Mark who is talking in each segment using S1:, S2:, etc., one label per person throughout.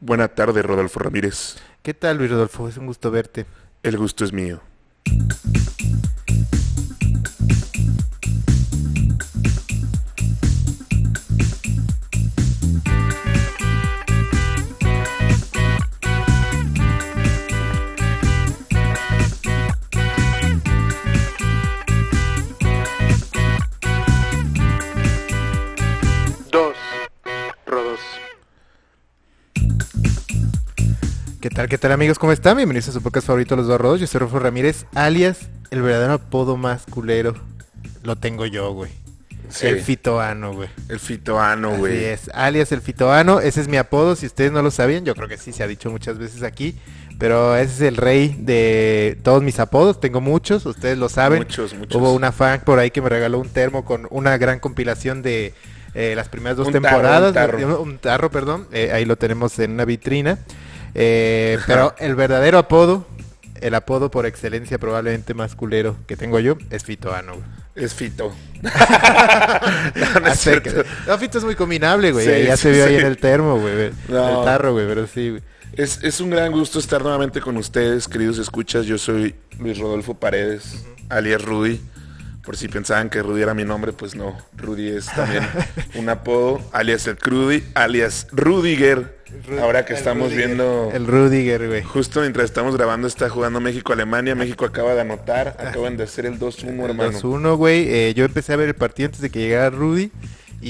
S1: Buena tarde, Rodolfo Ramírez.
S2: ¿Qué tal, Luis Rodolfo? Es un gusto verte.
S1: El gusto es mío.
S3: Dos Rodos.
S2: ¿Qué tal, qué tal, amigos? ¿Cómo están? Bienvenidos a su podcast favorito, Los Dos Rodos. Yo soy Rodolfo Ramírez, alias el verdadero apodo más culero. Lo tengo yo, güey.
S1: Sí.
S2: El fitoano, güey.
S1: El fitoano,
S2: Así
S1: güey.
S2: es, alias el fitoano, ese es mi apodo, si ustedes no lo sabían, yo creo que sí se ha dicho muchas veces aquí, pero ese es el rey de todos mis apodos, tengo muchos, ustedes lo saben.
S1: Muchos, muchos.
S2: Hubo una fan por ahí que me regaló un termo con una gran compilación de eh, las primeras dos
S1: Un tarro,
S2: temporadas,
S1: un tarro.
S2: un tarro, perdón, eh, ahí lo tenemos en una vitrina, Eh, pero el verdadero apodo, el apodo por excelencia probablemente más culero que tengo yo, es fitoano. güey.
S1: Es fito. no, no es
S2: Hace que-
S1: cierto.
S2: No, Fito es muy combinable, güey.
S1: Sí,
S2: ya
S1: sí,
S2: se vio ahí
S1: sí.
S2: en el termo, güey. En
S1: No.
S2: El tarro, güey, pero sí, güey.
S1: Es, es un gran gusto estar nuevamente con ustedes, queridos escuchas. Yo soy Luis Rodolfo Paredes, alias Rudy. Por si pensaban que Rudy era mi nombre, pues no. Rudy es también un apodo, alias el Crudy, alias Rudiger. Ahora que
S2: El
S1: estamos
S2: Rudiger.
S1: viendo...
S2: El Rudiger, güey.
S1: Justo mientras estamos grabando está jugando México-Alemania. México acaba de anotar, acaban de hacer el 2-1,
S2: El
S1: hermano.
S2: 2-1, güey. Eh, yo empecé a ver el partido antes de que llegara Rudy.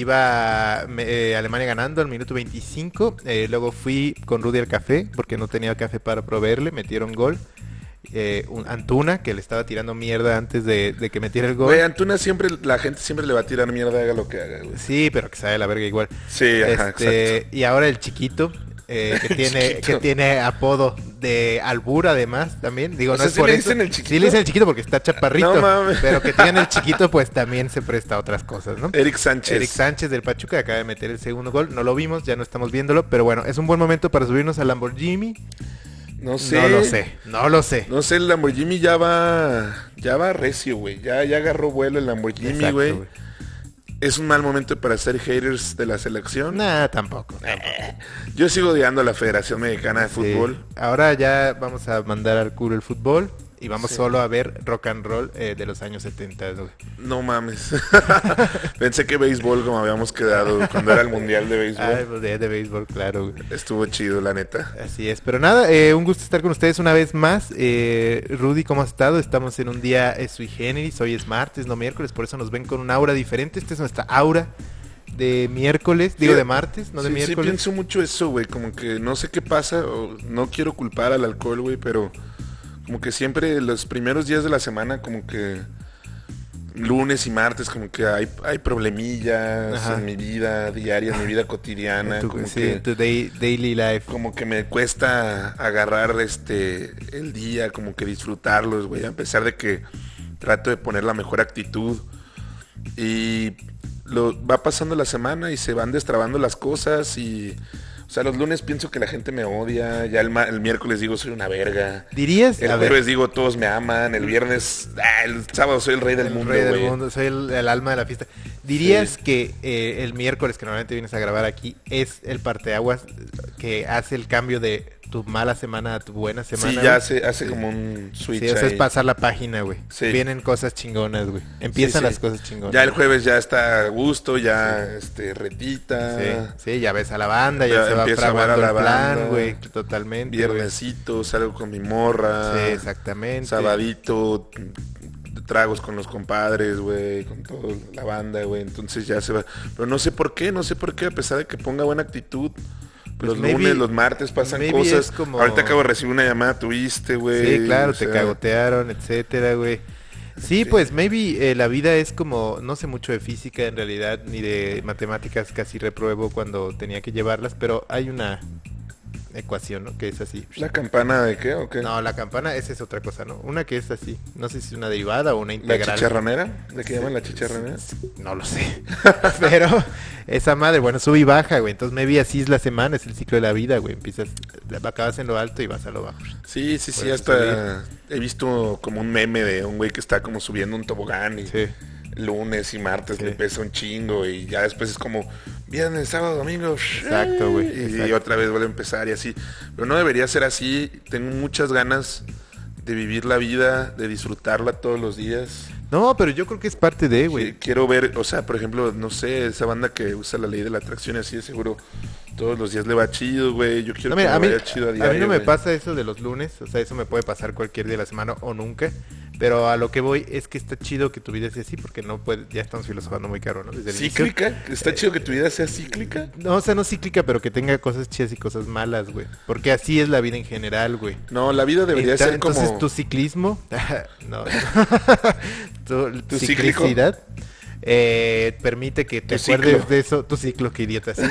S2: Iba me- eh, Alemania ganando al minuto 25. Eh, luego fui con Rudy al café porque no tenía café para proveerle. Metieron gol. Eh, un- Antuna, que le estaba tirando mierda antes de, de que metiera el gol.
S1: Güey, Antuna siempre, la gente siempre le va a tirar mierda, haga lo que haga, güey.
S2: Sí, pero que sabe la verga igual.
S1: Sí, ajá,
S2: Este, Y ahora el chiquito, eh, que,
S1: El
S2: tiene,
S1: chiquito.
S2: que tiene apodo de albur además también. Digo,
S1: O
S2: no
S1: sea,
S2: es
S1: ¿sí
S2: por
S1: le
S2: eso.
S1: dicen el chiquito?
S2: Sí le dicen el chiquito porque está chaparrito.
S1: No mames.
S2: Pero que tengan el chiquito pues también se presta a otras cosas, ¿no?
S1: Eric Eh, Sánchez.
S2: Eric Sánchez del Pachuca acaba de meter el segundo gol. No lo vimos, ya no estamos viéndolo. Pero bueno, es un buen momento para subirnos al Lamborghini.
S1: No sé.
S2: No lo sé, no lo sé.
S1: No sé, el Lamborghini ya va, ya va recio, güey. Ya, ya agarró vuelo el Lamborghini,
S2: Exacto,
S1: güey.
S2: güey.
S1: Es un mal momento para ser haters de la selección.
S2: Nah, tampoco. tampoco.
S1: Yo sigo odiando a la Federación Mexicana de
S2: Sí.
S1: Fútbol.
S2: Ahora ya vamos a mandar al culo el fútbol y vamos
S1: Sí.
S2: solo a ver rock and roll eh, de los años 70. güey.
S1: No mames. Pensé que béisbol, como habíamos quedado cuando era el Mundial de Béisbol.
S2: Ay, pues, de, de béisbol, claro. güey.
S1: Estuvo chido, la neta.
S2: Así es, pero nada, eh, un gusto estar con ustedes una vez más. Eh, Rudy, ¿cómo has estado? Estamos en un día eh, sui generis, hoy es martes, no miércoles, por eso nos ven con una aura diferente. Esta es nuestra aura de miércoles, digo
S1: Sí.
S2: de martes, no de
S1: sí, sí
S2: miércoles.
S1: pienso mucho eso, güey. Como que no sé qué pasa. o no quiero culpar al alcohol, güey, pero como que siempre los primeros días de la semana, como que lunes y martes, como que hay, hay problemillas
S2: Ajá.
S1: en mi vida diaria, en mi vida cotidiana.
S2: Tu-
S1: como,
S2: sí,
S1: que,
S2: tu day- daily life.
S1: como que me cuesta agarrar este el día, como que disfrutarlos, güey. A pesar de que trato de poner la mejor actitud. Y lo, va pasando la semana y se van destrabando las cosas y... O sea, los lunes pienso que la gente me odia, ya el, ma- el miércoles digo soy una verga,
S2: ¿Dirías?
S1: el
S2: a ver,
S1: jueves digo todos me aman, el viernes, ah, el sábado soy el rey del
S2: el
S1: mundo,
S2: rey del
S1: güey.
S2: mundo, soy el, el alma de la fiesta. ¿Dirías que eh, el miércoles que normalmente vienes a grabar aquí es el parteaguas que hace el cambio de tu mala semana a tu buena semana?
S1: Sí,
S2: güey?
S1: ya hace, hace como un switch
S2: Sí, o sea, es
S1: ahí.
S2: pasar la página, güey.
S1: Sí.
S2: Vienen cosas chingonas, güey. Empiezan
S1: Sí, sí.
S2: las cosas chingonas.
S1: Ya el jueves ya está a gusto, ya este retita,
S2: Sí, sí, ya ves a la banda, ya
S1: ah. Ya
S2: se va
S1: empiezo a ver a
S2: fraguando el
S1: la banda.
S2: plan, güey. Totalmente. güey.
S1: viernesito, salgo con mi morra.
S2: Sí, exactamente.
S1: Sabadito, tragos con los compadres, güey, con toda la banda, güey. Entonces ya se va. Pero no sé por qué, no sé por qué, a pesar de que ponga buena actitud.
S2: Pues
S1: los
S2: maybe-
S1: lunes, los martes pasan
S2: maybe
S1: cosas.
S2: es como-
S1: Ahorita acabo de recibir una llamada, tuviste, güey.
S2: Sí, claro,
S1: o
S2: te
S1: sea,
S2: cagotearon, etcétera, güey. Sí,
S1: Sí.
S2: pues maybe eh, la vida es como, no sé mucho de física en realidad, ni de matemáticas, casi repruebo cuando tenía que llevarlas, pero hay una ecuación, ¿no? Que es así.
S1: ¿La campana de qué o qué?
S2: No, la campana, esa es otra cosa, ¿no? Una que es así, no sé si es una derivada o una
S1: ¿La
S2: integral.
S1: chicharronera? ¿De qué llaman la
S2: Sí,
S1: chicharronera?
S2: sí, sí, No lo sé. Pero esa madre, bueno, sube y baja, güey. Entonces maybe así es la semana, es el ciclo de la vida, güey. Empiezas, acabas en lo alto y vas a lo bajo.
S1: Sí, sí, sí,
S2: Puede
S1: hasta he visto como un meme de un güey que está como subiendo un tobogán y
S2: Sí.
S1: lunes y martes
S2: Sí.
S1: le pesa un chingo y ya después es como Viernes, sábado, domingo.
S2: Exacto, güey,
S1: Y,
S2: exacto.
S1: otra vez vuelve a empezar y así. Pero no debería ser así. Tengo muchas ganas de vivir la vida, de disfrutarla todos los días.
S2: No, pero yo creo que es parte de, güey.
S1: Que Quiero ver, o sea, por ejemplo, no sé, esa banda que usa la ley de la atracción y así de seguro todos los días le va chido, güey. Yo quiero
S2: No, mira,
S1: que
S2: a,
S1: me
S2: mí,
S1: vaya chido a
S2: a mí
S1: diario,
S2: no me
S1: güey.
S2: pasa eso de los lunes, o sea, eso me puede pasar cualquier día de la semana o nunca, pero a lo que voy es que está chido que tu vida sea así porque no puede, ya estamos filosofando muy caro, ¿no? Desde el inicio.
S1: ¿Cíclica? ¿Está chido que tu vida sea cíclica?
S2: No, o sea, no cíclica, pero que tenga cosas chidas y cosas malas, güey. Porque así es la vida en general, güey.
S1: No, la vida debería
S2: Enta-
S1: ser como...
S2: Entonces, tu ciclismo, no, tu,
S1: ¿Tu cíclico?
S2: ciclicidad, eh, permite que te
S1: Tu
S2: acuerdes
S1: ciclo.
S2: de eso, tu ciclo, que idiota, sí.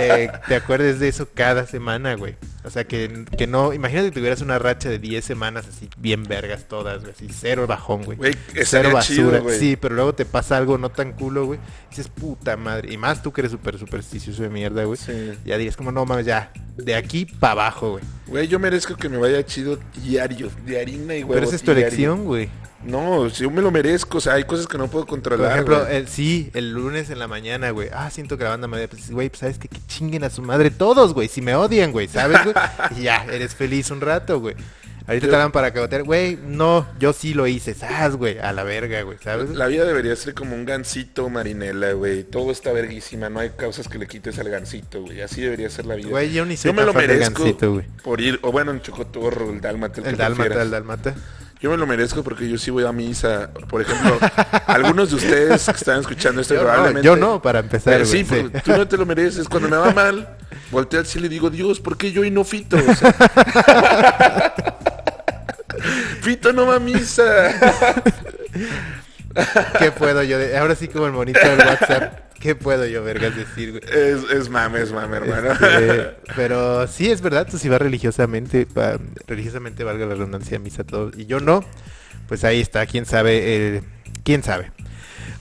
S2: Eh, te acuerdes de eso cada semana, güey. O sea, que, que no, imagínate que tuvieras una racha de 10 semanas así, bien vergas todas, güey, así, cero bajón, güey.
S1: Güey,
S2: Cero
S1: estaría
S2: basura,
S1: chido, güey.
S2: sí, pero luego te pasa algo no tan culo, güey. Dices, puta madre. Y más tú que eres súper supersticioso de mierda, güey.
S1: Sí.
S2: Ya dirías, como no mames, ya, de aquí para abajo, güey.
S1: Güey, yo merezco que me vaya chido diario, de harina y huevo.
S2: Pero esa es tu
S1: diario.
S2: elección, güey.
S1: No, si yo me lo merezco, o sea, hay cosas que no puedo
S2: Por
S1: controlar.
S2: ejemplo,
S1: ah, güey.
S2: el, sí, el lunes en la mañana, güey. Ah, siento que la banda me odia. Pues, güey, pues, ¿sabes qué? Que chinguen a su madre todos, güey. Si me odian, güey, ¿sabes, güey? Y ya, eres feliz un rato, güey. Ahorita
S1: Yo-
S2: te van para cagotear. Güey, no, yo sí lo hice. ¿Sabes, güey? A la verga, güey, ¿sabes?
S1: La vida debería ser como un gancito marinela, güey. Todo está verguísima, no hay causas que le quites al gancito, güey. Así debería ser la vida.
S2: Güey, yo ni soy
S1: yo me
S2: tan
S1: lo
S2: fan del
S1: merezco
S2: Gansito, güey.
S1: por ir, o bueno, en Chocotorro, el Dálmata, el,
S2: El
S1: que
S2: dálmata,
S1: prefieras.
S2: el dálmata.
S1: Yo me lo merezco porque yo sí voy a misa. Por ejemplo, algunos de ustedes que están escuchando esto
S2: Yo no,
S1: probablemente...
S2: yo no, para empezar,
S1: Pero sí, pues,
S2: güey, sí.
S1: porque tú no te lo mereces. Cuando me va mal, volteo al cielo y digo, Dios, ¿por qué yo y no Fito? O sea, Fito no va a misa.
S2: ¿Qué puedo yo? de- Ahora sí como el monito del WhatsApp. ¿Qué puedo yo, vergas, decir, güey?
S1: Es, es mame, es mame, hermano.
S2: Este, pero sí, es verdad, tú si vas religiosamente, va- religiosamente valga la redundancia, a misa todo, y yo no, pues ahí está, quién sabe, eh, quién sabe.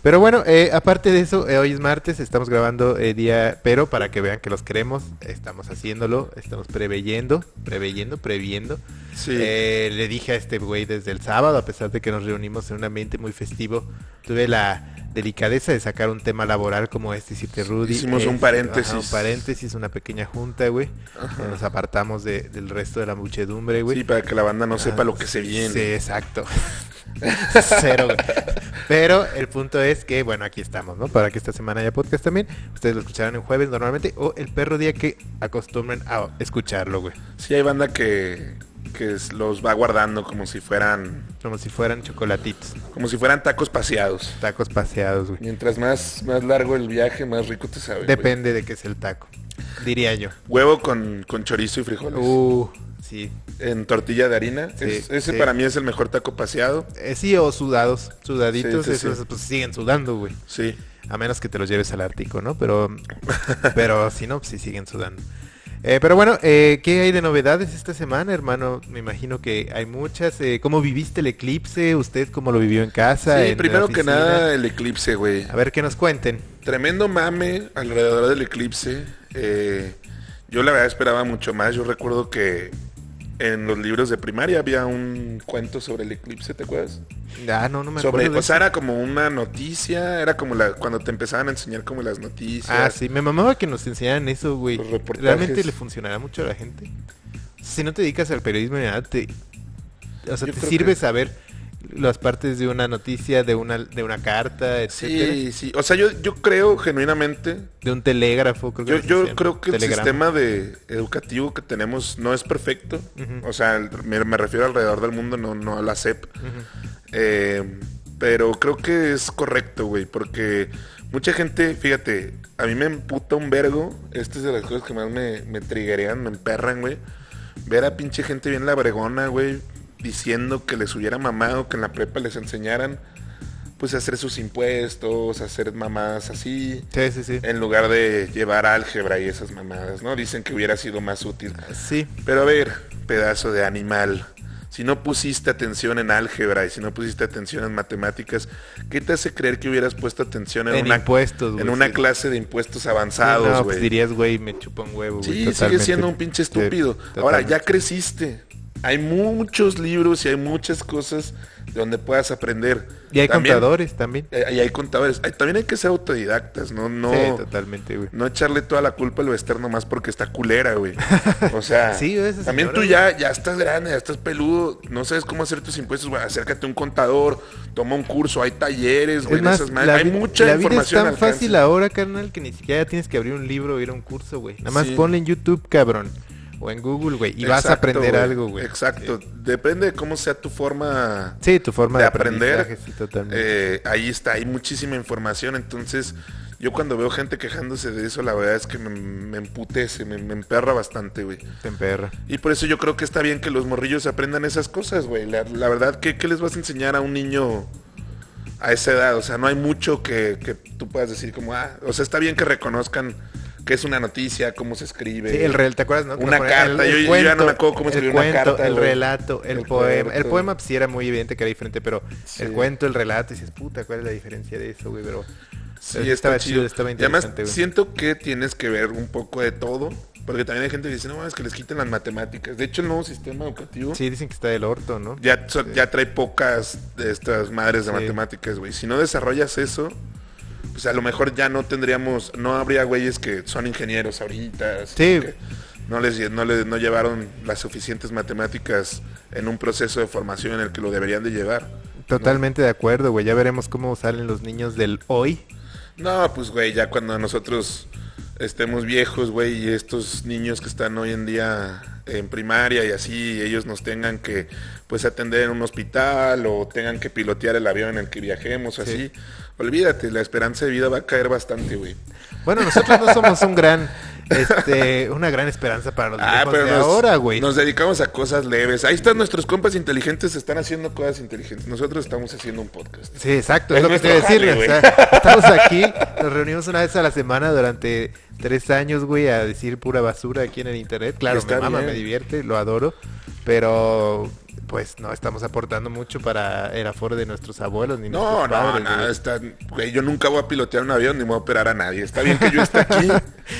S2: Pero bueno, eh, aparte de eso, eh, hoy es martes, estamos grabando eh, día, pero para que vean que los queremos, estamos haciéndolo, estamos preveyendo, preveyendo, previendo.
S1: Sí.
S2: Eh, le dije a este güey desde el sábado, a pesar de que nos reunimos en un ambiente muy festivo, tuve la delicadeza de sacar un tema laboral como este, hiciste Rudy.
S1: Hicimos un
S2: eh,
S1: paréntesis.
S2: ajá, un paréntesis, una pequeña junta, güey.
S1: Ajá.
S2: Eh, Nos apartamos de- del resto de la muchedumbre, güey.
S1: sí, para que la banda no sepa
S2: Ah,
S1: lo que se viene.
S2: Sí, exacto. Cero, güey. Pero el punto es que, bueno, aquí estamos, ¿no? Para que esta semana haya podcast también. Ustedes lo escucharán en jueves normalmente o el perro día que acostumbren a escucharlo, güey.
S1: Sí, hay banda que, que es- los va guardando como si fueran
S2: Como si fueran chocolatitos,
S1: como si fueran tacos paseados.
S2: tacos paseados, güey.
S1: Mientras más, más largo el viaje, más rico te sabe. güey.
S2: Depende de qué es el taco, diría yo.
S1: Huevo con, con chorizo y frijoles.
S2: Uh, sí.
S1: En tortilla de harina.
S2: Sí,
S1: Es- ese
S2: sí.
S1: para mí es el mejor taco paseado.
S2: Eh, sí, o sudados, sudaditos,
S1: Sí, sí,
S2: esos
S1: sí.
S2: pues siguen sudando, güey.
S1: Sí.
S2: A menos que te los lleves al Ártico, ¿no? Pero, pero si no, pues sí siguen sudando. Eh, pero bueno, eh, ¿qué hay de novedades esta semana, hermano? Me imagino que hay muchas. Eh, ¿Cómo viviste el eclipse? ¿Usted cómo lo vivió en casa?
S1: Sí,
S2: en la
S1: primero que
S2: oficina? Ah.
S1: nada el eclipse, güey.
S2: A ver, que nos cuenten.
S1: Tremendo mame alrededor del eclipse. Eh, yo la verdad esperaba mucho más. Yo recuerdo que en los libros de primaria había un cuento sobre el eclipse, ¿te acuerdas?
S2: Ah, no, no me acuerdo.
S1: Sobre,
S2: de
S1: o sea,
S2: eso.
S1: era como una noticia, era como la, cuando te empezaban a enseñar como las noticias.
S2: Ah, sí, me mamaba que nos enseñaran eso, güey.
S1: Los reportajes.
S2: ¿Realmente le funcionará mucho a la gente? Si no te dedicas al periodismo ni nada, te, o sea,
S1: Yo
S2: te
S1: creo
S2: sirve
S1: que-
S2: saber las partes de una noticia, de una, de una carta, etcétera.
S1: Sí, sí. O sea, yo, yo creo genuinamente
S2: De un telégrafo, creo que
S1: Yo,
S2: les
S1: yo
S2: decían.
S1: creo que el
S2: Telegrama.
S1: sistema de educativo que tenemos no es perfecto.
S2: Ujú.
S1: O sea, el- me, me refiero alrededor del mundo, no, no a la SEP.
S2: Ujú.
S1: Eh, pero creo que es correcto, güey, porque mucha gente, fíjate, a mí me emputa un vergo. Esta es de las cosas que más me, me triggerean, me emperran, güey. Ver a pinche gente bien labregona, güey, diciendo que les hubiera mamado, que en la prepa les enseñaran, pues, a hacer sus impuestos, a hacer mamadas así
S2: Sí, sí, sí.
S1: en lugar de llevar álgebra y esas mamadas, ¿no? Dicen que hubiera sido más útil.
S2: Sí.
S1: Pero a ver, pedazo de animal, si no pusiste atención en álgebra y si no pusiste atención en matemáticas, ¿qué te hace creer que hubieras puesto atención en,
S2: En
S1: una,
S2: impuestos, güey,
S1: en una
S2: sí.
S1: clase de impuestos
S2: Sí, no,
S1: avanzados,
S2: pues
S1: güey?
S2: dirías, güey, me chupa un huevo, güey.
S1: Sí, sigue
S2: totalmente.
S1: siendo un pinche
S2: Sí,
S1: estúpido. Ahora, ya
S2: totalmente.
S1: creciste. hay muchos libros y hay muchas cosas de donde puedas aprender.
S2: Y hay
S1: También-
S2: contadores también.
S1: eh, Y hay contadores. Ay, También hay que ser autodidactas, ¿no? No,
S2: Sí, totalmente, güey.
S1: no echarle toda la culpa al western nomás porque está culera, güey. O sea,
S2: Sí, esa
S1: también tú
S2: señora,
S1: ya, ya estás grande, ya estás peludo, no sabes cómo hacer tus impuestos, güey. Acércate a un contador, toma un curso, hay talleres, güey.
S2: Es
S1: en
S2: más,
S1: esas madres.
S2: la,
S1: hay
S2: vi-
S1: mucha
S2: la vida es
S1: información.
S2: tan
S1: al alcance.
S2: fácil ahora, carnal, que ni siquiera tienes que abrir un libro o ir a un curso, güey. Nada más
S1: Sí.
S2: ponle en YouTube, cabrón. O en Google, güey. Y vas a
S1: Exacto,
S2: aprender algo, güey.
S1: Exacto. Depende de cómo sea tu forma
S2: Sí, tu forma
S1: de
S2: de,
S1: aprender.
S2: aprendizaje, sí, totalmente.
S1: eh, ahí está, hay muchísima información. Entonces, yo cuando veo gente quejándose de eso, la verdad es que me, me emputece, me, me emperra bastante, güey.
S2: Te emperra.
S1: Y por eso yo creo que está bien que los morrillos aprendan esas cosas, güey. La, la verdad, ¿qué, qué les vas a enseñar a un niño a esa edad? O sea, no hay mucho que, que tú puedas decir como, ah, o sea, está bien que reconozcan que es una noticia, cómo se escribe.
S2: Sí, el rel- ¿te acuerdas? No? Que
S1: una
S2: nos
S1: carta,
S2: ponían
S1: yo- yo ya no me acuerdo cómo
S2: el
S1: escribir una
S2: cuento,
S1: carta,
S2: El
S1: güey.
S2: relato, el,
S1: El
S2: poema. El
S1: cuento.
S2: poema pues, sí era muy evidente que era diferente, pero
S1: Sí.
S2: el cuento, el relato, y dices, puta, ¿cuál es la diferencia de eso, güey? Pero,
S1: Sí,
S2: pero
S1: está chido.
S2: estaba
S1: y además,
S2: interesante, güey.
S1: siento que tienes que ver un poco de todo. Porque también hay gente que dice, no, es que les quiten las matemáticas. De hecho, el nuevo sistema educativo
S2: Sí, dicen que está del orto, ¿no?
S1: ya, so- ya trae pocas de estas madres de
S2: Sí.
S1: matemáticas, güey. Si no desarrollas eso, pues a lo mejor ya no tendríamos, no habría güeyes que son ingenieros ahorita. así
S2: Sí.
S1: que No les, lle- no les no llevaron las suficientes matemáticas en un proceso de formación en el que lo deberían de llevar.
S2: Totalmente de acuerdo, güey. Ya veremos cómo salen los niños del hoy.
S1: No, pues güey, ya cuando nosotros estemos viejos, güey, y estos niños que están hoy en día en primaria y así, ellos nos tengan que pues atender en un hospital o tengan que pilotear el avión en el que viajemos o
S2: Sí.
S1: así, olvídate, la esperanza de vida va a caer bastante, güey.
S2: Bueno, nosotros no somos un gran, este, una gran esperanza para los
S1: Ah,
S2: niños
S1: pero
S2: de
S1: nos,
S2: ahora, güey.
S1: nos dedicamos a cosas leves. Ahí están nuestros compas inteligentes, están haciendo cosas inteligentes. Nosotros estamos haciendo un podcast.
S2: Sí, exacto, es,
S1: Es
S2: lo que te
S1: nuestro
S2: voy a decir.
S1: jale,
S2: güey. O sea, estamos aquí, nos reunimos una vez a la semana durante tres años, güey, a decir pura basura aquí en el internet. Claro,
S1: Está
S2: me mama,
S1: bien.
S2: me divierte, lo adoro, pero pues no estamos aportando mucho para el aforo de nuestros abuelos ni
S1: No,
S2: nuestros
S1: no,
S2: padres.
S1: no,
S2: güey.
S1: está, güey, yo nunca voy a pilotear un avión ni me voy a operar a nadie. Está bien que yo esté aquí.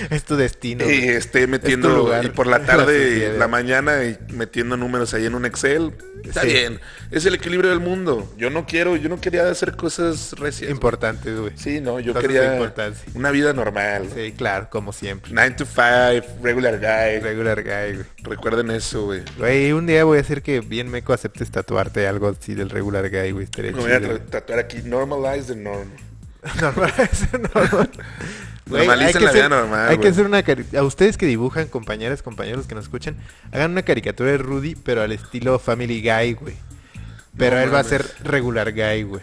S2: Es tu destino.
S1: Y
S2: güey.
S1: esté Este, metiendo
S2: Es tu lugar.
S1: y por la
S2: La
S1: tarde
S2: sociedad.
S1: y la mañana y metiendo números ahí en un Excel. Está
S2: Sí.
S1: bien. Es el equilibrio del mundo. Yo no quiero, yo no quería hacer cosas recientes.
S2: Importante, güey.
S1: Sí, no, yo
S2: Cosas de
S1: quería
S2: importancia.
S1: una vida normal.
S2: Sí, claro, como siempre.
S1: 9 to 5, regular guy.
S2: Regular guy, güey.
S1: Recuerden eso, güey.
S2: Güey, un día voy a hacer que bien meco aceptes tatuarte algo así del regular guy, güey. Estaría
S1: Me voy a
S2: chido, güey.
S1: tra- tatuar aquí. Normalize the norm.
S2: Normal, eso normal. Güey,
S1: Normalicen
S2: hay que
S1: la vida
S2: hacer-
S1: normal,
S2: Hay que
S1: güey.
S2: hacer una cari- A ustedes que dibujan, compañeras, compañeros que nos escuchan, hagan una caricatura de Rudy, pero al estilo Family Guy, güey. Pero
S1: No
S2: él va a
S1: mames.
S2: ser regular guy, güey.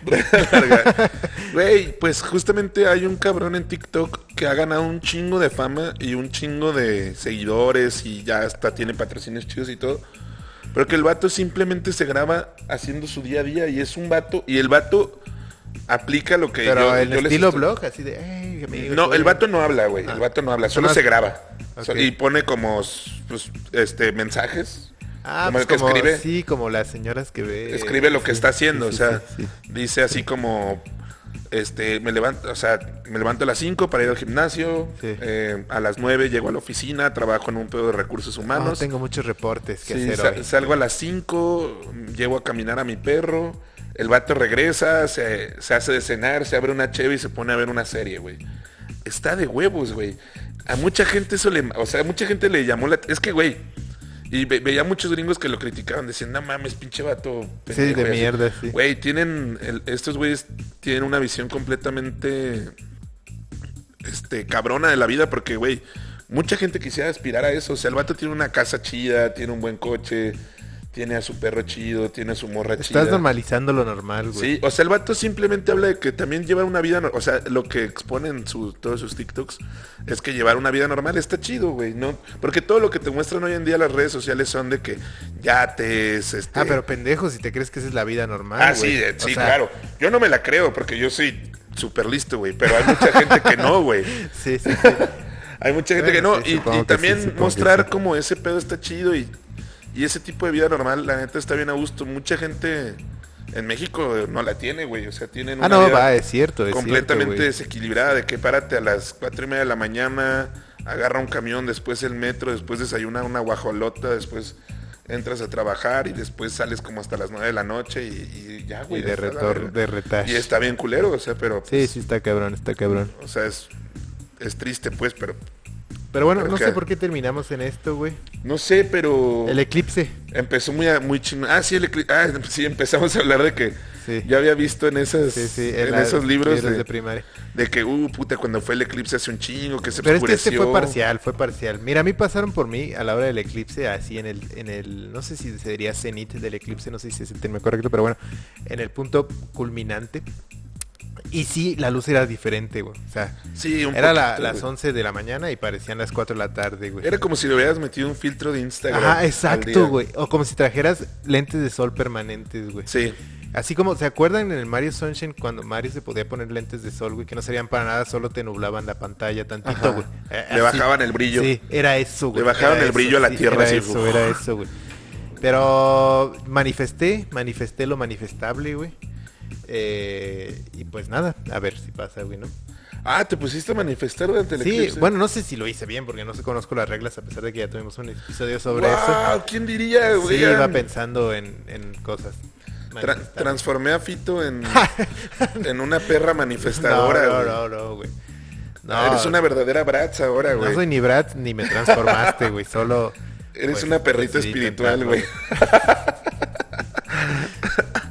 S1: Güey, pues justamente hay un cabrón en TikTok que ha ganado un chingo de fama y un chingo de seguidores y ya hasta tiene patrocinios chidos y todo. Pero que el vato simplemente se graba haciendo su día a día y es un vato y el vato aplica lo que
S2: Pero
S1: yo-
S2: el
S1: yo les
S2: estilo
S1: estoy-
S2: blog, así de. "Hey, amigo,
S1: No,
S2: todo
S1: el
S2: bien".
S1: vato no habla, güey. El vato no habla, solo
S2: Nomás-
S1: se graba. So-
S2: Ok.
S1: Y pone como pues, este mensajes.
S2: Ah,
S1: como
S2: pues
S1: el que
S2: como,
S1: escribe.
S2: sí, como las señoras que ve.
S1: escribe lo que
S2: sí,
S1: está
S2: sí,
S1: haciendo,
S2: sí,
S1: o sea,
S2: sí, sí.
S1: dice así como este me levanto, o sea, me levanto a las 5 para ir al gimnasio,
S2: Sí.
S1: eh, a las 9 llego a la oficina, trabajo en un pedo de recursos
S2: No,
S1: humanos.
S2: tengo muchos reportes que
S1: Sí,
S2: hacer
S1: sa-
S2: hoy.
S1: salgo a las 5, llevo a caminar a mi perro, el vato regresa, se, se hace de cenar, se abre una cheve y se pone a ver una serie, güey. Está de huevos, güey. A mucha gente eso le... O sea, a mucha gente le llamó la... Es que, güey... Y ve- veía muchos gringos que lo criticaban, decían, no mames, pinche vato.
S2: Sí, de
S1: güey". Así.
S2: mierda, sí.
S1: Güey, tienen... el- estos güeyes tienen una visión completamente este, cabrona de la vida porque, güey, mucha gente quisiera aspirar a eso. O sea, el vato tiene una casa chida, tiene un buen coche, tiene a su perro chido, tiene a su morra chida.
S2: Estás normalizando lo normal, güey.
S1: Sí, o sea, el vato simplemente habla de que también llevar una vida, nor- o sea, lo que exponen su, todos sus TikToks es que llevar una vida normal está chido, güey, ¿no? Porque todo lo que te muestran hoy en día las redes sociales son de que yates, este...
S2: Ah, pero pendejo, si te crees que esa es la vida normal.
S1: Ah,
S2: güey.
S1: sí, de-
S2: O
S1: sí,
S2: sea,
S1: claro. Yo no me la creo porque yo soy súper listo, güey, pero hay mucha gente que no, güey.
S2: Sí, sí, sí.
S1: Hay mucha gente
S2: Bueno,
S1: que no.
S2: sí,
S1: y- y
S2: supongo que
S1: también
S2: sí, supongo que
S1: mostrar
S2: sí.
S1: como ese pedo está chido y, y ese tipo de vida normal, la neta está bien a gusto. Mucha gente en México no la tiene, güey. O sea, tienen una
S2: Ah, no,
S1: vida
S2: va, es cierto. Es
S1: completamente
S2: cierto, güey.
S1: desequilibrada de que párate a las cuatro y media de la mañana, agarra un camión, después el metro, después desayuna una guajolota, después entras a trabajar y después sales como hasta las 9 de la noche y, y ya,
S2: Y
S1: güey.
S2: de,
S1: está la
S2: retor,
S1: verga.
S2: de retache.
S1: Y está bien culero, o sea, pero. pues,
S2: Sí, sí, está cabrón, está cabrón.
S1: O sea, es, es triste, pues, pero.
S2: Pero bueno,
S1: Pero
S2: no
S1: que-
S2: sé por qué terminamos en esto, güey.
S1: No sé, pero.
S2: El eclipse.
S1: Empezó muy, a- muy chino. Ah, sí, el ecli- ah, sí, empezamos a hablar de que
S2: Sí.
S1: yo había visto en, esas,
S2: Sí, sí,
S1: en,
S2: la-
S1: esos libros
S2: de,
S1: de,
S2: primaria.
S1: de que, uh, puta, cuando fue el eclipse hace un chingo, que se
S2: Pero es que
S1: oscureció.
S2: este fue parcial, fue parcial. Mira, a mí pasaron por mí a la hora del eclipse, así en el, en el, no sé si se diría cenit del eclipse, no sé si es el término correcto, pero bueno, en el punto culminante. Y sí, la luz era diferente, güey. O sea,
S1: Sí, un
S2: era la-
S1: poquito,
S2: las
S1: güey.
S2: 11 de la mañana y parecían las 4 de la tarde, güey.
S1: Era como si le hubieras metido un filtro de Instagram.
S2: Ajá,
S1: al día.
S2: exacto, güey. O como si trajeras lentes de sol permanentes, güey.
S1: Sí,
S2: Así como, ¿se acuerdan en el Mario Sunshine cuando Mario se podía poner lentes de sol, güey? Que no serían para nada, solo te nublaban la pantalla
S1: Ajá.
S2: tantito, güey. Eh,
S1: Le bajaban el brillo.
S2: Sí, era eso, güey.
S1: Le bajaban
S2: Era
S1: el brillo a la tierra,
S2: Era
S1: así,
S2: eso,
S1: uf.
S2: era eso, güey. Pero manifesté, manifesté lo manifestable, güey. Eh, y pues nada, a ver si pasa, güey, ¿no?
S1: Ah, te pusiste a manifestar durante el
S2: Sí,
S1: eclipse.
S2: bueno, no sé si lo hice bien porque no sé, conozco las reglas a pesar de que ya tuvimos un episodio sobre
S1: Guau,
S2: eso.
S1: ¿Quién diría,
S2: Sí,
S1: güey?
S2: iba pensando en, en cosas.
S1: Tra-
S2: manifestables.
S1: transformé a Fito en, en una perra manifestadora.
S2: No,
S1: güey.
S2: no, no, no, güey.
S1: Eres una verdadera bratz ahora,
S2: No
S1: güey.
S2: soy ni Brad ni me transformaste, güey. Solo.
S1: Eres
S2: pues,
S1: una perrita
S2: decidí
S1: espiritual,
S2: intentarlo,
S1: güey.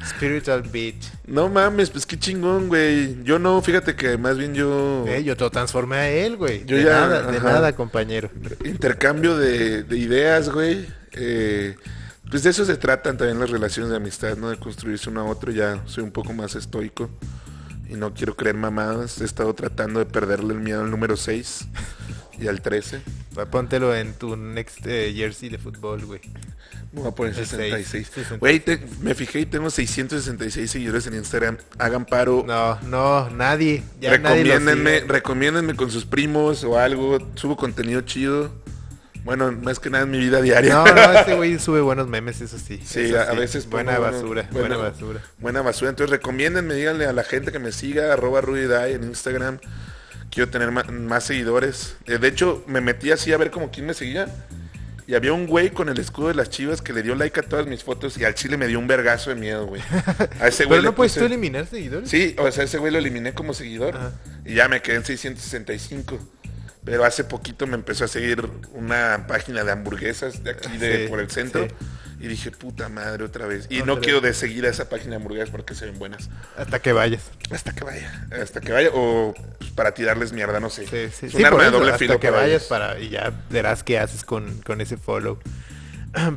S2: Spiritual bitch.
S1: No mames, pues qué chingón, güey. Yo no, fíjate que más bien yo...
S2: Eh, yo te lo transformé a él, güey.
S1: Yo
S2: de
S1: ya,
S2: nada, de
S1: ajá.
S2: nada, compañero.
S1: Intercambio de, de ideas, güey. Eh, pues de eso se tratan también las relaciones de amistad, ¿no? De construirse uno a otro. Ya soy un poco más estoico y no quiero creer mamadas. He estado tratando de perderle el miedo al número 6 y al 13.
S2: Póntelo en tu next eh, jersey de fútbol, güey.
S1: Me voy a poner
S2: El seis,
S1: 66.
S2: 66.
S1: Güey, te- me fijé y tengo 666 seguidores en Instagram. Hagan paro.
S2: No, no, nadie. Ya nadie lo
S1: recomiéndenme,
S2: sigue.
S1: recomiéndenme con sus primos o algo. Subo contenido chido. Bueno, más que nada en mi vida diaria.
S2: No, no, este güey sube buenos memes, eso sí.
S1: Sí,
S2: eso
S1: a, a
S2: sí.
S1: veces
S2: Buena
S1: pongo uno-
S2: basura,
S1: bueno,
S2: buena basura.
S1: Buena basura. Entonces recomiéndenme, díganle a la gente que me siga, arroba Ruidai en Instagram. Quiero tener ma- más, seguidores. Eh, de hecho, me metí así a ver como quién me seguía. Y había un güey con el escudo de las chivas que le dio like a todas mis fotos y al chile me dio un vergazo de miedo, güey. A ese güey
S2: Pero
S1: le
S2: no puedes tú
S1: puse-
S2: eliminar seguidores.
S1: Sí, o sea, ese güey lo eliminé como seguidor.
S2: Ajá.
S1: Y ya me quedé en 665. Pero hace poquito me empezó a seguir una página de hamburguesas de aquí de,
S2: Sí,
S1: por el centro.
S2: sí.
S1: Y dije, puta madre, otra vez. Y
S2: Otra
S1: no
S2: vez.
S1: quiero de seguir a esa página de hamburguesas porque se ven buenas.
S2: Hasta que vayas.
S1: Hasta que vaya. Hasta que vaya. O pues, para tirarles mierda, no sé.
S2: Sí, sí,
S1: es
S2: sí,
S1: un
S2: por
S1: arma de
S2: eso,
S1: doble
S2: hasta
S1: filo
S2: que
S1: para
S2: vayas
S1: ellos.
S2: para y ya verás qué haces con, con ese follow.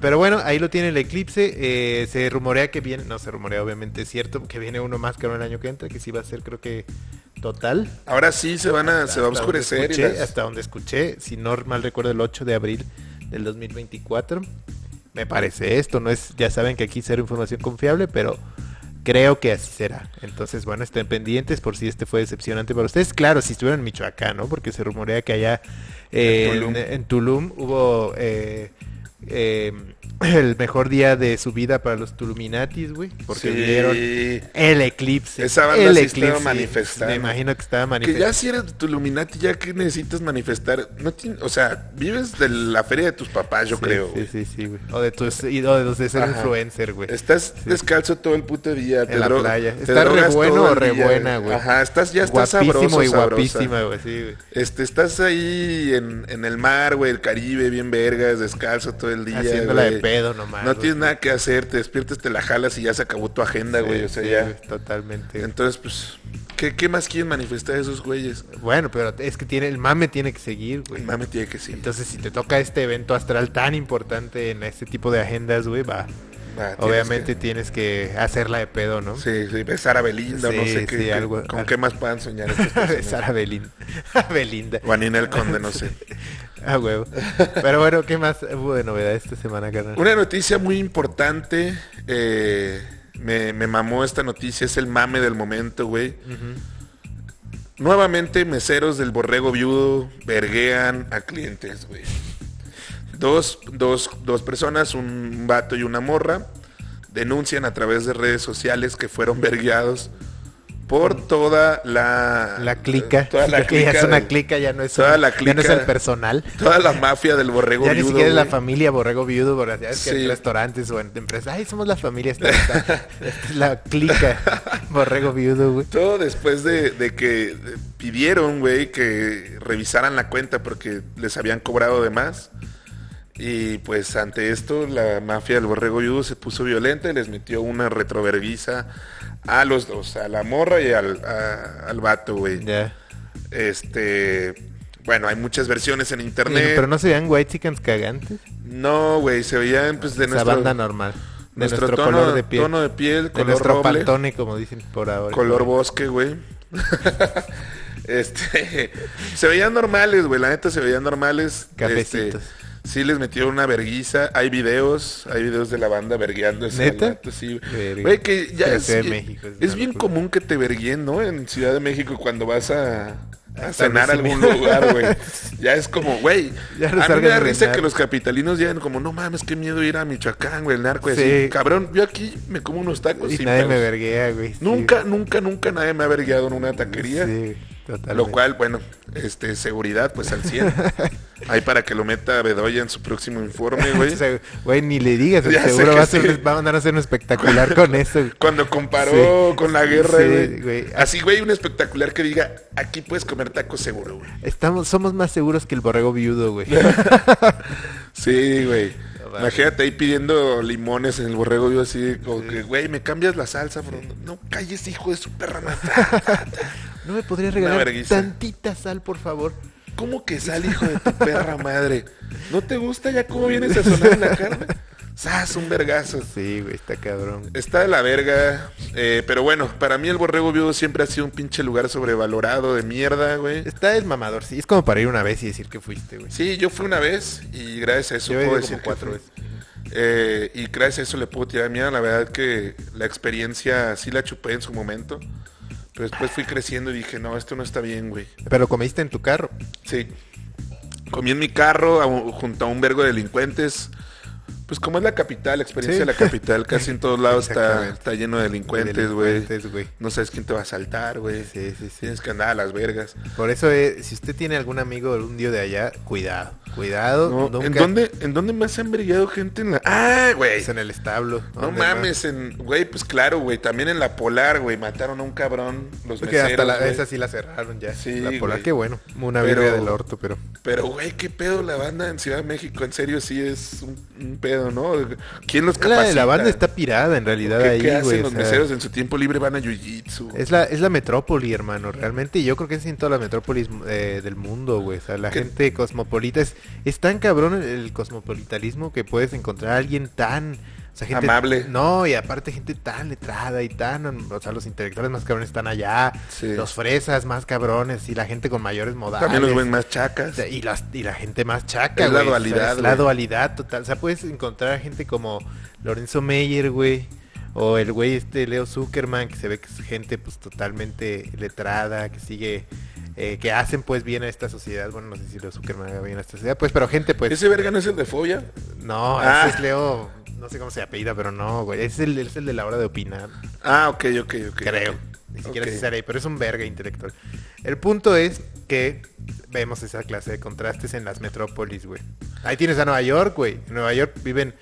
S2: Pero bueno, ahí lo tiene el eclipse. eh, se rumorea que viene, no se rumorea, obviamente es cierto, que viene uno más que no el año que entra, que sí va a ser, creo que total.
S1: Ahora sí se van a, se va a
S2: Hasta donde
S1: oscurecer. y
S2: escuché-
S1: las-
S2: Hasta donde escuché, si no mal recuerdo, el 8 de abril del 2024. Me parece esto, no es, ya saben que aquí cero información confiable, pero creo que así será. Entonces, bueno, estén pendientes por si este fue decepcionante para ustedes. Claro, si estuvieron en Michoacán, ¿no? Porque se rumorea que allá eh,
S1: En
S2: en,
S1: Tulum.
S2: en Tulum hubo eh, eh, el mejor día de su vida para los Tuluminatis, güey, porque
S1: Sí.
S2: vieron el eclipse.
S1: Esa banda
S2: el
S1: sí estaba manifestando.
S2: Me imagino que estaba
S1: Que
S2: manifestando.
S1: ya si eres tu Illuminati, ya que necesitas manifestar, no tien- o sea, vives de la feria de tus papás, yo
S2: Sí,
S1: creo.
S2: Sí,
S1: güey.
S2: sí, sí, güey. O de tus y o de los de ser
S1: Ajá. Este,
S2: influencer, güey.
S1: Estás descalzo todo el puto día, te
S2: En la
S1: dro-
S2: playa.
S1: te
S2: Estás re
S1: drogas
S2: bueno
S1: todo
S2: o
S1: el
S2: re
S1: día,
S2: buena, güey.
S1: Ajá, estás, ya estás
S2: Guapísimo
S1: sabroso,
S2: y
S1: sabrosa.
S2: guapísima, güey, sí, güey.
S1: Este, estás ahí en, en el mar, güey, el Caribe, bien vergas, descalzo todo el día.
S2: Haciéndola de
S1: güey.
S2: pedo nomás.
S1: No
S2: güey.
S1: tienes nada que hacer, te despiertas, te la jalas y ya se acabó tu agenda,
S2: Sí,
S1: güey. O sea,
S2: sí,
S1: ya.
S2: güey, Totalmente. güey.
S1: Entonces, pues, ¿qué, ¿qué más quieren manifestar esos güeyes?
S2: Bueno, pero es que tiene el mame tiene que seguir, güey.
S1: Mame tiene que sí.
S2: Entonces, si te toca este evento astral tan importante en este tipo de agendas, güey, va.
S1: Ah, tienes
S2: Obviamente
S1: que-
S2: tienes que hacerla de pedo, ¿no?
S1: Sí, sí, besar a Belinda, no
S2: Sí,
S1: sé qué,
S2: sí,
S1: qué-
S2: algo-
S1: con
S2: algo.
S1: qué más puedan soñar estas personas.
S2: Sara Belín. Belinda.
S1: O a Ninel Conde, no sé.
S2: Ah, huevo. Pero bueno, ¿qué más hubo de novedad esta semana, carnal?
S1: Una noticia muy importante, eh, me, me mamó esta noticia, es el mame del momento, güey. Nuevamente, meseros del borrego viudo verguean a clientes, güey. Dos, dos, dos personas, un vato y una morra, denuncian a través de redes sociales que fueron vergueados por toda la...
S2: La clica.
S1: Toda la
S2: que ya
S1: clica
S2: es una
S1: del-
S2: clica, ya no es,
S1: toda
S2: un-
S1: la
S2: ya no es
S1: clica-
S2: el personal.
S1: Toda la mafia del borrego
S2: Ya ni
S1: viudo,
S2: siquiera es la
S1: güey.
S2: familia borrego viudo, por allá es que
S1: Sí.
S2: en restaurantes o en empresas. Ay, somos la familia. Esta, esta- esta es la clica borrego viudo, güey.
S1: Todo después de, de que pidieron, güey, que revisaran la cuenta porque les habían cobrado de más. Y pues ante esto la mafia del borrego viudo se puso violenta y les metió una retroverguiza a los dos, a la morra y al, a- al vato, güey.
S2: Ya.
S1: Este, bueno, hay muchas versiones en
S2: Y-
S1: internet.
S2: Pero no se vean white chickens cagantes.
S1: no, güey, se veían pues de
S2: Esa
S1: nuestro,
S2: banda normal. De nuestro,
S1: nuestro, tono,
S2: color de piel.
S1: tono de piel,
S2: de
S1: color
S2: nuestro
S1: roble.
S2: pantone, como dicen por ahora.
S1: Color bosque, güey. este, se veían normales, güey. La neta se veían normales.
S2: Cafecitos.
S1: Este, sí les metieron una verguiza. Hay videos, hay videos de la banda vergueando.
S2: ¿Neta?
S1: Sí.
S2: Verga.
S1: Güey, que ya
S2: La
S1: es,
S2: Ciudad de México es
S1: es
S2: una
S1: bien
S2: locura.
S1: común que te verguien, ¿no? En Ciudad de México cuando vas a, a
S2: Hasta
S1: cenar a algún
S2: Luis-
S1: lugar, güey. Ya es como, güey.
S2: Ya
S1: A
S2: no
S1: mí me
S2: salgas
S1: da
S2: de
S1: risa
S2: cenar.
S1: que los capitalinos llegan como, no mames, qué miedo ir a Michoacán, güey, el narco. y
S2: Sí.
S1: así, Cabrón, yo aquí me como unos tacos
S2: Y
S1: sin
S2: nadie me
S1: pedos".
S2: verguea, güey. sí.
S1: Nunca, nunca, nunca nadie me ha vergueado en una taquería.
S2: Sí, totalmente.
S1: Lo cual, bueno, este, seguridad, pues al 100. Ahí para que lo meta Bedoya en su próximo informe, güey.
S2: O sea, güey, ni le digas,
S1: Ya sé
S2: seguro
S1: que
S2: va a, ser,
S1: sí.
S2: va a mandar a hacer un espectacular con eso. güey.
S1: Cuando comparó
S2: Sí.
S1: con la guerra,
S2: Sí,
S1: güey.
S2: güey.
S1: Así, güey, un espectacular que diga, aquí puedes comer tacos seguro, güey.
S2: Estamos, somos más seguros que el borrego viudo, güey.
S1: Sí, güey.
S2: No mames.
S1: Imagínate ahí pidiendo limones en el borrego, yo así, como que, güey, me cambias la salsa, bro. No calles, hijo de su perra madre.
S2: ¿No me podrías
S1: Una
S2: regalar
S1: vergüenza.
S2: tantita sal, por favor?
S1: ¿Cómo que sal, hijo de tu perra madre? ¿No te gusta ya cómo vienes a sonar en la carne? ¡Sas, un vergazo!
S2: Sí, güey, está cabrón.
S1: Está de la verga, eh, pero bueno, para mí el Borrego Viudo siempre ha sido un pinche lugar sobrevalorado de mierda, güey.
S2: Está desmamador, sí. Es como para ir una vez y decir que fuiste, güey.
S1: Sí, yo fui una vez y gracias a eso
S2: Yo he
S1: puedo
S2: ido como
S1: decir que
S2: cuatro
S1: fui. Eh, y gracias a eso le puedo tirar mierda. La verdad que la experiencia sí la chupé en su momento, pero después fui creciendo y dije, no, esto no está bien, güey.
S2: Pero comiste en tu carro.
S1: Sí. Comí en mi carro a un- junto a un vergo de delincuentes. Pues como es la capital, la experiencia
S2: Sí.
S1: de la capital, casi en todos lados está,
S2: Exactamente.
S1: está lleno de delincuentes, güey.
S2: Delincuentes, güey.
S1: No sabes quién te va a saltar, güey.
S2: Sí, sí, sí.
S1: Tienes que andar a las vergas.
S2: Por eso, eh, si usted tiene algún amigo un día de allá, cuidado. Cuidado.
S1: No,
S2: nunca-
S1: ¿en, dónde, ¿En dónde más han brillado gente en la...? ¡Ah, güey!
S2: Es en el establo.
S1: No
S2: ¿dónde
S1: mames, en... Güey, pues claro, güey. También en la Polar, güey. Mataron a un cabrón los
S2: más? Que hasta
S1: meseros,
S2: la,
S1: güey.
S2: esa sí la cerraron ya.
S1: Sí,
S2: la polar,
S1: güey.
S2: qué bueno. Una
S1: Pero-
S2: birria del orto, pero.
S1: Pero, güey, qué pedo la banda en Ciudad de México. En serio, sí es un, un pedo, ¿no? ¿Quién los
S2: La,
S1: capacita?
S2: la banda está pirada en realidad
S1: ¿Qué,
S2: ahí,
S1: qué hacen
S2: güey. o
S1: los
S2: sea,
S1: meseros en su tiempo libre? Van a jiu-jitsu.
S2: es la, es la metrópoli, hermano, realmente. Y yo creo que es en toda la metrópolis eh, del mundo, güey. O sea, la
S1: Que-
S2: gente cosmopolita es, es tan cabrón el, el cosmopolitalismo que puedes encontrar a alguien tan. o sea, gente-
S1: Amable.
S2: No, y aparte gente tan letrada y tan. O sea, los intelectuales más cabrones están allá.
S1: Sí.
S2: Los fresas más cabrones y la gente con mayores modales.
S1: También los ven más chacas.
S2: O sea, y, las- y la gente más chaca,
S1: Es la
S2: güey. O sea,
S1: dualidad,
S2: es la
S1: güey.
S2: dualidad total. O sea, puedes encontrar gente como Lorenzo Meyer, güey. O el güey este Leo Zuckerman, que se ve que es gente pues totalmente letrada, que sigue, eh, que hacen pues bien a esta sociedad. Bueno, no sé si Leo Zuckerman haga bien a esta sociedad, pues, pero gente pues...
S1: ¿Ese verga no es el de fobia?
S2: No,
S1: Ah.
S2: ese es Leo, no sé cómo se apellida, pero no, güey. Es el, es el de la hora de opinar
S1: Ah, ok, ok, ok.
S2: creo.
S1: ok.
S2: Ni siquiera
S1: Ok.
S2: se sale ahí, pero es un verga intelectual. El punto es que vemos esa clase de contrastes en las metrópolis, güey. Ahí tienes a Nueva York, güey. En Nueva York viven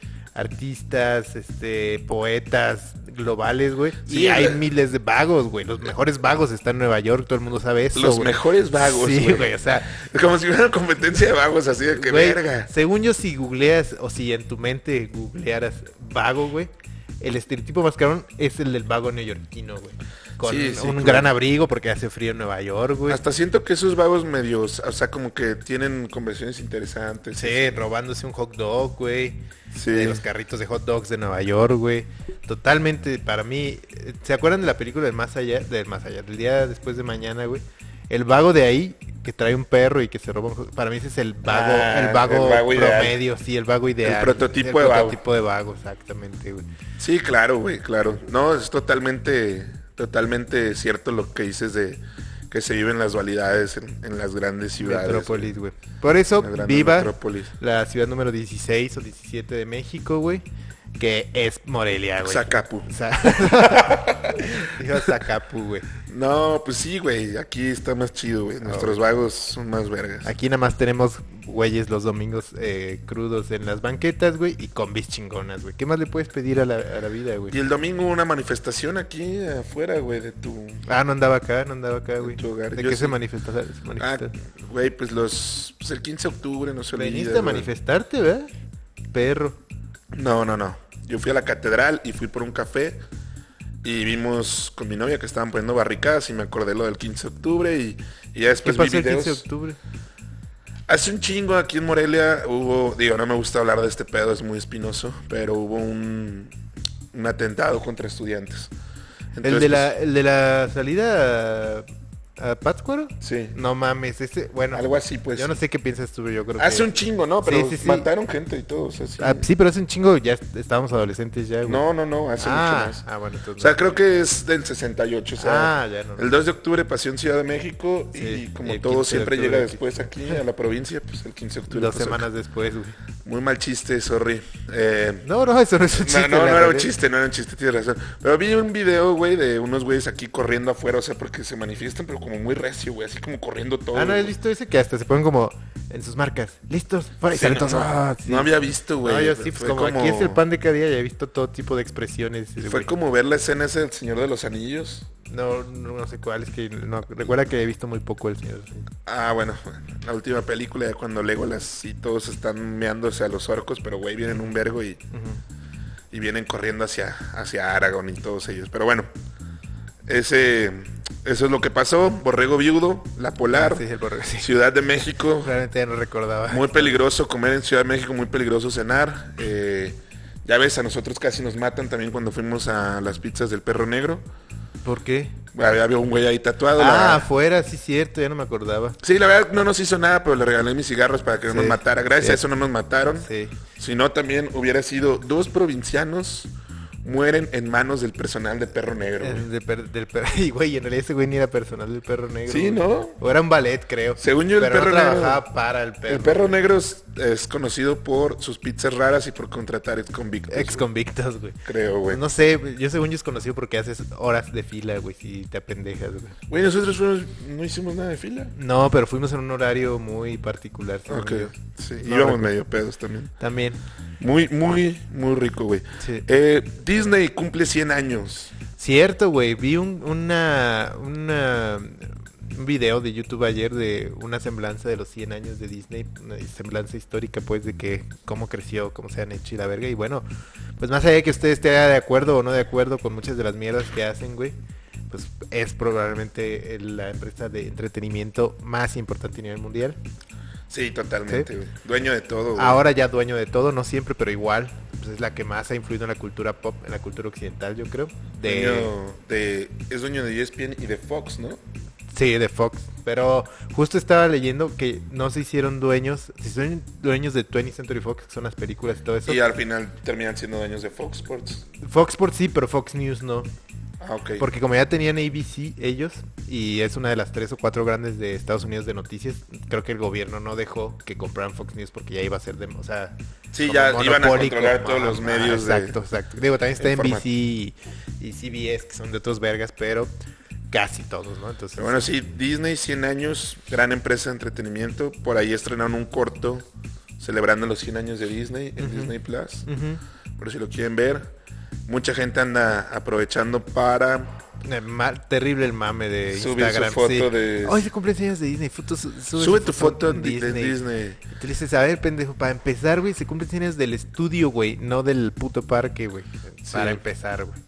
S2: artistas, este, poetas globales, güey.
S1: Sí,
S2: y hay
S1: güey.
S2: miles de vagos, güey. Los mejores vagos están en Nueva York, todo el mundo sabe eso.
S1: Los
S2: güey.
S1: mejores vagos,
S2: Sí,
S1: güey.
S2: güey, o sea,
S1: Como si hubiera una competencia de vagos así de que
S2: Güey,
S1: verga.
S2: Según yo, si googleas o si en tu mente googlearas vago, güey, el estereotipo más cabrón es el del vago neoyorquino, güey. Con
S1: Sí, sí,
S2: un
S1: claro.
S2: gran abrigo porque hace frío en Nueva York, güey.
S1: Hasta siento que esos vagos medios, o sea, como que tienen conversiones interesantes.
S2: Sí, robándose un hot dog, güey.
S1: Sí.
S2: De los carritos de hot dogs de Nueva York, güey. Totalmente, para mí. eh, ¿Se acuerdan de la película del Más Allá? Del Más Allá, del día después de mañana, güey. El vago de ahí, que trae un perro y que se roba un hot- Para mí ese es el vago,
S1: Ah,
S2: el vago,
S1: el vago ideal.
S2: promedio, sí, el vago ideal. güey.
S1: prototipo de
S2: El
S1: vago.
S2: prototipo de vago, exactamente, güey.
S1: Sí, claro, güey, claro. No, es totalmente, totalmente cierto lo que dices de que se viven las dualidades en, en las grandes ciudades.
S2: Metrópolis, güey. Por eso,
S1: La gran
S2: viva
S1: metrópolis.
S2: la ciudad número 16 o 17 de México, Ah, güey. Que es Morelia, güey.
S1: Zacapu.
S2: O sea, Dijo Zacapu, güey.
S1: No, pues sí, güey. Aquí está más chido,
S2: Ah,
S1: güey. Nuestros vagos son más vergas.
S2: Aquí nada más tenemos güeyes los domingos eh, crudos en las banquetas, güey, y combis chingonas, güey. ¿Qué más le puedes pedir a la, a la vida,
S1: Y
S2: güey?
S1: el domingo una manifestación aquí afuera, güey, de tu...
S2: Ah, no andaba acá, no andaba acá, güey.
S1: tu hogar.
S2: ¿De
S1: Yo
S2: qué
S1: sí.
S2: se manifestó? se
S1: Ah,
S2: manifestó?
S1: güey, pues los... Pues el 15 de octubre, no se olvida.
S2: Veniste a
S1: güey.
S2: manifestarte, ¿verdad? Perro.
S1: No, no, no. Yo fui a la catedral y fui por un café y vimos con mi novia que estaban poniendo barricadas y me acordé lo del 15 de octubre y, y ya
S2: ¿Qué
S1: después vi
S2: pasó el
S1: videos.
S2: 15 de octubre?
S1: Hace un chingo aquí en Morelia hubo, digo, no me gusta hablar de este pedo, es muy espinoso, pero hubo un, un atentado contra estudiantes.
S2: ¿El
S1: Entonces, pues
S2: de, la, ¿El de la salida a, a Pátzcuaro?
S1: pues, sí,
S2: No mames, ese, bueno,
S1: algo así pues.
S2: yo no sé qué piensas tú, yo creo
S1: Hace
S2: que...
S1: un chingo, ¿no? Pero
S2: Sí, sí, sí.
S1: mataron gente y todo, o sea, sí.
S2: Ah, sí, pero hace un chingo, ya est- estábamos adolescentes ya, güey.
S1: No, no, no, hace mucho
S2: ah,
S1: más.
S2: ah, bueno, entonces...
S1: O sea,
S2: no.
S1: creo que es del 68. O sea,
S2: Ah, ya no.
S1: El 2 de octubre pasó en Ciudad de México
S2: Sí,
S1: y como
S2: y el 15
S1: todo
S2: de
S1: siempre
S2: octubre
S1: llega
S2: aquí.
S1: después aquí a la provincia, pues el 15 de octubre.
S2: Dos
S1: pasó acá.
S2: semanas después, güey.
S1: Muy mal chiste, sorry. Eh,
S2: No, no, eso no es un
S1: no,
S2: chiste.
S1: no, no
S2: la
S1: era un
S2: verdad.
S1: chiste, no era un chiste, tienes razón. Pero vi un video, güey, de unos güeyes aquí corriendo afuera, o sea, porque se manifiestan, pero como muy recio, güey, así como corriendo todo.
S2: Ah, ¿no has
S1: güey.
S2: visto ese que hasta se ponen como en sus marcas? ¿Listos? Fuera y
S1: Sí, no,
S2: salen todos.
S1: no,
S2: Ah, sí.
S1: no había visto, güey.
S2: No, yo sí, pues
S1: Fue
S2: como,
S1: como-
S2: aquí es el pan de cada día, ya he visto todo tipo de expresiones.
S1: Fue
S2: güey.
S1: como ver la escena esa del Señor de los Anillos.
S2: No, no, no sé cuál, es que no, recuerda que he visto muy poco el señor.
S1: Ah, bueno, la última película de cuando Legolas y todos están meándose a los orcos, pero güey, vienen un vergo y, y vienen corriendo hacia, hacia Aragorn y todos ellos. Pero bueno, ese, eso es lo que pasó. Borrego viudo, La Polar,
S2: Ah, sí, el borrego, sí.
S1: Ciudad de México.
S2: Realmente ya no recordaba.
S1: Muy peligroso comer en Ciudad de México, muy peligroso cenar. Eh, ya ves, a nosotros casi nos matan también cuando fuimos a las pizzas del perro negro.
S2: ¿Por qué?
S1: Había, había un güey ahí tatuado.
S2: Ah,
S1: la-
S2: afuera, sí, cierto, ya no me acordaba.
S1: Sí, la verdad no nos hizo nada, pero le regalé mis cigarros para que no
S2: Sí,
S1: nos matara. Gracias
S2: sí.
S1: a eso no nos mataron.
S2: Sí.
S1: Si no, también hubiera sido dos provincianos mueren en manos del personal de Perro Negro. güey.
S2: El Eh, de per- del per- y güey, en realidad ese güey ni era personal del perro negro.
S1: Sí,
S2: güey.
S1: ¿no?
S2: O era un ballet, creo.
S1: Según yo, el
S2: Pero no
S1: perro negro-
S2: trabajaba para el perro.
S1: El Perro Negro es, es conocido por sus pizzas raras y por contratar ex convictos.
S2: Ex convictos, güey.
S1: Creo, pues, güey.
S2: No sé, yo según yo es conocido porque haces horas de fila, güey, si te apendejas, güey.
S1: Güey, nosotros fuimos- no hicimos nada de fila.
S2: No, pero fuimos en un horario muy particular. según
S1: Ok,
S2: yo.
S1: sí.
S2: No
S1: íbamos
S2: recuerdo.
S1: medio pedos también.
S2: También.
S1: Muy, muy, muy rico, güey.
S2: Sí.
S1: Eh, Disney cumple 100 años.
S2: Cierto, güey. Vi un, una, una- un video de YouTube ayer de una semblanza de los 100 años de Disney. Una semblanza histórica, pues, de que cómo creció, cómo se han hecho y la verga. Y bueno, pues más allá de que usted esté de acuerdo o no de acuerdo con muchas de las mierdas que hacen, güey. Pues es probablemente el- la empresa de entretenimiento más importante a nivel mundial.
S1: Sí, totalmente, güey. Dueño de todo, güey.
S2: Ahora ya dueño de todo, no siempre, pero igual. Pues es la que más ha influido en la cultura pop, en la cultura occidental, yo creo. De...
S1: Dueño de- es dueño de E ESPN y de Fox, ¿no?
S2: Sí, de Fox. Pero justo estaba leyendo que no se hicieron dueños. Si son dueños de 20th Century Fox, que son las películas y todo eso.
S1: Y al final terminan siendo dueños de Fox Sports.
S2: Fox Sports sí, pero Fox News no.
S1: Ah, ok.
S2: Porque como ya tenían ABC ellos, y es una de las tres o cuatro grandes de Estados Unidos de noticias, creo que el gobierno no dejó que compraran Fox News porque ya iba a ser de... O sea,
S1: Sí,
S2: como
S1: ya iban a
S2: monopólico.
S1: controlar todos los medios de-
S2: Exacto, exacto. Digo, también está
S1: el formato.
S2: NBC y, y CBS, que son de otros vergas, pero casi todos, ¿no? Entonces...
S1: Pero bueno, sí, Disney 100 años, gran empresa de entretenimiento. Por ahí estrenaron un corto celebrando los 100 años de Disney en Disney Plus.
S2: Ujú.
S1: Por si lo quieren ver. Mucha gente anda aprovechando para...
S2: Eh, ma- terrible el mame de
S1: Subir su
S2: Instagram.
S1: foto
S2: sí.
S1: de-
S2: Hoy se cumplen años de Disney. Fotos, su- sube
S1: Sube
S2: su
S1: tu foto
S2: en
S1: en Di- de Disney.
S2: Y Tú le dices, a ver, pendejo, para empezar, güey, se cumplen años del estudio, güey, no del puto parque, güey.
S1: Sí.
S2: Para empezar, güey.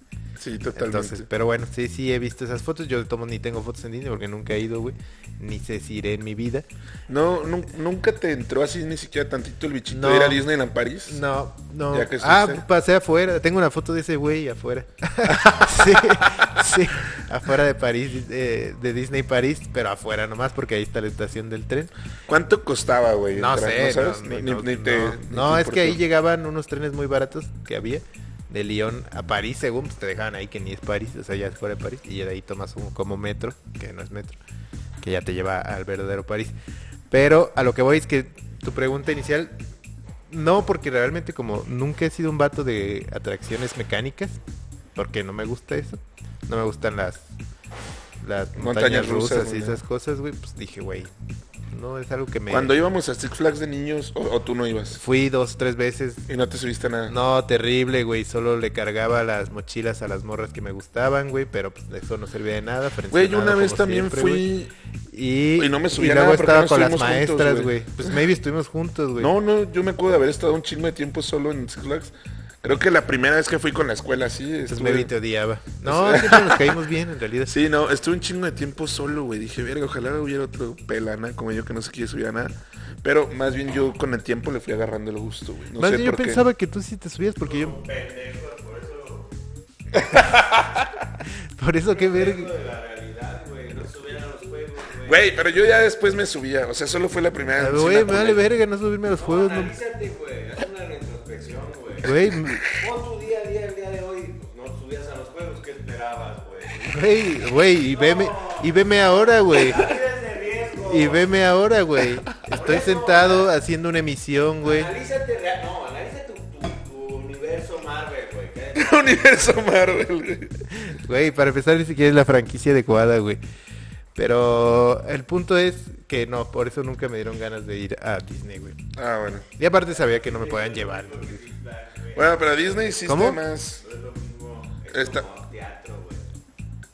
S1: Sí, totalmente.
S2: Entonces, pero bueno, sí, sí, he visto esas fotos. Yo de todos modos ni tengo fotos en Disney porque nunca he ido, güey. Ni sé si iré en mi vida.
S1: no, nun- ¿Nunca te entró así ni siquiera tantito el bichito
S2: No.
S1: de ir a Disneyland París?
S2: No, no.
S1: Ya que es
S2: Ah,
S1: usted.
S2: pasé afuera. Tengo una foto de ese güey afuera. sí, sí. Afuera de París, eh, de Disney París, pero afuera nomás porque ahí está la estación del tren.
S1: ¿Cuánto costaba, güey?
S2: No
S1: entrar?
S2: sé, no,
S1: sabes?
S2: no,
S1: Ni-
S2: no,
S1: ni te-
S2: no.
S1: ni te
S2: No, es que ahí
S1: importó.
S2: llegaban unos trenes muy baratos que había de Lyon a París, según pues, te dejaban ahí que ni es París, o sea, ya es fuera de París y ya de ahí tomas un como metro, que no es metro, que ya te lleva al verdadero París. Pero a lo que voy es que tu pregunta inicial no, porque realmente como nunca he sido un vato de atracciones mecánicas, porque no me gusta eso. No me gustan las, las montañas,
S1: Montañas rusas,
S2: rusas, y
S1: güey.
S2: esas cosas, güey. Pues dije, güey, no es algo que me...
S1: Cuando íbamos a Six Flags de niños, o, o tú no ibas,
S2: Fui dos, tres veces.
S1: y no te subiste a nada.
S2: No, terrible, güey. Solo le cargaba las mochilas a las morras que me gustaban, güey. Pero pues, eso no servía de nada.
S1: Güey, yo
S2: frencionado
S1: una vez
S2: como
S1: también
S2: siempre,
S1: fui...
S2: güey. Y,
S1: y no me subía
S2: y luego
S1: nada, ¿por qué
S2: estaba
S1: no
S2: con las
S1: estuvimos juntos,
S2: maestras,
S1: güey?
S2: güey. Pues maybe estuvimos juntos, güey.
S1: No, no, yo me acuerdo de haber estado un chingo de tiempo solo en Six Flags. Creo que la primera vez que fui con la escuela, sí.
S2: Entonces
S1: estuve-
S2: maybe te odiaba. No, siempre nos caímos bien, en realidad.
S1: Sí, no, estuve un chingo de tiempo solo, güey. Dije, verga, ojalá hubiera otro pelana como yo que no se quiere subir a nada. Pero más bien yo con el tiempo le fui agarrando el gusto, güey. No
S2: Más
S1: sé
S2: bien yo
S1: por qué.
S2: pensaba que tú sí te subías porque yo... Por eso qué verga.
S1: Güey, pero yo ya después me subía. O sea, solo fue la primera vez. Ah, sí
S2: Ah, Güey,
S1: me
S2: me
S1: acordé.
S2: vale verga no subirme a los juegos. no-
S3: Analízate, güey. Haz una retrospección, güey.
S2: Güey, m-
S3: Pon tu día a día el día de hoy. pues, No subías a los juegos. ¿Qué esperabas, güey?
S2: güey, güey, y veme, y veme ahora, güey.
S3: Vives de riesgo.
S2: Y veme ahora, güey. Estoy sentado haciendo una emisión, güey.
S3: Analízate, rea- no, analiza tu, tu- tu universo Marvel, güey. que-
S1: Universo Marvel, güey.
S2: Güey, para empezar ni siquiera es la franquicia adecuada, güey. Pero el punto es que no, por eso nunca me dieron ganas de ir a Disney, güey.
S1: Ah, bueno.
S2: Y aparte sabía que no me podían llevar. entonces.
S1: Bueno, pero Disney sí
S2: ¿Cómo?
S1: está más.
S3: Es lo mismo. Es
S1: Está-
S3: como teatro, güey.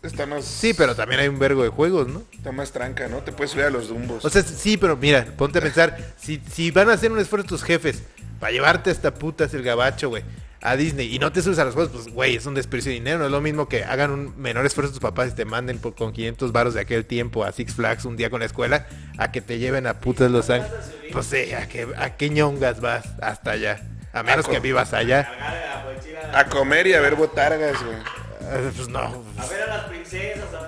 S1: Está más.
S2: Sí, pero también hay un vergo de juegos, ¿no?
S1: Está más tranca, ¿no? Te puedes subir a los dumbos.
S2: O sea, sí, pero mira, ponte a pensar, si, si van a hacer un esfuerzo tus jefes para llevarte hasta putas el gabacho, güey, a Disney y no te subes a los juegos, pues, güey, es un desperdicio de dinero. No es lo mismo que hagan un menor esfuerzo tus papás y te manden por, con 500 varos de aquel tiempo a Six Flags un día con la escuela a que te lleven a putas Los Ángeles. Pues, sí, ¿a qué, ¿a qué ñongas vas hasta allá? A menos
S1: co-
S2: que vivas allá.
S3: Cargar de la mochila.
S1: a comer y a ver botargas, güey.
S2: Ah, Pues no.
S3: A ver a las princesas, a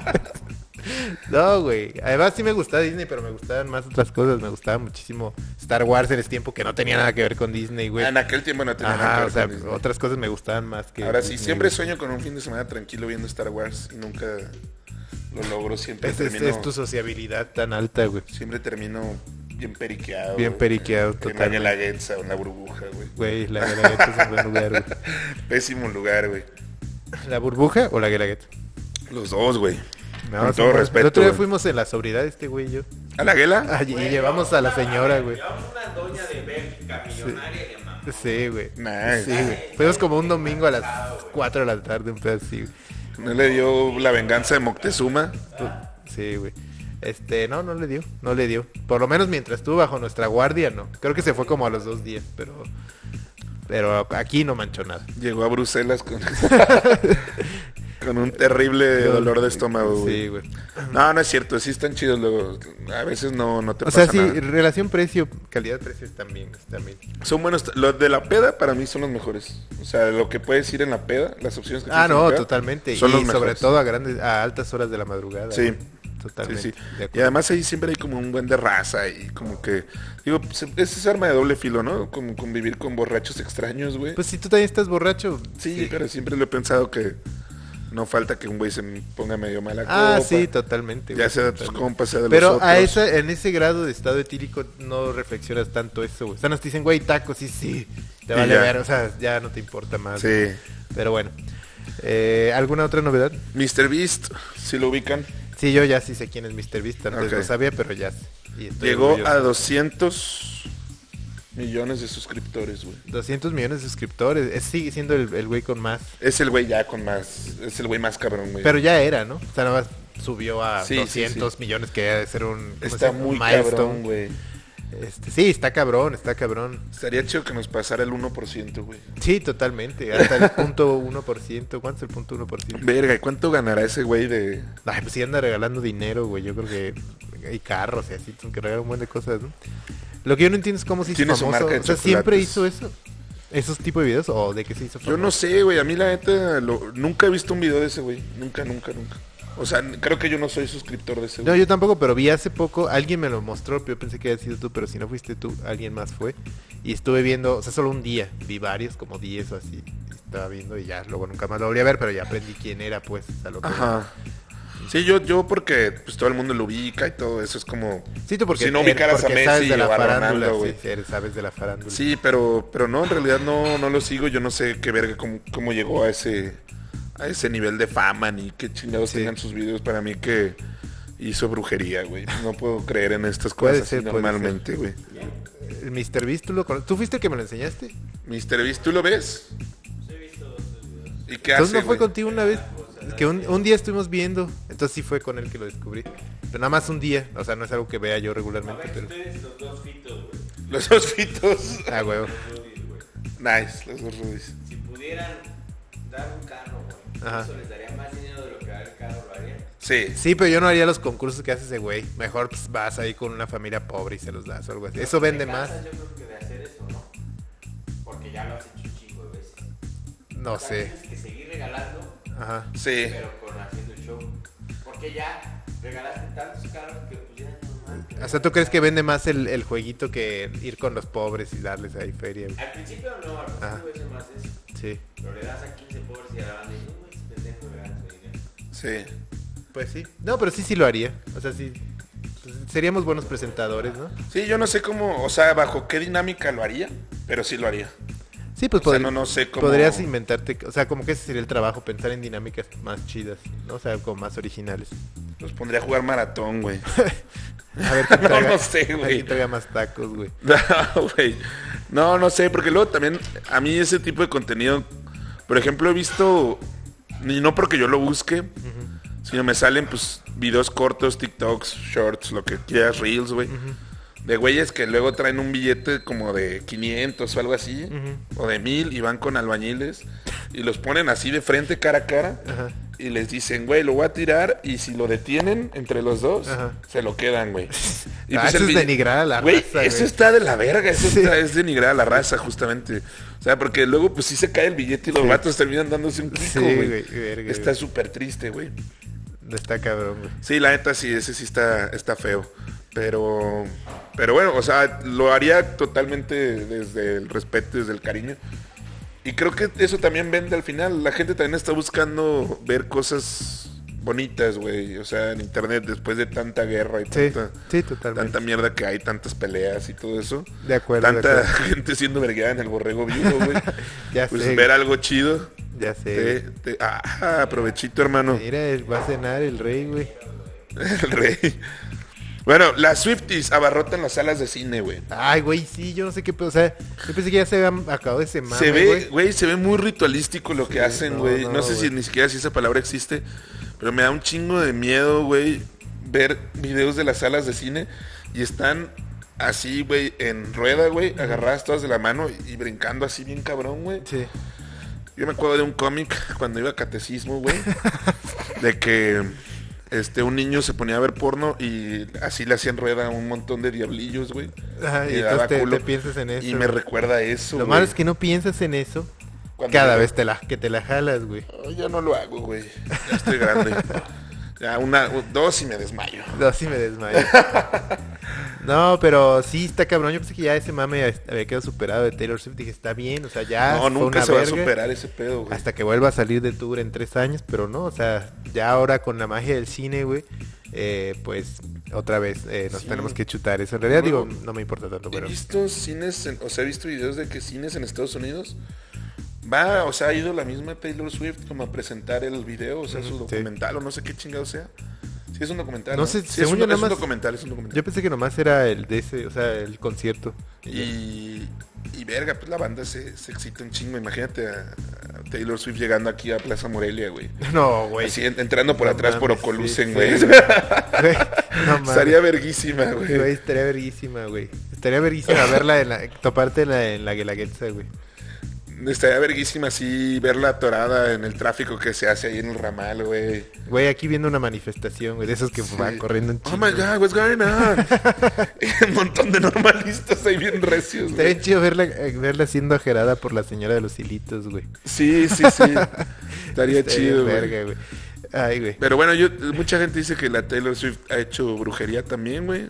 S3: ver, güey.
S2: No, güey. Además sí me gustaba Disney, pero me gustaban más otras cosas. Me gustaba muchísimo Star Wars en ese tiempo que no tenía nada que ver con Disney, güey.
S1: En aquel tiempo no tenía nada que
S2: Ajá, o
S1: ver
S2: sea,
S1: con Disney.
S2: otras cosas me gustaban más que...
S1: Ahora sí,
S2: Disney,
S1: siempre
S2: güey.
S1: sueño con un fin de semana tranquilo viendo Star Wars y nunca lo logro. Siempre
S2: Es, es-
S1: termino,
S2: es tu sociabilidad tan alta, güey.
S1: siempre termino bien periqueado.
S2: Bien
S1: güey.
S2: periqueado,
S1: En la
S2: totalmente.
S1: Guelaguetza o en la burbuja, güey.
S2: Güey, la Guelagueta es un buen lugar, güey.
S1: Pésimo lugar, güey.
S2: ¿La burbuja o la Guelagueta?
S1: Los dos, güey.
S2: No,
S1: con
S2: somos-
S1: todo
S2: El
S1: respeto.
S2: otro día
S1: güey.
S2: fuimos en la sobriedad este güey y yo.
S1: ¿A la Guela?
S2: Ah, y- y llevamos a la señora, güey.
S3: Llevamos una doña de Bélgica, millonaria de mamá.
S2: Sí, güey.
S1: Nice.
S2: Sí, güey. Fuimos como un domingo a las 4 de la tarde, un pedazo así, güey.
S1: ¿No le dio la venganza de Moctezuma?
S2: Sí, güey. Este, no, no le dio, no le dio. Por lo menos mientras estuvo bajo nuestra guardia, no. Creo que se fue como a los dos días, pero... Pero aquí no manchó nada.
S1: Llegó a Bruselas con, con un terrible dolor de estómago, güey.
S2: Sí, güey.
S1: No, no es cierto. Sí están chidos los... A veces no, no te
S2: O sea,
S1: pasa
S2: sí,
S1: nada.
S2: relación precio, calidad precio están bien, están bien.
S1: Son buenos. Los de la peda para mí son los mejores. O sea, lo que puedes ir en la peda, las opciones que
S2: Ah,
S1: tienes en la
S2: no,
S1: peda,
S2: totalmente.
S1: Son
S2: y
S1: los
S2: sobre
S1: mejores.
S2: todo a grandes, a altas horas de la madrugada.
S1: Sí.
S2: güey. Totalmente.
S1: Sí, sí.
S2: de
S1: Y
S2: acuerdo.
S1: además ahí siempre hay como un buen de raza y como que... Digo, pues, es esa arma de doble filo, ¿no? Como convivir con borrachos extraños, güey.
S2: Pues si tú también estás borracho.
S1: sí, pero siempre lo he pensado que no falta que un güey se ponga medio mala
S2: Ah,
S1: copa.
S2: sí, totalmente.
S1: Ya
S2: güey,
S1: sea de tus
S2: totalmente.
S1: compas, sea de los
S2: Pero
S1: otros.
S2: a esa, en ese grado de estado etílico no reflexionas tanto eso, güey. O sea, nos dicen, güey, tacos, sí, sí. Te
S1: Y
S2: vale
S1: ya.
S2: ver, o sea, ya no te importa más. güey.
S1: Sí.
S2: Pero bueno. Eh, ¿Alguna otra novedad?
S1: Mr. Beast, si lo ubican,
S2: Sí, yo ya sí sé quién es Mr. Beast. Antes
S1: Ok.
S2: no sabía, pero ya sé. Y estoy
S1: llegó
S2: orgulloso.
S1: a 200 millones de suscriptores, güey.
S2: 200 millones de suscriptores. Es, sigue siendo el el güey con más.
S1: Es el güey ya con más... Es el güey más cabrón, güey.
S2: Pero ya era, ¿no? O sea, nada más subió a
S1: Sí, sí,
S2: 200 millones que debe ser un... ¿cómo se
S1: Está
S2: llama? Un
S1: muy
S2: milestone.
S1: cabrón, güey.
S2: Este, sí, está cabrón, está cabrón.
S1: Estaría chido que nos pasara el 1%, güey.
S2: Sí, totalmente. Hasta el punto 1%. ¿Cuánto es el punto 1%?
S1: Verga, ¿y cuánto ganará ese güey de...?
S2: Ay, pues sí anda regalando dinero, güey. Yo creo que hay carros y así, que regalan un montón de cosas, ¿no? Lo que yo no entiendo es cómo se hizo
S1: Tiene su
S2: famoso.
S1: marca de
S2: o sea, ¿siempre
S1: chocolates.
S2: hizo eso? ¿Esos tipos de videos? ¿O de qué se hizo famoso?
S1: Yo no sé, güey. A mí la neta, lo- nunca he visto un video de ese güey. Nunca, nunca, nunca. O sea, n- creo que yo no soy suscriptor de ese
S2: No,
S1: güey.
S2: yo tampoco, pero vi hace poco, alguien me lo mostró, yo pensé que había sido tú, pero si no fuiste tú, alguien más fue. Y estuve viendo, o sea, solo un día, vi varios, como 10 o así. y Estaba viendo y ya, luego nunca más lo volví a ver, pero ya aprendí quién era, pues, a lo que...
S1: Ajá. Sí, yo, yo porque pues todo el mundo lo ubica y todo eso es como...
S2: Sí, tú porque,
S1: Si no
S2: eres-
S1: ubicaras a
S2: porque
S1: Messi
S2: sabes de la
S1: o a
S2: farándula,
S1: Ronaldo,
S2: sí,
S1: güey.
S2: sí, eres- sabes de la farándula.
S1: Sí, pero, pero no, en realidad no, no lo sigo. Yo no sé qué verga, cómo, cómo llegó a ese... a ese nivel de fama ni qué chingados
S2: Sí.
S1: tengan sus videos para mí que hizo brujería, güey. No puedo creer en estas
S2: Puede
S1: cosas así
S2: ser, puede
S1: normalmente, güey.
S2: El Mr. Eh, Beast, ¿tú, lo cono- ¿tú fuiste el que me lo enseñaste?
S1: Mr. Beast, ¿tú lo ves? ¿Y qué
S2: Entonces
S1: hace,
S2: no fue
S1: güey?
S2: contigo una vez. Es que un, un día estuvimos viendo. Entonces sí fue con él que lo descubrí. Pero nada más un día. O sea, no es algo que vea yo
S3: A
S2: regularmente.
S3: ver,
S2: Pero...
S3: ustedes los dos fitos, güey.
S1: Los osfitos.
S2: Ah, huevo.
S3: los Rudies, güey.
S1: Nice, los dos rubis.
S3: Si pudieran dar un carro, güey,
S2: Ajá.
S3: eso les daría más dinero de lo que da el carro, lo harían.
S1: Sí.
S2: Sí, pero yo no haría los concursos que hace ese güey. Mejor pues, vas ahí con una familia pobre y se los das o algo así. Eso vende
S3: Te
S2: más.
S3: cansas, Yo creo que de hacer eso, ¿no? Porque ya lo has hecho un chingo de veces.
S2: No
S3: O sea,
S2: sé.
S3: Tienes que seguir regalando,
S2: Ajá.
S1: Sí.
S3: pero con haciendo show. Porque ya regalaste tantos carros que pues ya no mames.
S2: O sea, ¿tú crees que vende más el, el jueguito que ir con los pobres y darles ahí feria? güey?
S3: Al principio no, al
S2: Ah. Ajá.
S3: principio es más eso.
S2: Sí.
S3: Pero le das a 15 pobres y a la banda y no, es pendejo, ¿verdad? Su dinero.
S1: Sí.
S2: Pues sí. No, pero sí, sí lo haría. O sea, sí. pues, seríamos buenos presentadores, ¿no?
S1: Sí, yo no sé cómo, o sea, bajo qué dinámica lo haría, pero sí lo haría.
S2: Sí, pues
S1: O sea,
S2: podri-
S1: no, no sé cómo.
S2: podrías inventarte, o sea, como que ese sería el trabajo, pensar en dinámicas más chidas, ¿no? o sea, como más originales.
S1: Los pondría a jugar maratón, güey.
S2: A ver quién
S1: No
S2: traiga,
S1: lo sé,
S2: a ver
S1: güey.
S2: quién traiga más tacos, güey.
S1: No, güey. No, no sé, porque luego también a mí ese tipo de contenido, por ejemplo, he visto, y no porque yo lo busque, sino me salen pues videos cortos, TikToks, shorts, lo que quieras, reels, güey. De güeyes que luego traen un billete como de 500 o algo así,
S2: Ujú.
S1: o de 1000 y van con albañiles y los ponen así de frente, cara a cara.
S2: Ajá.
S1: Y les dicen, güey, lo voy a tirar y si lo detienen entre los dos,
S2: Ajá.
S1: se lo quedan, güey. Y pues
S2: Ah, eso
S1: el
S2: es
S1: video-
S2: denigrar a la
S1: Güey,
S2: raza,
S1: eso
S2: güey.
S1: está de la verga, eso
S2: Sí.
S1: está- es denigrar a la raza, justamente. O sea, porque luego pues sí se cae el billete y los
S2: Sí.
S1: vatos terminan dándose un
S2: Sí,
S1: pico,
S2: güey,
S1: güey.
S2: verga,
S1: Está
S2: güey.
S1: súper triste, güey.
S2: Está cabrón, güey.
S1: Sí, la neta sí, ese sí está, está feo. Pero, pero bueno, o sea, lo haría totalmente desde el respeto, desde el cariño. Y creo que eso también vende al final. La gente también está buscando ver cosas bonitas, güey. O sea, en internet, después de tanta guerra y
S2: Sí,
S1: tanta,
S2: sí, totalmente.
S1: tanta mierda que hay, tantas peleas y todo eso.
S2: De acuerdo, de
S1: Tanta
S2: acuerdo.
S1: gente siendo vergueada en el borrego vivo, güey.
S2: Ya
S1: pues
S2: sé,
S1: ver algo chido.
S2: Ya sé.
S1: Te, te- ah, aprovechito, hermano.
S2: Mira, el- va a cenar el rey, güey.
S1: El rey. Bueno, las Swifties abarrotan las salas de cine, güey.
S2: Ay, güey, sí, yo no sé qué, pedo, o sea, yo pensé que ya se había acabado ese mame,
S1: Se ve,
S2: güey.
S1: güey, se ve muy ritualístico lo que hacen,
S2: no,
S1: güey. No,
S2: no,
S1: sé
S2: güey.
S1: si ni siquiera si esa palabra existe, pero me da un chingo de miedo, güey, ver videos de las salas de cine y están así, güey, en rueda, güey, agarradas todas de la mano y brincando así bien cabrón, güey.
S2: Sí.
S1: Yo me acuerdo de un cómic cuando iba a catecismo, güey. de que este un niño se ponía a ver porno y así le hacían rueda a un montón de diablillos, güey.
S2: Ajá, y
S1: Le daba
S2: entonces te,
S1: culo.
S2: te piensas en eso.
S1: Y me recuerda a eso.
S2: Lo
S1: güey.
S2: malo es que no piensas en eso
S1: Cuando
S2: cada
S1: yo-
S2: vez te la, que te la jalas, güey.
S1: Ay, ya no lo hago, güey. Ya estoy grande. ya una, u- dos y me desmayo.
S2: No, sí me desmayo. No, pero sí está cabrón. Yo pensé que ya ese mame había quedado superado de Taylor Swift. Dije, está bien, o sea, ya.
S1: no,
S2: Ah, fue
S1: nunca
S2: una
S1: se va a
S2: verga,
S1: superar ese pedo, güey.
S2: Hasta que vuelva a salir de tour en tres años, pero no, o sea, ya ahora con la magia del cine, güey, eh, pues otra vez eh, nos
S1: Sí.
S2: tenemos que chutar eso. En realidad,
S1: Luego,
S2: digo, no me importa tanto,
S1: He
S2: pero.
S1: visto cines, en- o sea, he visto videos de que cines en Estados Unidos va, o sea, ha ido la misma Taylor Swift como a presentar el video, o sea, su
S2: Ujú, Mm, sí.
S1: documental o no sé qué chingado sea. Si es un documental.
S2: No
S1: No,
S2: sé,
S1: Sí, es,
S2: según
S1: un,
S2: yo nada
S1: es un
S2: más-
S1: documental, es un documental.
S2: Yo pensé que nomás era el de ese, o sea, el concierto.
S1: Y, y verga, pues la banda se, se excita un chingo. Imagínate a, a Taylor Swift llegando aquí a Plaza Morelia, güey.
S2: No, güey.
S1: Así en- entrando por
S2: No
S1: atrás por
S2: mames,
S1: Ocolucen,
S2: sí,
S1: güey.
S2: sí, Güey, no mames.
S1: Estaría verguísima,
S2: Güey,
S1: güey.
S2: estaría verguísima, güey. Estaría verguísima verla en la, toparte en la, en la Guelaguetza, güey.
S1: Estaría verguísima así verla atorada en el tráfico que se hace ahí en el ramal, güey.
S2: Güey, aquí viendo una manifestación, güey, de esos que van
S1: Sí.
S2: corriendo un
S1: Oh
S2: chingo.
S1: my god, what's going on? un montón de normalistas ahí bien recios,
S2: Estaría
S1: güey.
S2: bien chido verla, eh, verla siendo ajerada por la señora de los hilitos, güey.
S1: Sí, sí, sí. Estaría chido, güey.
S2: verga, güey. Ay, güey.
S1: Pero bueno, yo, mucha gente dice que la Taylor Swift ha hecho brujería también, güey.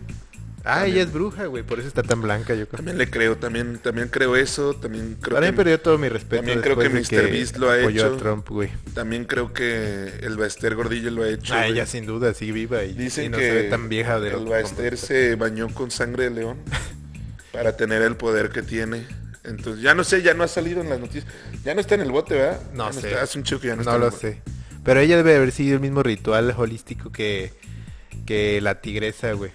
S2: Ah, ella es bruja, güey, por eso está tan blanca, yo creo.
S1: También le creo, también, también creo eso, también creo
S2: Ahora he
S1: que-
S2: perdido todo mi respeto
S1: también creo
S2: después
S1: que
S2: de
S1: Mr. Beast lo ha
S2: apoyó
S1: hecho.
S2: a Trump, güey.
S1: También creo que el Baester Gordillo lo ha hecho.
S2: Ah,
S1: güey.
S2: ella sin duda sigue viva y,
S1: Dicen
S2: y no
S1: que
S2: se ve tan vieja de lo
S1: el
S2: que-
S1: Baester se bañó con sangre de león para tener el poder que tiene Entonces, ya no sé, ya no ha salido en las noticias. Ya no está en el bote, ¿verdad?
S2: No
S1: Ya
S2: sé.
S1: está, hace un chico que ya no, está
S2: No
S1: en
S2: lo
S1: el bote.
S2: sé. Pero ella debe haber seguido el mismo ritual holístico que, que la tigresa, güey.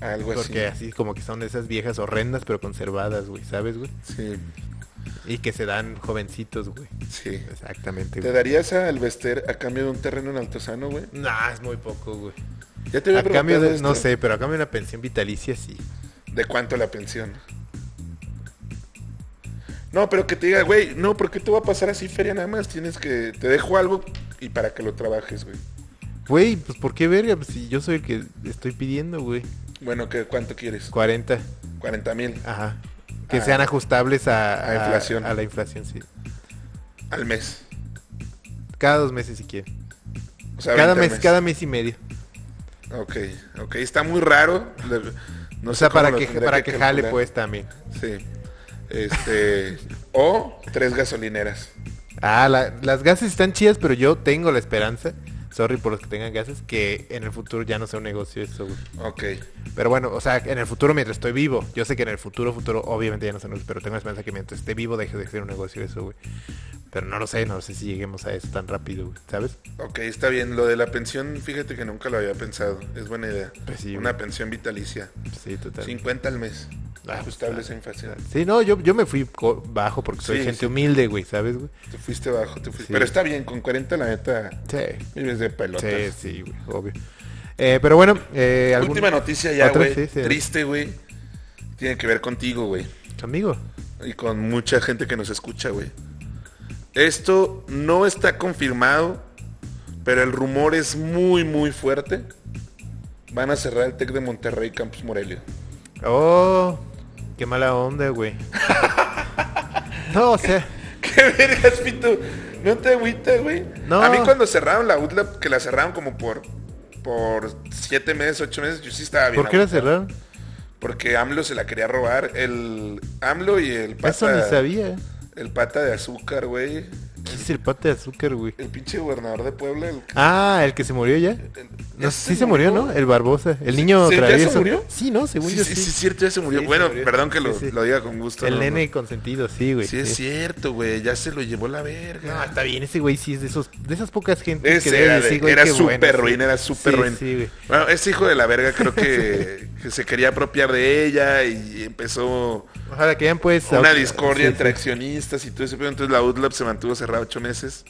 S1: Algo
S2: Porque
S1: así.
S2: así como que son esas viejas horrendas, pero conservadas, güey, ¿sabes, güey?
S1: Sí,
S2: Y que se dan jovencitos, güey.
S1: sí. ¿Te
S2: Exactamente, güey.
S1: darías a Alvester a cambio de un terreno en Altozano, güey?
S2: Nah, es muy poco, güey.
S1: Ya te este. había
S2: A cambio
S1: preguntado
S2: de,
S1: esto.
S2: no sé, pero a cambio de una pensión vitalicia, sí.
S1: ¿De cuánto la pensión? No, pero que te diga, güey, no, ¿por qué te va a pasar así feria nada más? Tienes que, te dejo algo y para que lo trabajes, güey.
S2: Güey, pues ¿por qué verga? Pues, si yo soy el que estoy pidiendo, güey.
S1: Bueno, ¿qué, ¿cuánto quieres?
S2: 40,
S1: 40 mil
S2: ajá. Que
S1: Ah.
S2: sean ajustables a,
S1: A inflación.
S2: A, la inflación, sí.
S1: al mes.
S2: Cada dos meses si quieren.
S1: O sea,
S2: cada
S1: 20
S2: mes,
S1: al
S2: cada mes y medio.
S1: Ok, ok, está muy raro. Le- No
S2: o
S1: sé
S2: sea,
S1: cómo
S2: para
S1: lo
S2: que,
S1: tendría
S2: para que, jale
S1: calcular.
S2: pues también.
S1: Sí. Este, o tres gasolineras.
S2: Ah, la- las gases están chidas, pero yo tengo la esperanza, sorry por los que tengan gases, que en el futuro ya no sea un negocio eso, güey.
S1: Ok,
S2: Pero bueno, o sea, en el futuro mientras estoy vivo, yo sé que en el futuro, futuro, obviamente ya no sea un negocio, pero tengo la esperanza que mientras esté vivo deje de ser un negocio eso, güey. Pero no lo sé, no sé si lleguemos a eso tan rápido, güey, ¿sabes?
S1: ok, está bien. Lo de la pensión, fíjate que nunca lo había pensado. Es buena idea.
S2: Pues sí,
S1: Una
S2: güey.
S1: pensión vitalicia.
S2: Sí, total.
S1: 50 al mes.
S2: Ah,
S1: Ajustable esa
S2: está-
S1: inflación.
S2: Sí, no, yo, yo me fui co- bajo porque soy
S1: Sí,
S2: gente
S1: sí.
S2: humilde, güey, ¿sabes, güey?
S1: Te fuiste bajo, te fuiste.
S2: Sí.
S1: Pero está bien, con 40 la neta
S2: Sí.
S1: vives de pelotas.
S2: Sí, sí, güey, obvio. Eh, pero bueno, eh, ¿algún-
S1: Última noticia ya,
S2: otra?
S1: güey.
S2: Sí, sí.
S1: Triste, güey. Tiene que ver contigo, güey.
S2: Amigo.
S1: Y con mucha gente que nos escucha, güey. Esto no está confirmado, pero el rumor es muy, muy fuerte. Van a cerrar el TEC de Monterrey Campus Morelia.
S2: Oh, qué mala onda, güey. No, o sea,
S1: ¡Qué vergas, Pito! No te agüitas, güey.
S2: No.
S1: A mí cuando cerraron la UTLAP, que la cerraron como por por siete meses, ocho meses, yo sí estaba bien.
S2: ¿por qué la
S1: agüitado.
S2: cerraron?
S1: Porque AMLO se la quería robar. El AMLO y el pata.
S2: Eso ni sabía.
S1: El pata de azúcar, güey.
S2: ¿Qué es el pate de azúcar, güey?
S1: El pinche gobernador de Puebla. El,
S2: Ah, el que se murió ya.
S1: el-
S2: No,
S1: ¿ese
S2: sí se murió, ¿no? El Barbosa, el niño
S1: sí, ¿ya se
S2: travieso.
S1: murió?
S2: Sí, no, según
S1: Sí,
S2: yo
S1: sí,
S2: sí.
S1: sí, es cierto, ya se murió.
S2: Sí, se
S1: bueno,
S2: murió.
S1: perdón que lo,
S2: Sí, sí.
S1: lo diga con gusto.
S2: El
S1: no, no.
S2: nene consentido, sí, güey.
S1: Sí, es cierto, güey. Ya se lo llevó la verga.
S2: No, está bien, ese güey sí es de esos de esas pocas gentes
S1: Ese
S2: que debe
S1: era,
S2: decir,
S1: de-
S2: güey,
S1: era
S2: qué
S1: súper
S2: bueno, sí.
S1: ruin, era súper
S2: Sí,
S1: ruin.
S2: Sí, güey.
S1: Bueno, ese hijo de la verga creo que, que se quería apropiar de ella y empezó
S2: Ojalá que hayan pues
S1: una
S2: ahora-
S1: discordia
S2: sí,
S1: entre
S2: sí.
S1: accionistas y todo ese pedo. Entonces la UDLAP se mantuvo cerrada ocho meses.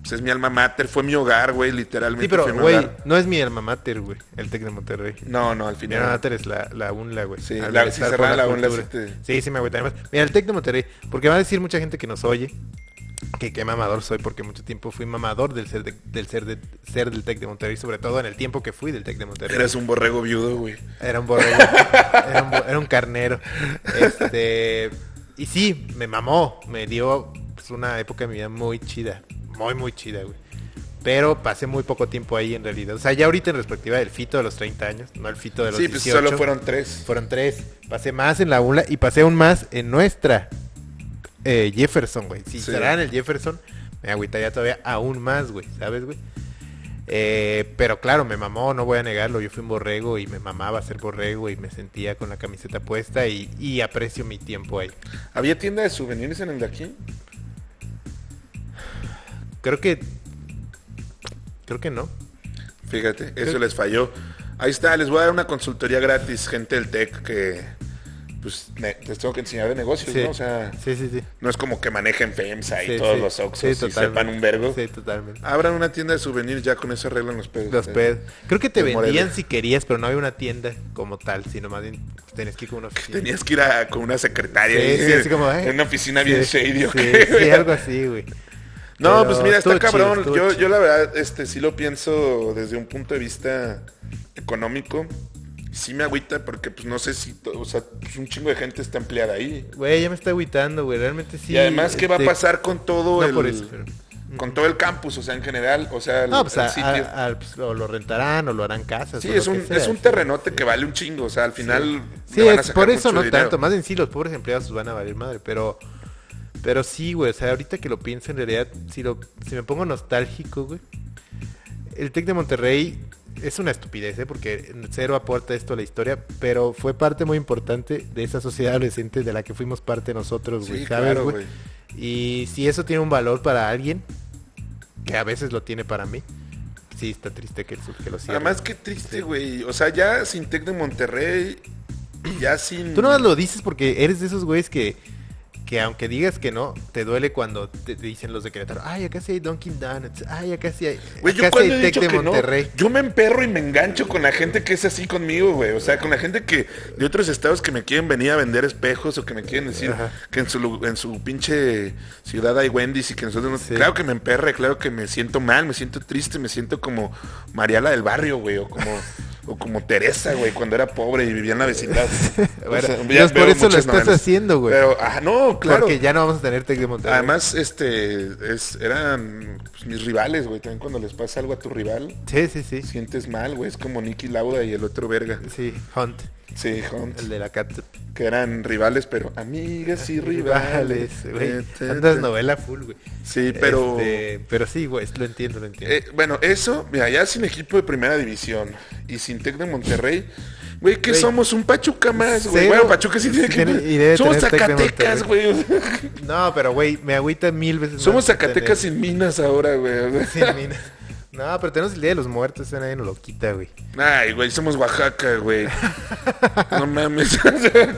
S1: Pues es mi alma mater, fue mi hogar, güey, literalmente.
S2: Sí, pero
S1: fue mi
S2: güey,
S1: hogar.
S2: no es mi alma mater, güey, el Tec de Monterrey.
S1: No, no, al
S2: Mi alma
S1: final.
S2: mater es la, la UNLA, güey.
S1: Sí,
S2: Al
S1: la-
S2: estar
S1: si
S2: por
S1: cerraran la UNLA,
S2: cultura.
S1: sí
S2: Sí, sí me agüita. Además, mira, el Tec de Monterrey, porque va a decir mucha gente que nos oye que qué mamador soy, porque mucho tiempo fui mamador del ser, de- del ser, de- ser del Tec de Monterrey, sobre todo en el tiempo que fui del Tec de Monterrey.
S1: Eres un borrego viudo, güey.
S2: Era un borrego. era, un, bo- era un carnero. Este. Y sí, me mamó. Me dio pues, una época de mi vida muy chida. Muy, muy chida, güey. Pero pasé muy poco tiempo ahí en realidad. O sea, ya ahorita en perspectiva del fito de los 30 años, no el fito de los
S1: Sí, pues
S2: 18.
S1: solo fueron tres.
S2: Fueron tres. Pasé más en la UNLA y pasé aún más en nuestra eh, Jefferson, güey. Si
S1: Sí.
S2: cerraran el Jefferson, me agüitaría todavía aún más, güey. ¿Sabes, güey? Eh, pero claro, me mamó, no voy a negarlo. Yo fui un borrego y me mamaba ser borrego y me sentía con la camiseta puesta y, y aprecio mi tiempo ahí.
S1: ¿Había tienda de souvenirs en el de aquí?
S2: Creo que... Creo que no.
S1: Fíjate, eso les falló. Ahí está, les voy a dar una consultoría gratis, gente del tech, que pues ne- les tengo que enseñar de negocios,
S2: Sí,
S1: ¿no? O sea,
S2: sí, sí, sí.
S1: no es como que manejen FEMSA y
S2: Sí,
S1: todos
S2: sí.
S1: los Oxxos
S2: Sí,
S1: y
S2: totalmente.
S1: sepan un vergo.
S2: Sí, totalmente.
S1: Abran una tienda de souvenirs, ya con eso arreglan los pedos.
S2: Los pedos. Creo que te
S1: de Morelia.
S2: vendían si querías, pero no había una tienda como tal, sino más bien tenías que ir con una oficina.
S1: Tenías que ir a- con una secretaria
S2: Sí,
S1: ahí,
S2: sí, así como, eh.
S1: en una oficina
S2: Sí,
S1: bien shady. ¿o
S2: sí,
S1: qué, güey?
S2: sí, algo así, güey.
S1: No,
S2: Pero
S1: pues mira, está
S2: estuvo chido,
S1: cabrón.
S2: estuvo
S1: yo,
S2: chido.
S1: yo la verdad, este, sí lo pienso desde un punto de vista económico. Sí me agüita porque pues no sé si, to- o sea, pues, un chingo de gente está empleada ahí.
S2: Güey, ya me está agüitando, güey. Realmente sí.
S1: y además, ¿qué va a
S2: este,
S1: pasar con todo
S2: No
S1: el
S2: por eso, pero- mm.
S1: con todo el campus? O sea, en general, o sea, el,
S2: No, pues,
S1: el
S2: a-
S1: sitio.
S2: a- a- pues, o lo rentarán o lo harán casas.
S1: sí,
S2: o lo
S1: es un,
S2: que sea,
S1: es un
S2: sí.
S1: terrenote que vale un chingo. O sea, al final
S2: Sí,
S1: le van a
S2: es-
S1: sacar
S2: por eso
S1: mucho
S2: no
S1: dinero.
S2: tanto. Más en sí, los pobres empleados pues, van a valer madre. Pero pero sí, güey. O sea, ahorita que lo pienso, en realidad, si, lo, si me pongo nostálgico, güey. El Tec de Monterrey es una estupidez, ¿eh? porque cero aporta esto a la historia, pero fue parte muy importante de esa sociedad adolescente de la que fuimos parte nosotros, güey.
S1: Sí,
S2: ¿sabes,
S1: claro,
S2: güey?
S1: güey.
S2: Y si eso tiene un valor para alguien, que a veces lo tiene para mí, sí está triste que, el- que lo cierren.
S1: Además, qué triste, güey. O sea, ya sin Tec de Monterrey y ya sin.
S2: Tú no lo dices porque eres de esos güeyes que, que aunque digas que no, te duele cuando te te dicen los de Querétaro, ay, acá sí hay Dunkin' Donuts, ay, acá sí hay,
S1: Güey, yo
S2: acá sí
S1: cuando
S2: hay
S1: he
S2: Tec
S1: dicho
S2: de
S1: que no,
S2: Monterrey.
S1: yo me emperro y me engancho con la gente que es así conmigo, güey. O sea, con la gente que de otros estados que me quieren venir a vender espejos o que me quieren decir
S2: Ajá.
S1: que en su, lu- en su pinche ciudad hay Wendy's y que nosotros no.
S2: Sí.
S1: Claro que me emperre, claro que me siento mal, me siento triste, me siento como Mariala del barrio, güey, o como. O como Teresa, güey, cuando era pobre y vivía en la vecindad.
S2: Bueno,
S1: ya
S2: Dios, por
S1: veo
S2: eso lo
S1: muchas
S2: estás haciendo, güey.
S1: Pero, ah, no, claro.
S2: Porque ya no vamos a tener Tec de Monterrey.
S1: Además, este, es, eran pues, mis rivales, güey. También cuando les pasa algo a tu rival,
S2: Sí, sí, sí.
S1: te sientes mal, güey. Es como Nicky Lauda y el otro verga.
S2: Sí, Hunt,
S1: Sí, Hunt.
S2: el de la cat.
S1: Que eran rivales, pero amigas y rivales.
S2: güey.
S1: Eh, te-
S2: Andas
S1: te-
S2: novela full, güey.
S1: Sí, pero...
S2: Este, pero sí, güey, lo entiendo, lo entiendo.
S1: eh, bueno, eso, mira, ya sin equipo de primera división y sin Tec de Monterrey, güey, que
S2: Güey.
S1: somos un Pachuca más, güey.
S2: Cero.
S1: Bueno, Pachuca sí tiene
S2: Tiene- y
S1: que...
S2: debe
S1: Somos
S2: tener Tec de
S1: Zacatecas, güey. o sea,
S2: No, pero güey, me agüita mil veces. más
S1: Somos Zacatecas
S2: tener-
S1: sin minas ahora, güey. o sea.
S2: sin minas. No, pero tenemos el Día de los Muertos, ese nadie nos lo quita, güey.
S1: Ay, güey, somos Oaxaca, güey. No mames,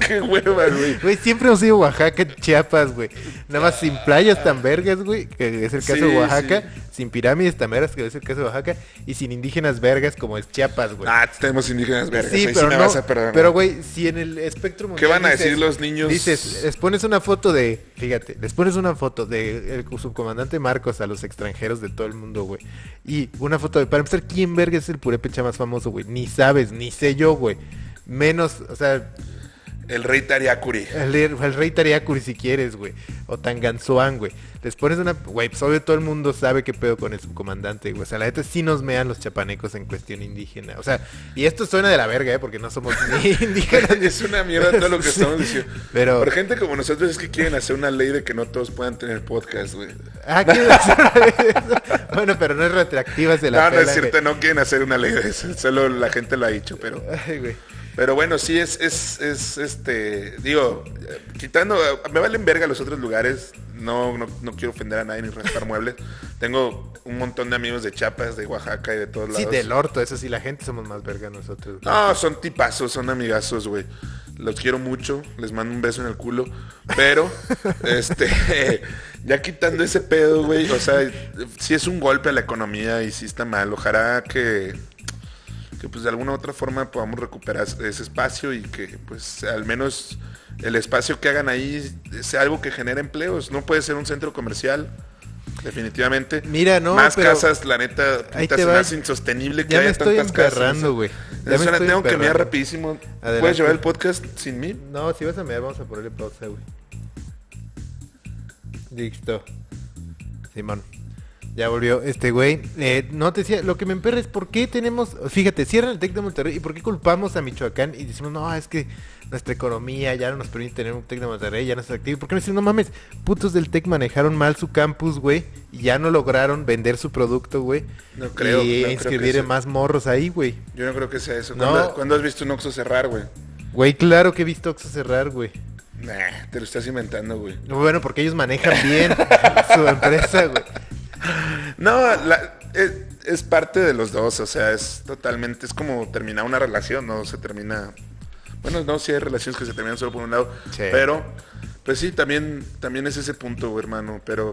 S1: qué hueva, güey.
S2: Güey, siempre hemos sido Oaxaca, Chiapas, güey. Nada más sin playas tan vergas, güey, que es el caso
S1: Sí,
S2: de Oaxaca.
S1: sí.
S2: Sin pirámides tan vergas, que es el caso de Oaxaca. Y sin indígenas vergas, como es Chiapas, güey.
S1: Ah, tenemos indígenas vergas.
S2: sí,
S1: ahí
S2: pero
S1: me
S2: no.
S1: vas a perdonar.
S2: pero, güey, si en el espectro mundial.
S1: ¿Qué van a
S2: dices-
S1: decir los niños?
S2: Dices, les pones una foto de. Fíjate, les pones una foto de el subcomandante Marcos a los extranjeros de todo el mundo, güey. Y una foto de. Para empezar, ¿quién verga es el purépecha más famoso, güey? Ni sabes, ni sé yo, güey. Menos, o sea,
S1: El rey Tariacuri.
S2: el, el rey Tariacuri si quieres, güey. O Tanganzoan, güey. Les pones una... Güey, pues obvio todo el mundo sabe qué pedo con el subcomandante, güey. O sea, la neta sí nos mean los chapanecos en cuestión indígena. O sea, y esto suena de la verga, ¿eh? Porque no somos ni indígenas. ni-
S1: es una mierda todo lo que
S2: Sí,
S1: estamos diciendo.
S2: pero-
S1: Por gente como nosotros es que quieren hacer una ley de que no todos puedan tener podcast, güey.
S2: Ah, ¿qué es? bueno, pero no es retractiva, se la
S1: No, no es
S2: pelan,
S1: cierto, no quieren hacer una ley de eso. Solo la gente lo ha dicho, pero...
S2: güey. Ay, güey.
S1: Pero bueno, sí es, es, es este, digo, eh, quitando, eh, me valen verga los otros lugares, no, no, no quiero ofender a nadie ni raspar muebles. Tengo un montón de amigos de Chiapas, de Oaxaca y de todos
S2: Sí,
S1: lados.
S2: del orto, eso sí, la gente somos más verga nosotros. güey.
S1: No, son tipazos, son amigazos, güey. Los quiero mucho, les mando un beso en el culo. Pero, este, ya quitando ese pedo, güey, o sea, sí es un golpe a la economía y sí está mal. Ojalá que, que pues de alguna u otra forma podamos recuperar ese espacio y que pues al menos el espacio que hagan ahí sea algo que genere empleos. No puede ser un centro comercial. Definitivamente.
S2: Mira, no,
S1: Más
S2: pero-
S1: casas, la neta,
S2: Ahí
S1: puta,
S2: te
S1: se
S2: va.
S1: me hace insostenible que
S2: Ya me
S1: haya
S2: estoy
S1: tantas casas.
S2: emperrando, güey. Ya me
S1: Eso la
S2: estoy
S1: tengo que mirar
S2: emperrando.
S1: rapidísimo.
S2: Adelante.
S1: ¿Puedes llevar el podcast sin mí?
S2: No, si vas a mear, vamos a ponerle pausa, güey. Listo. Simón. Ya volvió este güey. Eh, no te decía, lo que me emperra es por qué tenemos, fíjate, cierran el TEC de Monterrey y por qué culpamos a Michoacán y decimos, no, es que nuestra economía ya no nos permite tener un TEC de Monterrey, ya no es activo. ¿Por qué no decimos, no mames, putos del TEC manejaron mal su campus, güey, y ya no lograron vender su producto, güey?
S1: No creo, no
S2: Y
S1: creo que
S2: inscribir
S1: sea.
S2: más morros ahí, güey.
S1: Yo no creo que sea eso.
S2: No.
S1: ¿Cuándo, cuándo has visto un Oxxo cerrar, güey?
S2: Güey, claro que he visto Oxxo cerrar, güey.
S1: Nah, te lo estás inventando, güey.
S2: Bueno, porque ellos manejan bien su empresa, güey.
S1: No, la- es, es parte de los dos, o sea, es totalmente, es como terminar una relación, no se termina. Bueno, no, sí hay relaciones que se terminan solo por un lado,
S2: Sí.
S1: pero, pues sí, también, también es ese punto, güey, hermano, pero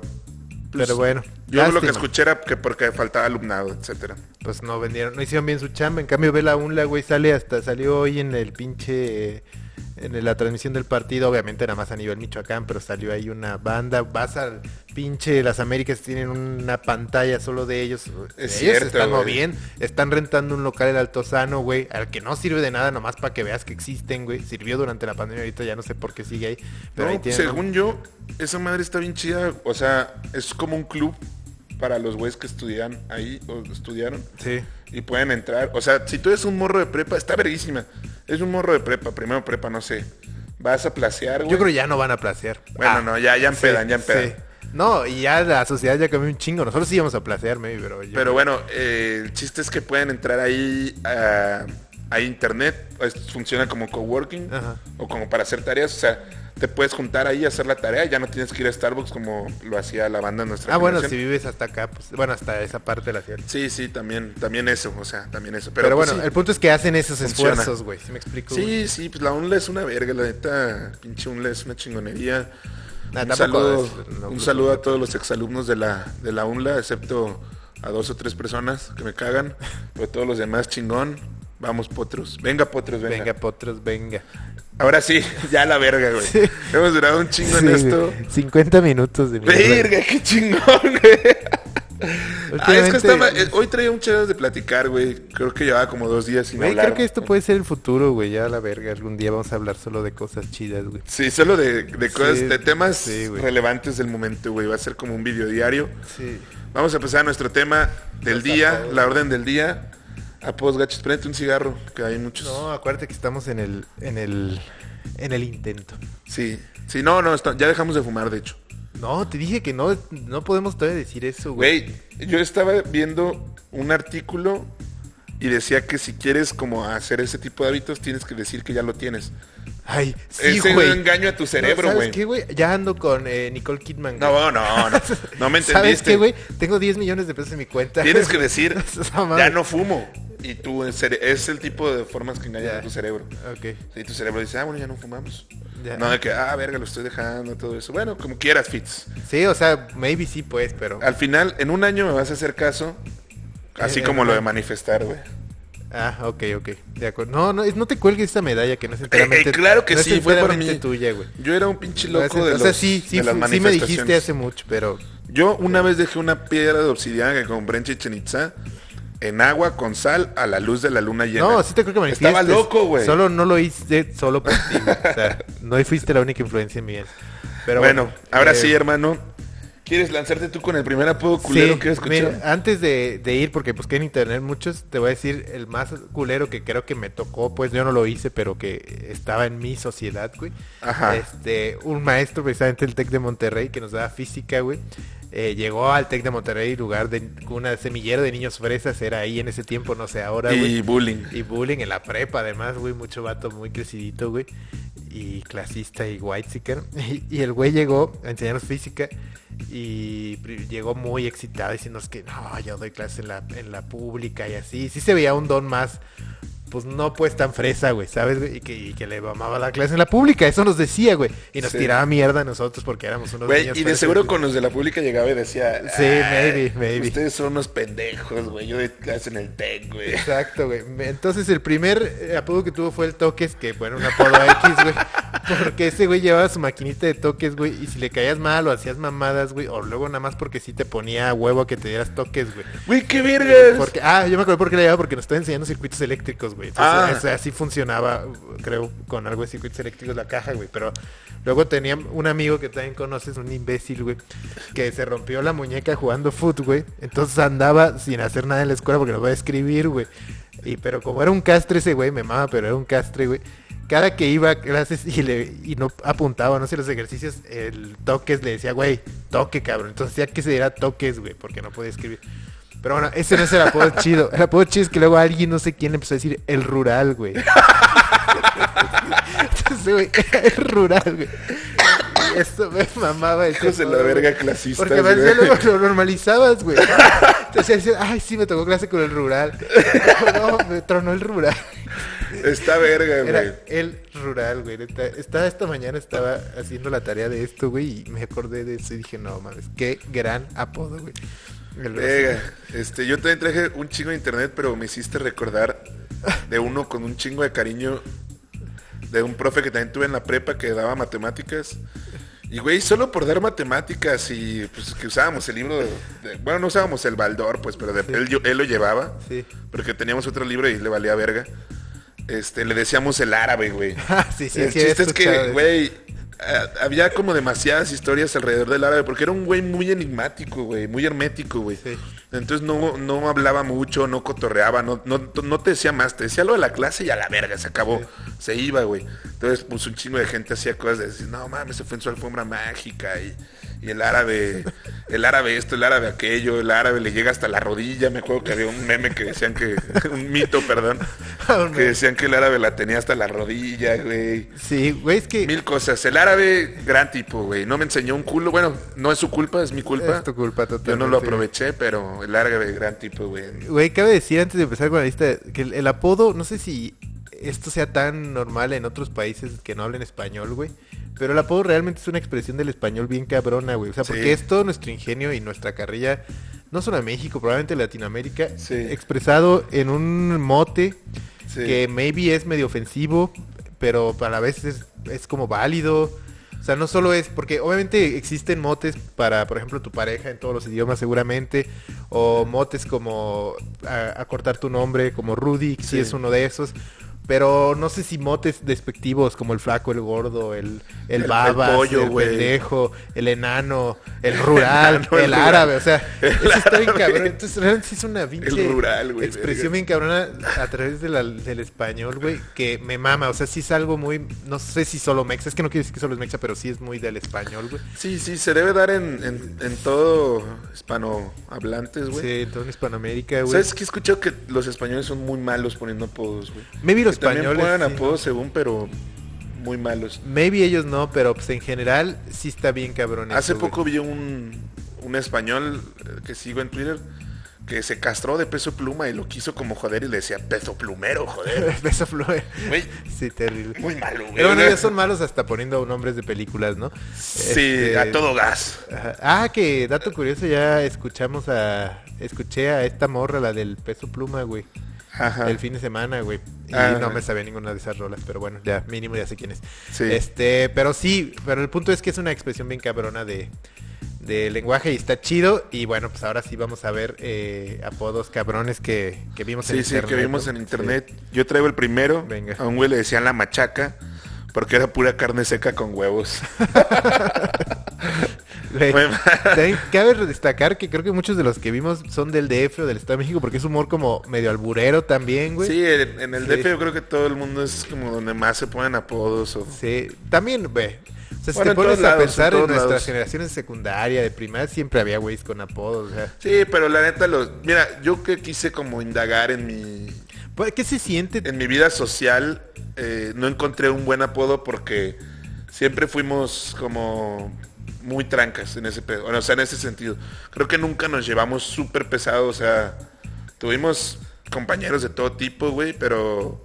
S1: pues,
S2: Pero bueno.
S1: yo lo que
S2: lástima.
S1: escuché era que porque faltaba alumnado, etcétera.
S2: Pues no vendieron, no hicieron bien su chamba. En cambio, Vela Unla, güey, sale hasta, salió hoy en el pinche. eh, En la transmisión del partido, obviamente era más a nivel Michoacán, pero salió ahí una banda. Vas al pinche Las Américas, tienen una pantalla solo de ellos. ellos
S1: cierto,
S2: se están
S1: güey.
S2: moviendo, están rentando un local el Altozano, güey, al que no sirve de nada, nomás para que veas que existen, güey. Sirvió durante la pandemia, ahorita ya no sé por qué sigue ahí. Pero
S1: No, pues,
S2: ahí tienen.
S1: según yo, esa madre está bien chida. O sea, es como un club para los güeyes que estudian ahí o estudiaron
S2: Sí.
S1: y pueden entrar. O sea, si tú eres un morro de prepa, está verguísima. Es un morro de prepa, primero prepa, no sé. Vas a placear, güey.
S2: Yo creo que ya no van a placer.
S1: Bueno, no, ya, ya
S2: sí,
S1: empedan, ya empedan.
S2: sí. No, y ya la sociedad ya cambió un chingo. Nosotros sí íbamos a placear, maybe, pero yo-
S1: Pero bueno, eh, el chiste es que pueden entrar ahí a, a internet. es- Funciona como coworking
S2: Ajá.
S1: o como para hacer tareas. O sea, te puedes juntar ahí, hacer la tarea. Ya no tienes que ir a Starbucks como lo hacía la banda de nuestra
S2: Ah, bueno, si
S1: generación.
S2: vives hasta acá, pues, bueno, hasta esa parte de la ciudad.
S1: Sí, sí, también, también eso. O sea, también eso.
S2: Pero,
S1: Pero, pues,
S2: bueno, el punto es que hacen esos
S1: Funciona.
S2: esfuerzos, güey. ¿Sí me explico? güey?
S1: sí. sí, sí, pues la UNLE es una verga. La neta, pinche UNLE es una chingonería.
S2: Ah,
S1: un
S2: tampoco
S1: saludo,
S2: es- no,
S1: un
S2: pues,
S1: saludo a todos los exalumnos de la, de la UNLA, excepto a dos o tres personas que me cagan, pero todos los demás chingón. Vamos, potros. Venga, potros, venga.
S2: Venga, potros, venga.
S1: Ahora sí, ya la verga, güey.
S2: Sí.
S1: Hemos durado un chingo en
S2: Sí,
S1: esto.
S2: güey. 50 minutos de mierda.
S1: Verga, qué chingón, güey. Ah, es que
S2: Últimamente-
S1: estaba- eh, hoy traía muchas ganas de platicar, güey. Creo que llevaba como dos días sin
S2: Güey,
S1: hablar.
S2: creo que esto puede ser el futuro, güey. Ya la verga. Algún día vamos a hablar solo de cosas chidas, güey.
S1: Sí, solo de, de cosas,
S2: Sí,
S1: de temas
S2: sí, güey.
S1: relevantes del momento, güey. Va a ser como un video diario.
S2: Sí.
S1: Vamos a pasar a nuestro tema del
S2: Los
S1: día,
S2: apodos.
S1: la orden del día. Apodos gachos, prende un cigarro, que hay muchos.
S2: No, acuérdate que estamos en el, en el, en el intento.
S1: Sí, sí, no, no, está- ya dejamos de fumar, de hecho.
S2: No, te dije que no, no podemos todavía decir eso, güey.
S1: Güey, yo estaba viendo un artículo y decía que si quieres como hacer ese tipo de hábitos tienes que decir que ya lo tienes.
S2: Ay, sí,
S1: Ese es un
S2: güey.
S1: engaño a tu
S2: No,
S1: cerebro,
S2: ¿Sabes
S1: güey.
S2: qué, güey? Ya ando con eh, Nicole Kidman. güey.
S1: No, no, no, no me entendiste.
S2: ¿Sabes qué, güey? Tengo 10 millones de pesos en mi cuenta.
S1: Tienes que decir,
S2: Esa madre.
S1: ya no fumo. Y tú, en serio, es el tipo de formas que engañan
S2: Ya.
S1: a tu cerebro.
S2: Ok.
S1: Y tu cerebro dice, ah, bueno, ya no fumamos.
S2: Ya.
S1: No, de que, ah, verga, lo estoy dejando, todo eso. Bueno, como quieras, Fitz.
S2: Sí, o sea, maybe sí, pues, pero...
S1: Al final, en un año me vas a hacer caso, así
S2: Eh,
S1: como
S2: eh,
S1: lo de manifestar, güey.
S2: Ah, ok, ok. De acuerdo. No, no, es- no te cuelgues esta medalla que no es
S1: Eh,
S2: enteramente...
S1: eh, claro que
S2: no este es
S1: sí, fue por
S2: enteramente
S1: mí.
S2: tuya, güey.
S1: Yo era un pinche
S2: No es-
S1: loco de,
S2: o sea,
S1: los-
S2: sí, sí,
S1: de las
S2: fu- sí me dijiste
S1: manifestaciones.
S2: hace mucho, pero...
S1: Yo una vez dejé una piedra de obsidiana que compré en Chichen Itza en agua con sal a la luz de la luna llena.
S2: No, sí te creo que manifiestes.
S1: Estaba loco, güey.
S2: Solo no lo hice solo por ti, güey. O sea, no fuiste la única influencia en mí. Pero
S1: bueno,
S2: bueno,
S1: ahora
S2: eh,
S1: sí, hermano. ¿Quieres lanzarte tú con el primer apodo culero
S2: sí,
S1: que has escuchado?
S2: mira, antes de, de ir, porque busqué en internet muchos, te voy a decir el más culero que creo que me tocó, pues yo no lo hice, pero que estaba en mi sociedad, güey.
S1: Ajá.
S2: Este, un maestro precisamente del TEC de Monterrey que nos daba física, güey. eh, llegó al TEC de Monterrey, lugar de una semillero de niños fresas, era ahí en ese tiempo, no sé, ahora, güey.
S1: y bullying.
S2: Y bullying en la prepa, además, güey, mucho vato muy crecidito, güey. Y clasista y white Y, y el güey llegó a enseñarnos física y pri- llegó muy excitado diciéndonos que no, yo doy clases en la, en la pública y así. Sí se veía un don más, pues no pues tan fresa, güey, ¿sabes? güey? Y que, y que le mamaba la clase en la pública, eso nos decía, güey. Y nos
S1: Sí.
S2: tiraba mierda a nosotros porque éramos unos
S1: Güey,
S2: niños
S1: y de
S2: fresas,
S1: seguro
S2: güey.
S1: con los de la pública llegaba y decía...
S2: Sí, maybe,
S1: "Ah,
S2: maybe".
S1: Ustedes son unos pendejos, güey. Yo doy clase en el TEC, güey.
S2: Exacto, güey. Me- Entonces el primer eh, apodo que tuvo fue el toques, que bueno, un apodo X, güey. Porque ese güey llevaba su maquinita de toques, güey. Y si le caías mal o hacías mamadas, güey. O luego nada más porque sí te ponía a huevo a que te dieras toques, güey.
S1: Güey, qué vergas.
S2: Porque, ah, yo me acuerdo por qué le llevaba porque nos estaba enseñando circuitos eléctricos, güey. Entonces,
S1: Ah.
S2: o sea, así funcionaba, creo, con algo de circuitos eléctricos la caja, güey. Pero luego tenía un amigo que también conoces, un imbécil, güey, que se rompió la muñeca jugando foot, güey. Entonces andaba sin hacer nada en la escuela porque no va a escribir, güey. Y pero como era un castre ese güey, me mama, pero era un castre, güey. Cada que iba a clases y, le, y no apuntaba, no sé, los ejercicios, el toques le decía, güey, toque, cabrón. Entonces hacía que se diera toques, güey, porque no podía escribir. Pero bueno, ese no es el apodo chido. El apodo chido es que luego alguien, no sé quién, le empezó a decir el rural, güey. Entonces, güey, el rural, güey. Y Esto me mamaba. ese
S1: Hijos de la
S2: apodo, güey.
S1: verga clasistas,
S2: Porque
S1: güey.
S2: parecía luego lo normalizabas, güey. Entonces decías, ay, sí, me tocó clase con el rural. No, me tronó el rural.
S1: Está verga, güey.
S2: Era el rural, güey. neta. Estaba esta mañana, estaba haciendo la tarea de esto, güey, y me acordé de eso y dije, no mames, qué gran apodo, güey. El-
S1: Verga. Este, yo también traje un chingo de internet, pero me hiciste recordar de uno con un chingo de cariño de un profe que también tuve en la prepa que daba matemáticas. Y güey, solo por dar matemáticas y pues que usábamos el libro de, de- bueno, no usábamos el Baldor, pues, pero de- él, yo- él lo llevaba.
S2: Sí.
S1: Porque teníamos otro libro y le valía verga. Este, le decíamos el árabe, güey.
S2: Ah, sí, sí,
S1: el
S2: sí,
S1: chiste
S2: había
S1: es
S2: escuchado
S1: que,
S2: eso.
S1: güey, a- había como demasiadas historias alrededor del árabe, porque era un güey muy enigmático, güey, muy hermético, güey.
S2: Sí.
S1: Entonces no, no hablaba mucho, no cotorreaba, no, no, no te decía más, te decía lo de la clase y a la verga, se acabó, se iba, güey. Entonces, pues un chingo de gente hacía cosas de decir, no mames, se fue en su alfombra mágica y, y el árabe, el árabe esto, el árabe aquello, el árabe le llega hasta la rodilla. Me acuerdo que había un meme que decían que, un mito, perdón,
S2: Un
S1: que
S2: meme.
S1: decían que el árabe la tenía hasta la rodilla, güey.
S2: Sí, güey, es que
S1: Mil cosas. El árabe, gran tipo, güey. No me enseñó un culo. Bueno, no es su culpa, es mi culpa.
S2: es tu culpa totalmente.
S1: Yo no lo
S2: güey.
S1: aproveché, pero el árabe, gran tipo, güey.
S2: Güey, cabe decir antes de empezar con la lista que el, el apodo, no sé si esto sea tan normal en otros países que no hablen español, güey. Pero el apodo realmente es una expresión del español bien cabrona, güey. O sea, porque
S1: Sí.
S2: es todo nuestro ingenio y nuestra carrilla, no solo en México, probablemente en Latinoamérica,
S1: Sí.
S2: expresado en un mote
S1: Sí.
S2: que maybe es medio ofensivo, pero a la vez es, es como válido. O sea, no solo es, porque obviamente existen motes para, por ejemplo, tu pareja en todos los idiomas seguramente, o motes como a- acortar tu nombre, como Rudy, que sí.
S1: Sí.
S2: es uno de esos, pero no sé si motes despectivos como el flaco, el gordo, el, el,
S1: El- el
S2: babas, el,
S1: pollo, güey.
S2: pendejo, el enano, el rural, el,
S1: enano, el rural.
S2: árabe, o sea,
S1: El
S2: eso está bien
S1: árabe.
S2: cabrón. Entonces, realmente sí es una pinche
S1: rural, güey, verga.
S2: expresión bien cabrona a través de la- del español, güey, que me mama. O sea, sí es algo muy. No sé si solo mexa. Es que no quiero decir que solo es mexa, pero sí es muy del español, güey.
S1: Sí, sí, se debe dar en, en, en todo hispanohablantes, Pues, güey.
S2: Sí, todo en Hispanoamérica, güey.
S1: ¿Sabes qué? He escuchado que los españoles son muy malos poniendo apodos, güey.
S2: Maybe los
S1: Que También
S2: españoles.
S1: ponen
S2: sí.
S1: apodos según, pero muy malos.
S2: Maybe ellos no, pero pues en general sí está bien cabrón.
S1: Hace
S2: eso, güey.
S1: poco vi un, un español eh, que sigo en Twitter que se castró de peso pluma y lo quiso como joder y le decía peso plumero, joder.
S2: Beso flor.
S1: Güey,
S2: Sí, terrible.
S1: muy malo, güey.
S2: Pero bueno, ellos son malos hasta poniendo nombres de películas, ¿no?
S1: Sí,
S2: Este,
S1: a todo gas.
S2: Ajá. Ah, que dato curioso, ya escuchamos a... Escuché a esta morra, la del peso pluma, güey.
S1: Ajá.
S2: El fin de semana, güey. Y
S1: Ah.
S2: no me sabía ninguna de esas rolas, pero bueno, ya mínimo ya sé quién es.
S1: Sí.
S2: Este, pero sí, pero el punto es que es una expresión bien cabrona de, de lenguaje y está chido. Y bueno, pues ahora sí vamos a ver eh, apodos cabrones que, que vimos en
S1: Sí, sí,
S2: internet.
S1: que vimos
S2: ¿no?
S1: en
S2: Sí.
S1: internet. Yo traigo el primero.
S2: Venga.
S1: A un güey le decían la machaca porque era pura carne seca con huevos.
S2: Güey,
S1: Bueno.
S2: también cabe destacar que creo que muchos de los que vimos son del DF o del Estado de México porque es humor como medio alburero también, güey.
S1: Sí, en, en el
S2: Sí.
S1: DF yo creo que todo el mundo es como donde más se ponen apodos o...
S2: Sí, también, güey. O sea, si
S1: Bueno,
S2: te
S1: en
S2: pones
S1: todos
S2: a
S1: lados, en
S2: pensar en,
S1: todos
S2: nuestras
S1: lados.
S2: generaciones de secundaria, de primaria, siempre había güeyes con apodos, o sea.
S1: Sí, pero la neta los... Mira, yo que quise como indagar en mi,
S2: Pues, ¿Qué se siente?
S1: en mi vida social, eh, no encontré un buen apodo porque siempre fuimos como muy trancas en ese pedo. O sea, en ese sentido. Creo que nunca nos llevamos súper pesados. O sea, tuvimos compañeros de todo tipo, güey, pero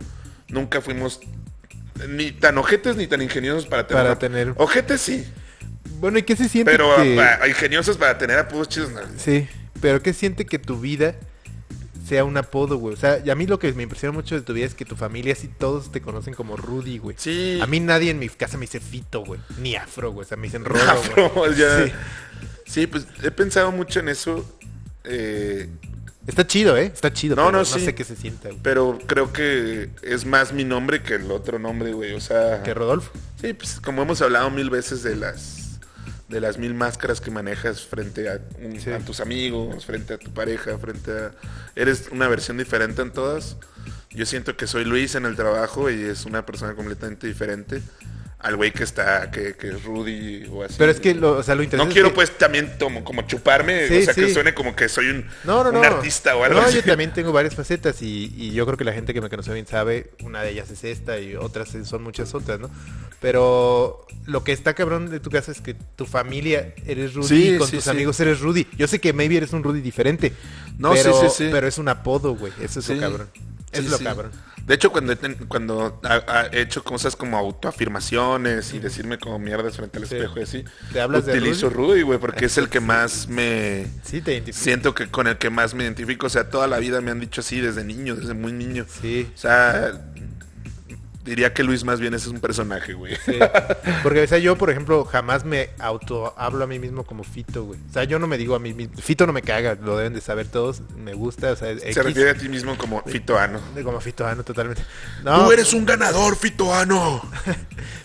S1: nunca fuimos ni tan ojetes ni tan ingeniosos para tener.
S2: Para
S1: ap-
S2: tener-
S1: Ojetes sí,
S2: Bueno, ¿y qué se siente?
S1: pero ah,
S2: que-
S1: a- a- ingeniosos para tener apodos chidos, no.
S2: Sí, pero ¿qué siente que tu vida sea un apodo, güey? O sea, y a mí lo que me impresiona mucho de tu vida es que tu familia sí todos te conocen como Rudy, güey.
S1: Sí.
S2: A mí nadie en mi casa me dice Fito, güey. Ni Afro, güey. O sea, me dicen Rodo,
S1: Afro,
S2: güey.
S1: ya.
S2: Sí.
S1: Sí, pues he pensado mucho en eso. eh,
S2: Está chido, ¿eh? Está chido.
S1: No,
S2: pero
S1: no,
S2: no
S1: sí.
S2: sé qué se sienta, güey.
S1: Pero creo que es más mi nombre que el otro nombre, güey. O sea,
S2: Que Rodolfo.
S1: sí, pues como hemos hablado mil veces de las de las mil máscaras que manejas frente a, un-
S2: Sí.
S1: a tus amigos, frente a tu pareja, frente a eres una versión diferente en todas. Yo siento que soy Luis en el trabajo y es una persona completamente diferente al güey que está que, que es Rudy o así.
S2: Pero es que, lo, o sea, lo
S1: no
S2: interesante
S1: quiero
S2: es que-
S1: pues también tomo, como chuparme,
S2: Sí,
S1: o sea que
S2: sí.
S1: suene como que soy un,
S2: No, no,
S1: un
S2: no.
S1: artista o algo
S2: No,
S1: así.
S2: yo también tengo varias facetas y, y yo creo que la gente que me conoce bien sabe, una de ellas es esta y otras es- son muchas otras, ¿no? Pero lo que está cabrón de tu casa es que tu familia eres Rudy
S1: Sí,
S2: y con
S1: sí,
S2: tus
S1: sí.
S2: amigos eres Rudy. Yo sé que maybe eres un Rudy diferente.
S1: No, sí,
S2: pero,
S1: sí, sí.
S2: Pero es un apodo, güey. Eso es
S1: Sí.
S2: lo cabrón. Es
S1: Sí,
S2: lo
S1: sí.
S2: cabrón.
S1: De hecho, cuando he, ten- cuando ha- ha- he hecho cosas como autoafirmaciones y decirme como mierdas frente al
S2: Sí.
S1: espejo y así,
S2: ¿Te hablas de
S1: utilizo
S2: Rudy?
S1: Rudy, güey, porque es el que más me...
S2: Sí, te identificas.
S1: Siento que con el que más me identifico, o sea, toda la vida me han dicho así desde niño, desde muy niño.
S2: Sí.
S1: O sea, diría que Luis más bien es un personaje, güey.
S2: Sí. Porque, o sea, yo, por ejemplo, jamás me auto hablo a mí mismo como Fito, güey. O sea, yo no me digo a mí mismo. Fito no me caga, lo deben de saber todos. Me gusta, o sea, es
S1: Se
S2: X,
S1: refiere a ti mismo como Fitoano.
S2: de como Fito Ano totalmente. No,
S1: Tú eres un ganador, Fitoano.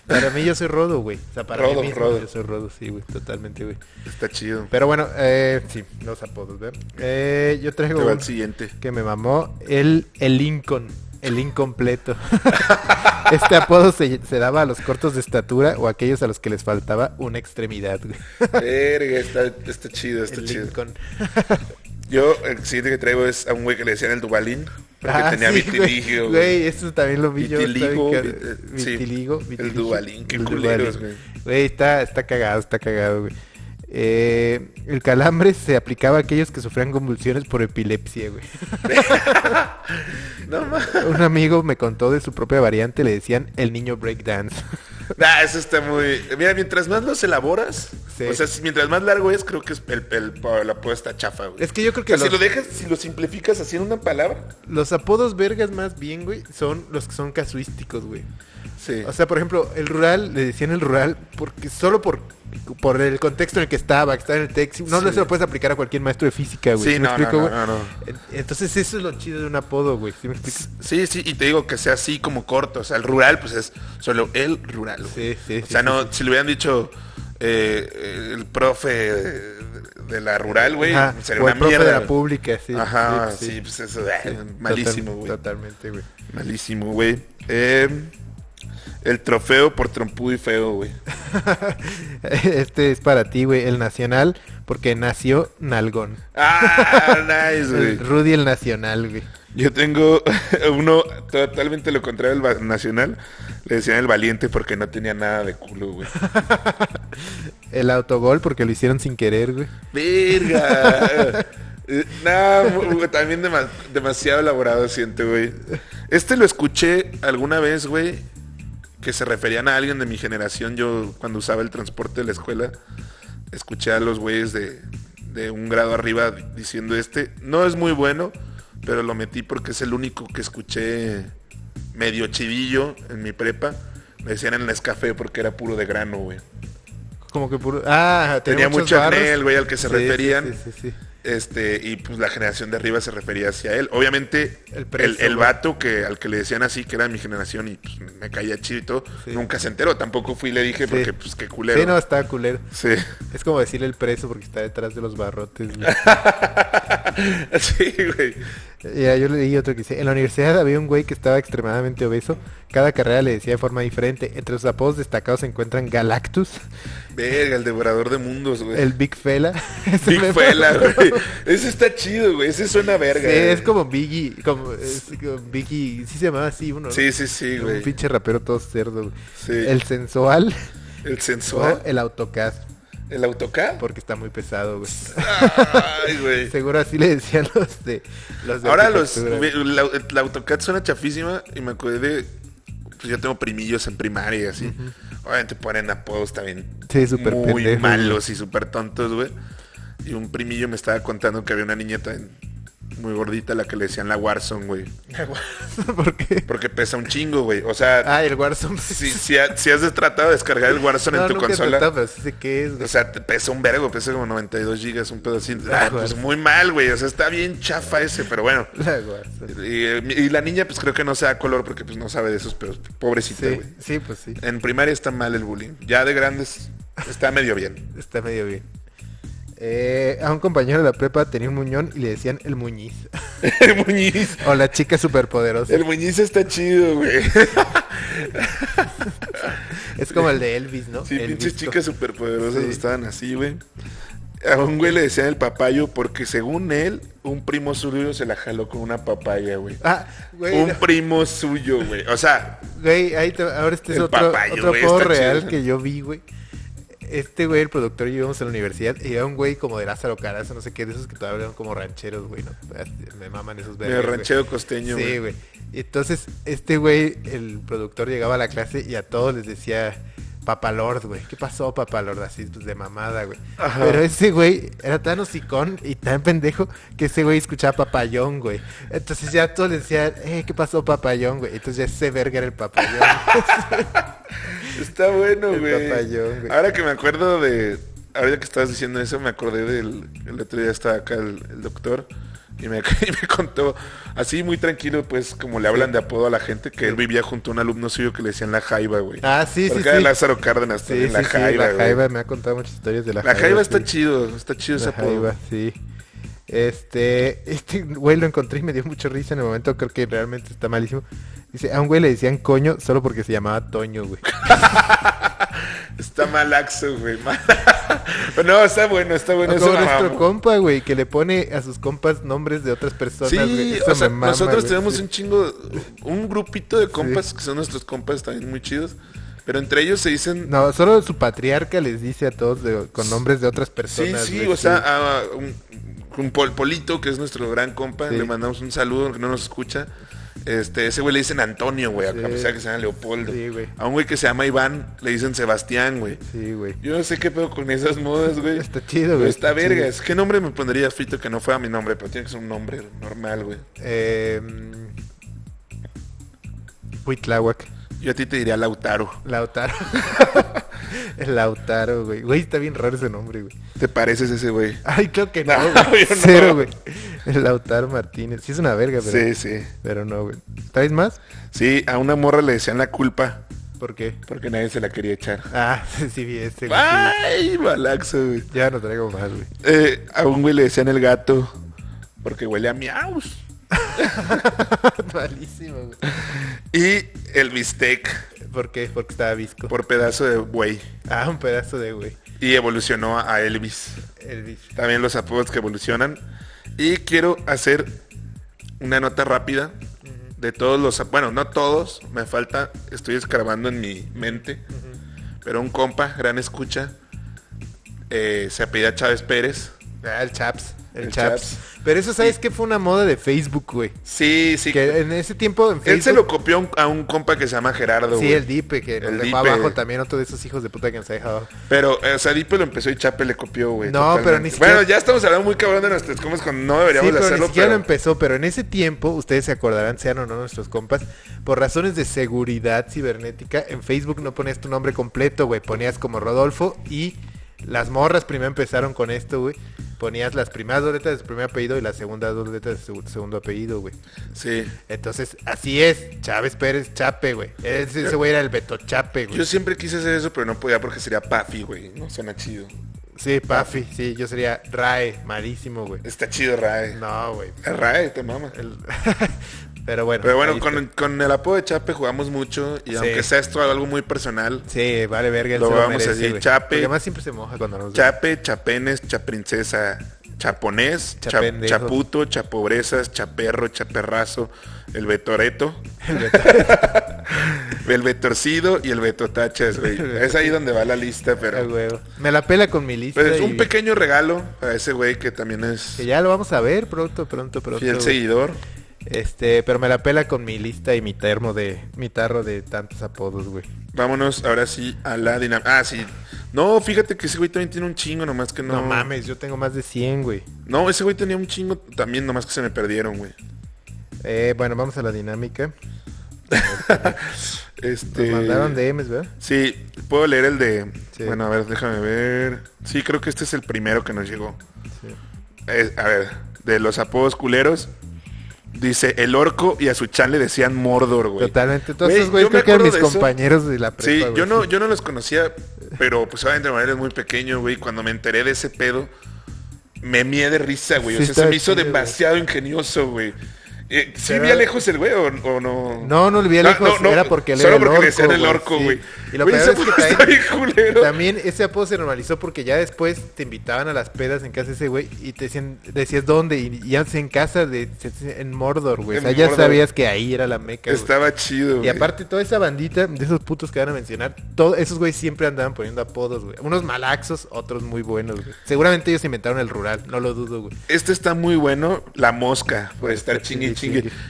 S2: para mí yo soy Rodo, güey. O sea, para
S1: Rodo,
S2: mí mismo
S1: Rodo.
S2: yo soy Rodo, sí, güey, totalmente, güey.
S1: Está chido.
S2: Pero bueno, eh, sí, los apodos, ¿ver? Eh, yo traigo
S1: Te va
S2: uno
S1: el siguiente.
S2: que me mamó, el, el Lincoln, el incompleto. este apodo se, se daba a los cortos de estatura o a aquellos a los que les faltaba una extremidad, güey.
S1: Verga, está, está chido, está
S2: el
S1: chido.
S2: Lincoln.
S1: Yo el siguiente que traigo es a un güey que le decían el Dubalín. Porque
S2: Ah,
S1: tenía
S2: sí, güey.
S1: vitiligio,
S2: Güey, eso también lo vi yo. está bien
S1: Vitiligo,
S2: car-
S1: vit- eh, sí.
S2: vitiligo,
S1: El
S2: vitiligio.
S1: Duvalín, qué
S2: El
S1: culeros,
S2: Duvalín.
S1: güey.
S2: Güey, está, está cagado, está cagado, güey. Eh, el calambre se aplicaba a aquellos que sufrían convulsiones por epilepsia, güey.
S1: No mames.
S2: Un amigo me contó de su propia variante, le decían el niño breakdance.
S1: Nah, eso está muy. Mira, mientras más los elaboras,
S2: Sí.
S1: o sea, si- mientras más largo es, creo que es el, el- la apodo está chafa, güey.
S2: Es que yo creo
S1: O
S2: que
S1: sea,
S2: los,
S1: si lo dejas, si lo simplificas así en una palabra,
S2: los apodos vergas más bien, güey, son los que son casuísticos, güey.
S1: sí.
S2: O sea, por ejemplo, el rural, le decían el rural porque solo por, por el contexto en el que estaba, que estaba en el texto, no, no
S1: Sí.
S2: se lo puedes aplicar a cualquier maestro de física, güey.
S1: Sí,
S2: ¿Sí me
S1: no, no,
S2: explico,
S1: no,
S2: güey?
S1: no, no.
S2: En- Entonces eso es lo chido de un apodo, güey. ¿Sí me explico?
S1: Sí, sí, y te digo que sea así como corto. O sea, el rural, pues es solo el rural. güey.
S2: Sí, sí,
S1: O
S2: sí,
S1: sea,
S2: sí,
S1: no, si le hubieran dicho eh, el profe de, de la rural, güey,
S2: Ajá,
S1: sería
S2: o
S1: una
S2: el profe
S1: mierda.
S2: de la
S1: güey.
S2: pública, sí.
S1: Ajá, sí, pues eso, eh, malísimo,
S2: Total-
S1: güey.
S2: Totalmente, güey.
S1: Malísimo, güey. Eh, el trofeo por trompudo y feo, güey.
S2: Este es para ti, güey, el nacional, porque nació Nalgón.
S1: Ah, nice, güey.
S2: El Rudy el nacional, güey.
S1: Yo tengo uno totalmente lo contrario al va- nacional. Le decían el valiente porque no tenía nada de culo, güey.
S2: El autogol, porque lo hicieron sin querer, güey.
S1: Verga. Eh, no, mu- güey, también dema- demasiado elaborado siento, güey. Este lo escuché alguna vez, güey, que se referían a alguien de mi generación. Yo cuando usaba el transporte de la escuela, escuché a los güeyes de, de un grado arriba diciendo este. No es muy bueno, pero lo metí porque es el único que escuché medio chivillo en mi prepa. Me decían en el escafé porque era puro de grano, güey.
S2: Como que puro... Ah,
S1: Tenía
S2: muchos
S1: mucho
S2: barros.
S1: acné, el güey, al que se
S2: Sí,
S1: referían.
S2: sí, sí, sí, sí.
S1: Este, y pues la generación de arriba se refería hacia él. Obviamente,
S2: El
S1: el,
S2: preso,
S1: el
S2: güey.
S1: vato que, al que le decían así, que era de mi generación y pues, me caía chido y todo,
S2: Sí.
S1: nunca se enteró. Tampoco fui y le dije
S2: Sí.
S1: porque, pues, qué culero.
S2: Sí, no, está culero.
S1: Sí.
S2: Es como decirle el preso porque está detrás de los barrotes. güey.
S1: Sí, güey.
S2: Ya, yo leí otro que dice, en la universidad había un güey que estaba extremadamente obeso. Cada carrera le decía de forma diferente. Entre sus apodos destacados se encuentran Galactus,
S1: Verga, el devorador de mundos, güey.
S2: el Big Fela. Ese
S1: Big
S2: me-
S1: Fela, güey. Ese está chido, güey. Ese suena verga. eh.
S2: Sí, es
S1: güey.
S2: como Biggie, como, es como Biggie, sí se llamaba así uno. ¿no?
S1: Sí, sí, sí,
S2: Un
S1: güey.
S2: pinche rapero todo cerdo. güey.
S1: Sí.
S2: El ¿Ah?
S1: El,
S2: sensual
S1: sensual.
S2: o el autocad,
S1: El autocar.
S2: porque está muy pesado, güey.
S1: Ay, güey.
S2: Seguro así le decían los de los de
S1: Ahora los
S2: arquitectura, güey.
S1: hubi- la, la AutoCAD suena chafísima y me acordé de pues yo tengo primillos en primaria y así. Obviamente ponen apodos también
S2: Sí, súper
S1: muy
S2: pendejos,
S1: malos y súper tontos, güey. Y un primillo me estaba contando que había una niña también muy gordita a la que le decían la Warzone, güey.
S2: ¿Por qué?
S1: Porque pesa un chingo, güey. O sea,
S2: Ah, el Warzone.
S1: si, si ha- si has tratado de descargar el Warzone
S2: No,
S1: en tu
S2: nunca he
S1: consola,
S2: tratado, pero sí sé qué es,
S1: o
S2: güey.
S1: sea, te pesa un vergo, pesa como 92 gigas, un pedacito. Ah, pues
S2: Warzone.
S1: muy mal, güey. O sea, está bien chafa ese, pero bueno.
S2: La Warzone.
S1: Y, y la niña, pues creo que no se da color porque pues no sabe de esos, pero pobrecita,
S2: Sí,
S1: güey.
S2: sí, pues sí.
S1: En primaria está mal el bullying. Ya de grandes está medio bien.
S2: Está medio bien. Eh, a un compañero de la prepa tenía un muñón y le decían el muñiz.
S1: el muñiz.
S2: o la chica superpoderosa.
S1: El muñiz está chido, güey.
S2: Es como el de Elvis, ¿no?
S1: Sí,
S2: Elvis,
S1: pinches chicas superpoderosas
S2: Sí.
S1: estaban así, güey. A un güey le decían el papayo porque según él, un primo suyo se la jaló con una papaya, güey.
S2: Ah, güey.
S1: un
S2: no,
S1: primo suyo, güey. O sea,
S2: güey, ahí te- ahora este es
S1: El
S2: otro,
S1: papayo,
S2: otro
S1: güey,
S2: apodo
S1: está
S2: real
S1: chido.
S2: que yo vi, güey. Este güey, el productor, y yo íbamos a la universidad y era un güey como de Lázaro Carazo, no sé qué, de esos que todavía eran como rancheros, güey, ¿no? Me maman esos
S1: medio
S2: vergas, güey.
S1: ranchero costeño,
S2: Sí,
S1: güey.
S2: güey. Entonces, este güey, el productor llegaba a la clase y a todos les decía, Papalord, güey. ¿Qué pasó, Papalord? Así, pues de mamada, güey.
S1: Ajá.
S2: Pero ese güey era tan hocicón y tan pendejo que ese güey escuchaba papayón, güey. Entonces ya todos le decían, eh, ¿qué pasó, papayón, güey? Entonces ya ese verga era el papayón.
S1: Está bueno,
S2: El
S1: güey.
S2: papayón, güey.
S1: Ahora que me acuerdo de. Ahorita que estabas diciendo eso, me acordé del. El otro día estaba acá el, el doctor y me, y me contó, así muy tranquilo, pues, como le hablan de apodo a la gente, que él vivía junto a un alumno suyo que le decían la Jaiba, güey.
S2: ah, sí, sí,
S1: Porque
S2: sí.
S1: era Lázaro Cárdenas,
S2: Sí,
S1: también,
S2: sí,
S1: la
S2: sí,
S1: Jaiba,
S2: la
S1: güey.
S2: Jaiba me ha contado muchas historias de la
S1: La
S2: Jaiba.
S1: Jaiba está
S2: sí.
S1: chido, está chido ese
S2: La
S1: apodo.
S2: Jaiba, sí. Este, este güey lo encontré y me dio mucha risa en el momento, creo que realmente está malísimo. Dice, a un güey le decían coño solo porque se llamaba Toño, güey.
S1: Está malaxo, güey. mal- no, está bueno, está bueno.
S2: O
S1: Eso
S2: Ah, como
S1: la
S2: nuestro
S1: amo.
S2: compa, güey, que le pone a sus compas nombres de otras personas,
S1: Sí,
S2: güey. Eso
S1: o sea,
S2: me mama,
S1: nosotros
S2: güey.
S1: tenemos
S2: Sí.
S1: un chingo, un grupito de compas que son nuestros compas también muy chidos, pero entre ellos se dicen...
S2: No, solo su patriarca les dice a todos de- con nombres de otras
S1: sí,
S2: personas.
S1: sí,
S2: güey,
S1: o sea, a un, un Pol- Polito, que es nuestro gran compa,
S2: Sí.
S1: le mandamos un saludo, aunque no nos escucha. Este, ese güey le dicen Antonio, güey, a
S2: Sí.
S1: pesar que se llama Leopoldo.
S2: Sí, güey.
S1: A un güey que se llama Iván le dicen Sebastián, güey.
S2: Sí, güey.
S1: Yo no sé qué pedo con esas modas, güey.
S2: Está chido,
S1: Pero
S2: güey.
S1: Está
S2: chido.
S1: vergas. ¿Qué nombre me pondría Fito que no fuera mi nombre? Pero tiene que ser un nombre normal, güey.
S2: Eh, mm, Huitláhuac.
S1: Yo a ti te diría Lautaro.
S2: Lautaro. El Lautaro, güey. Güey, está bien raro ese nombre, güey.
S1: ¿Te pareces ese güey?
S2: Ay, creo que no,
S1: No,
S2: güey.
S1: yo no.
S2: Cero, güey. El Lautaro Martínez. Sí es una verga, pero,
S1: Sí, sí.
S2: pero no, güey. ¿Traes más?
S1: Sí, a una morra le decían la culpa
S2: ¿Por qué?
S1: porque nadie se la quería echar.
S2: Ah, sí, sí, vi este, güey. sí.
S1: ¡Ay, balaxo, güey!
S2: Ya no traigo más, güey.
S1: Eh, a un güey le decían el gato porque huele a miaus.
S2: Malísimo, güey.
S1: Y el bistec
S2: ¿Por qué? Porque estaba visco.
S1: por pedazo de buey.
S2: Ah, un pedazo de güey.
S1: Y evolucionó a Elvis.
S2: El bicho.
S1: También los apodos que evolucionan. Y quiero hacer una nota rápida de todos los... ap- Bueno, no todos. Me falta... Estoy escarbando en mi mente. Pero un compa, gran escucha, eh, se apellida Chávez Pérez.
S2: Ah, el Chaps. El,
S1: El
S2: Chaps.
S1: Chaps.
S2: Pero eso, ¿sabes qué? Fue una moda de Facebook, güey.
S1: Sí, sí.
S2: Que en ese tiempo en Facebook...
S1: Él se lo copió a un- a un compa que se llama Gerardo.
S2: Sí,
S1: güey.
S2: el Dipe, que nos
S1: El
S2: dejó
S1: Dipe.
S2: abajo también otro de esos hijos de puta que nos ha dejado abajo.
S1: Pero, eh, o sea, Dipe lo empezó y Chape le copió, güey.
S2: No, pero ni siquiera-
S1: Bueno, ya estamos hablando muy cabrón de nuestras comas cuando no
S2: Sí,
S1: deberíamos
S2: pero
S1: hacerlo,
S2: ni siquiera
S1: pero-
S2: lo empezó, pero en ese tiempo, ustedes se acordarán, sean o no nuestros compas, por razones de seguridad cibernética, en Facebook no ponías tu nombre completo, güey, ponías como Rodolfo y las morras primero empezaron con esto, güey. Ponías las primeras dos letras de su primer apellido y las segundas dos letras de su segundo apellido, güey.
S1: Sí.
S2: Entonces, así es, Chávez Pérez Chape, güey. Ese ese güey era el Beto Chape, güey.
S1: Yo siempre quise hacer eso, pero no podía porque sería Pafi, güey. No suena chido.
S2: Sí, Pafi, sí, yo sería Rae, malísimo, güey.
S1: Está chido Rae.
S2: No, güey.
S1: Eh, Rae, te mama.
S2: El- Pero bueno.
S1: Pero bueno,
S2: ahí
S1: con,
S2: está.
S1: con el apodo de Chape jugamos mucho y
S2: Sí.
S1: aunque sea esto algo muy personal,
S2: Sí, vale verga, él
S1: Lo
S2: se
S1: vamos a
S2: merece,
S1: decir,
S2: güey.
S1: Chape.
S2: Porque además siempre se moja cuando nos...
S1: Chape, Chapenes, Chaprincesa, Chaponés, cha-
S2: Chapendejo.
S1: Chaputo, Chapobrezas, Chaperro, Chaperrazo, el Betoreto, el Betorcido y el Betotachas, güey. Es ahí donde va la lista,
S2: Ah,
S1: pero...
S2: huevo. Me la pela con mi lista.
S1: Pero es un
S2: y-
S1: pequeño regalo a ese güey que también es
S2: Que ya lo vamos a ver pronto, pronto, pronto.
S1: fiel
S2: güey.
S1: seguidor.
S2: Este, pero me la pela con mi lista y mi termo de... Mi tarro de tantos apodos, güey.
S1: Vámonos ahora sí a la dinámica. Ah, sí. No, fíjate que ese güey también tiene un chingo, nomás que no.
S2: No. mames, yo tengo más de 100, güey.
S1: No, ese güey tenía un chingo también, nomás que se me perdieron, güey.
S2: Eh, bueno, vamos a la dinámica. Nos
S1: Este.
S2: mandaron DMs, ¿verdad?
S1: Sí, puedo leer el de.
S2: Sí.
S1: Bueno, a ver, déjame ver. Sí, creo que este es el primero que nos llegó.
S2: Sí.
S1: Es- a ver, de los apodos culeros. Dice, el orco y a su chan le decían Mordor, güey.
S2: Totalmente. Todos
S1: Güey,
S2: esos güeyes
S1: yo me
S2: creo que eran mis
S1: acuerdo de eso.
S2: compañeros de la prepa,
S1: Sí,
S2: güey.
S1: yo no, yo no los conocía, pero pues obviamente Manuel es muy pequeño, güey. Cuando me enteré de ese pedo, me mié de risa, güey.
S2: Sí,
S1: o sea,
S2: está
S1: se me hizo
S2: chido,
S1: demasiado ingenioso, güey. Eh, ¿Sí
S2: Pero-
S1: vivía lejos el güey o, o no?
S2: No, no olvidé
S1: No,
S2: lejos,
S1: Ah, no, no,
S2: era porque él
S1: solo
S2: era el
S1: porque
S2: orco.
S1: le decían el
S2: güey,
S1: orco,
S2: sí.
S1: güey.
S2: Y lo
S1: Güey, ese
S2: peor es que
S1: puto
S2: también-
S1: está bien culero.
S2: También ese apodo se normalizó porque ya después te invitaban a las pedas en casa de ese güey y te decían, decías dónde y y ya en casa de en Mordor, güey. O
S1: En
S2: sea, ya
S1: Mordor.
S2: sabías que ahí era la meca, güey.
S1: Estaba chido,
S2: Y
S1: güey.
S2: aparte toda esa bandita de esos putos que van a mencionar, todos esos güeyes siempre andaban poniendo apodos, güey. Unos malaxos, otros muy buenos, güey. Seguramente ellos inventaron el rural, no lo dudo, güey.
S1: Este está muy bueno, la mosca, por estar chingue y chingue.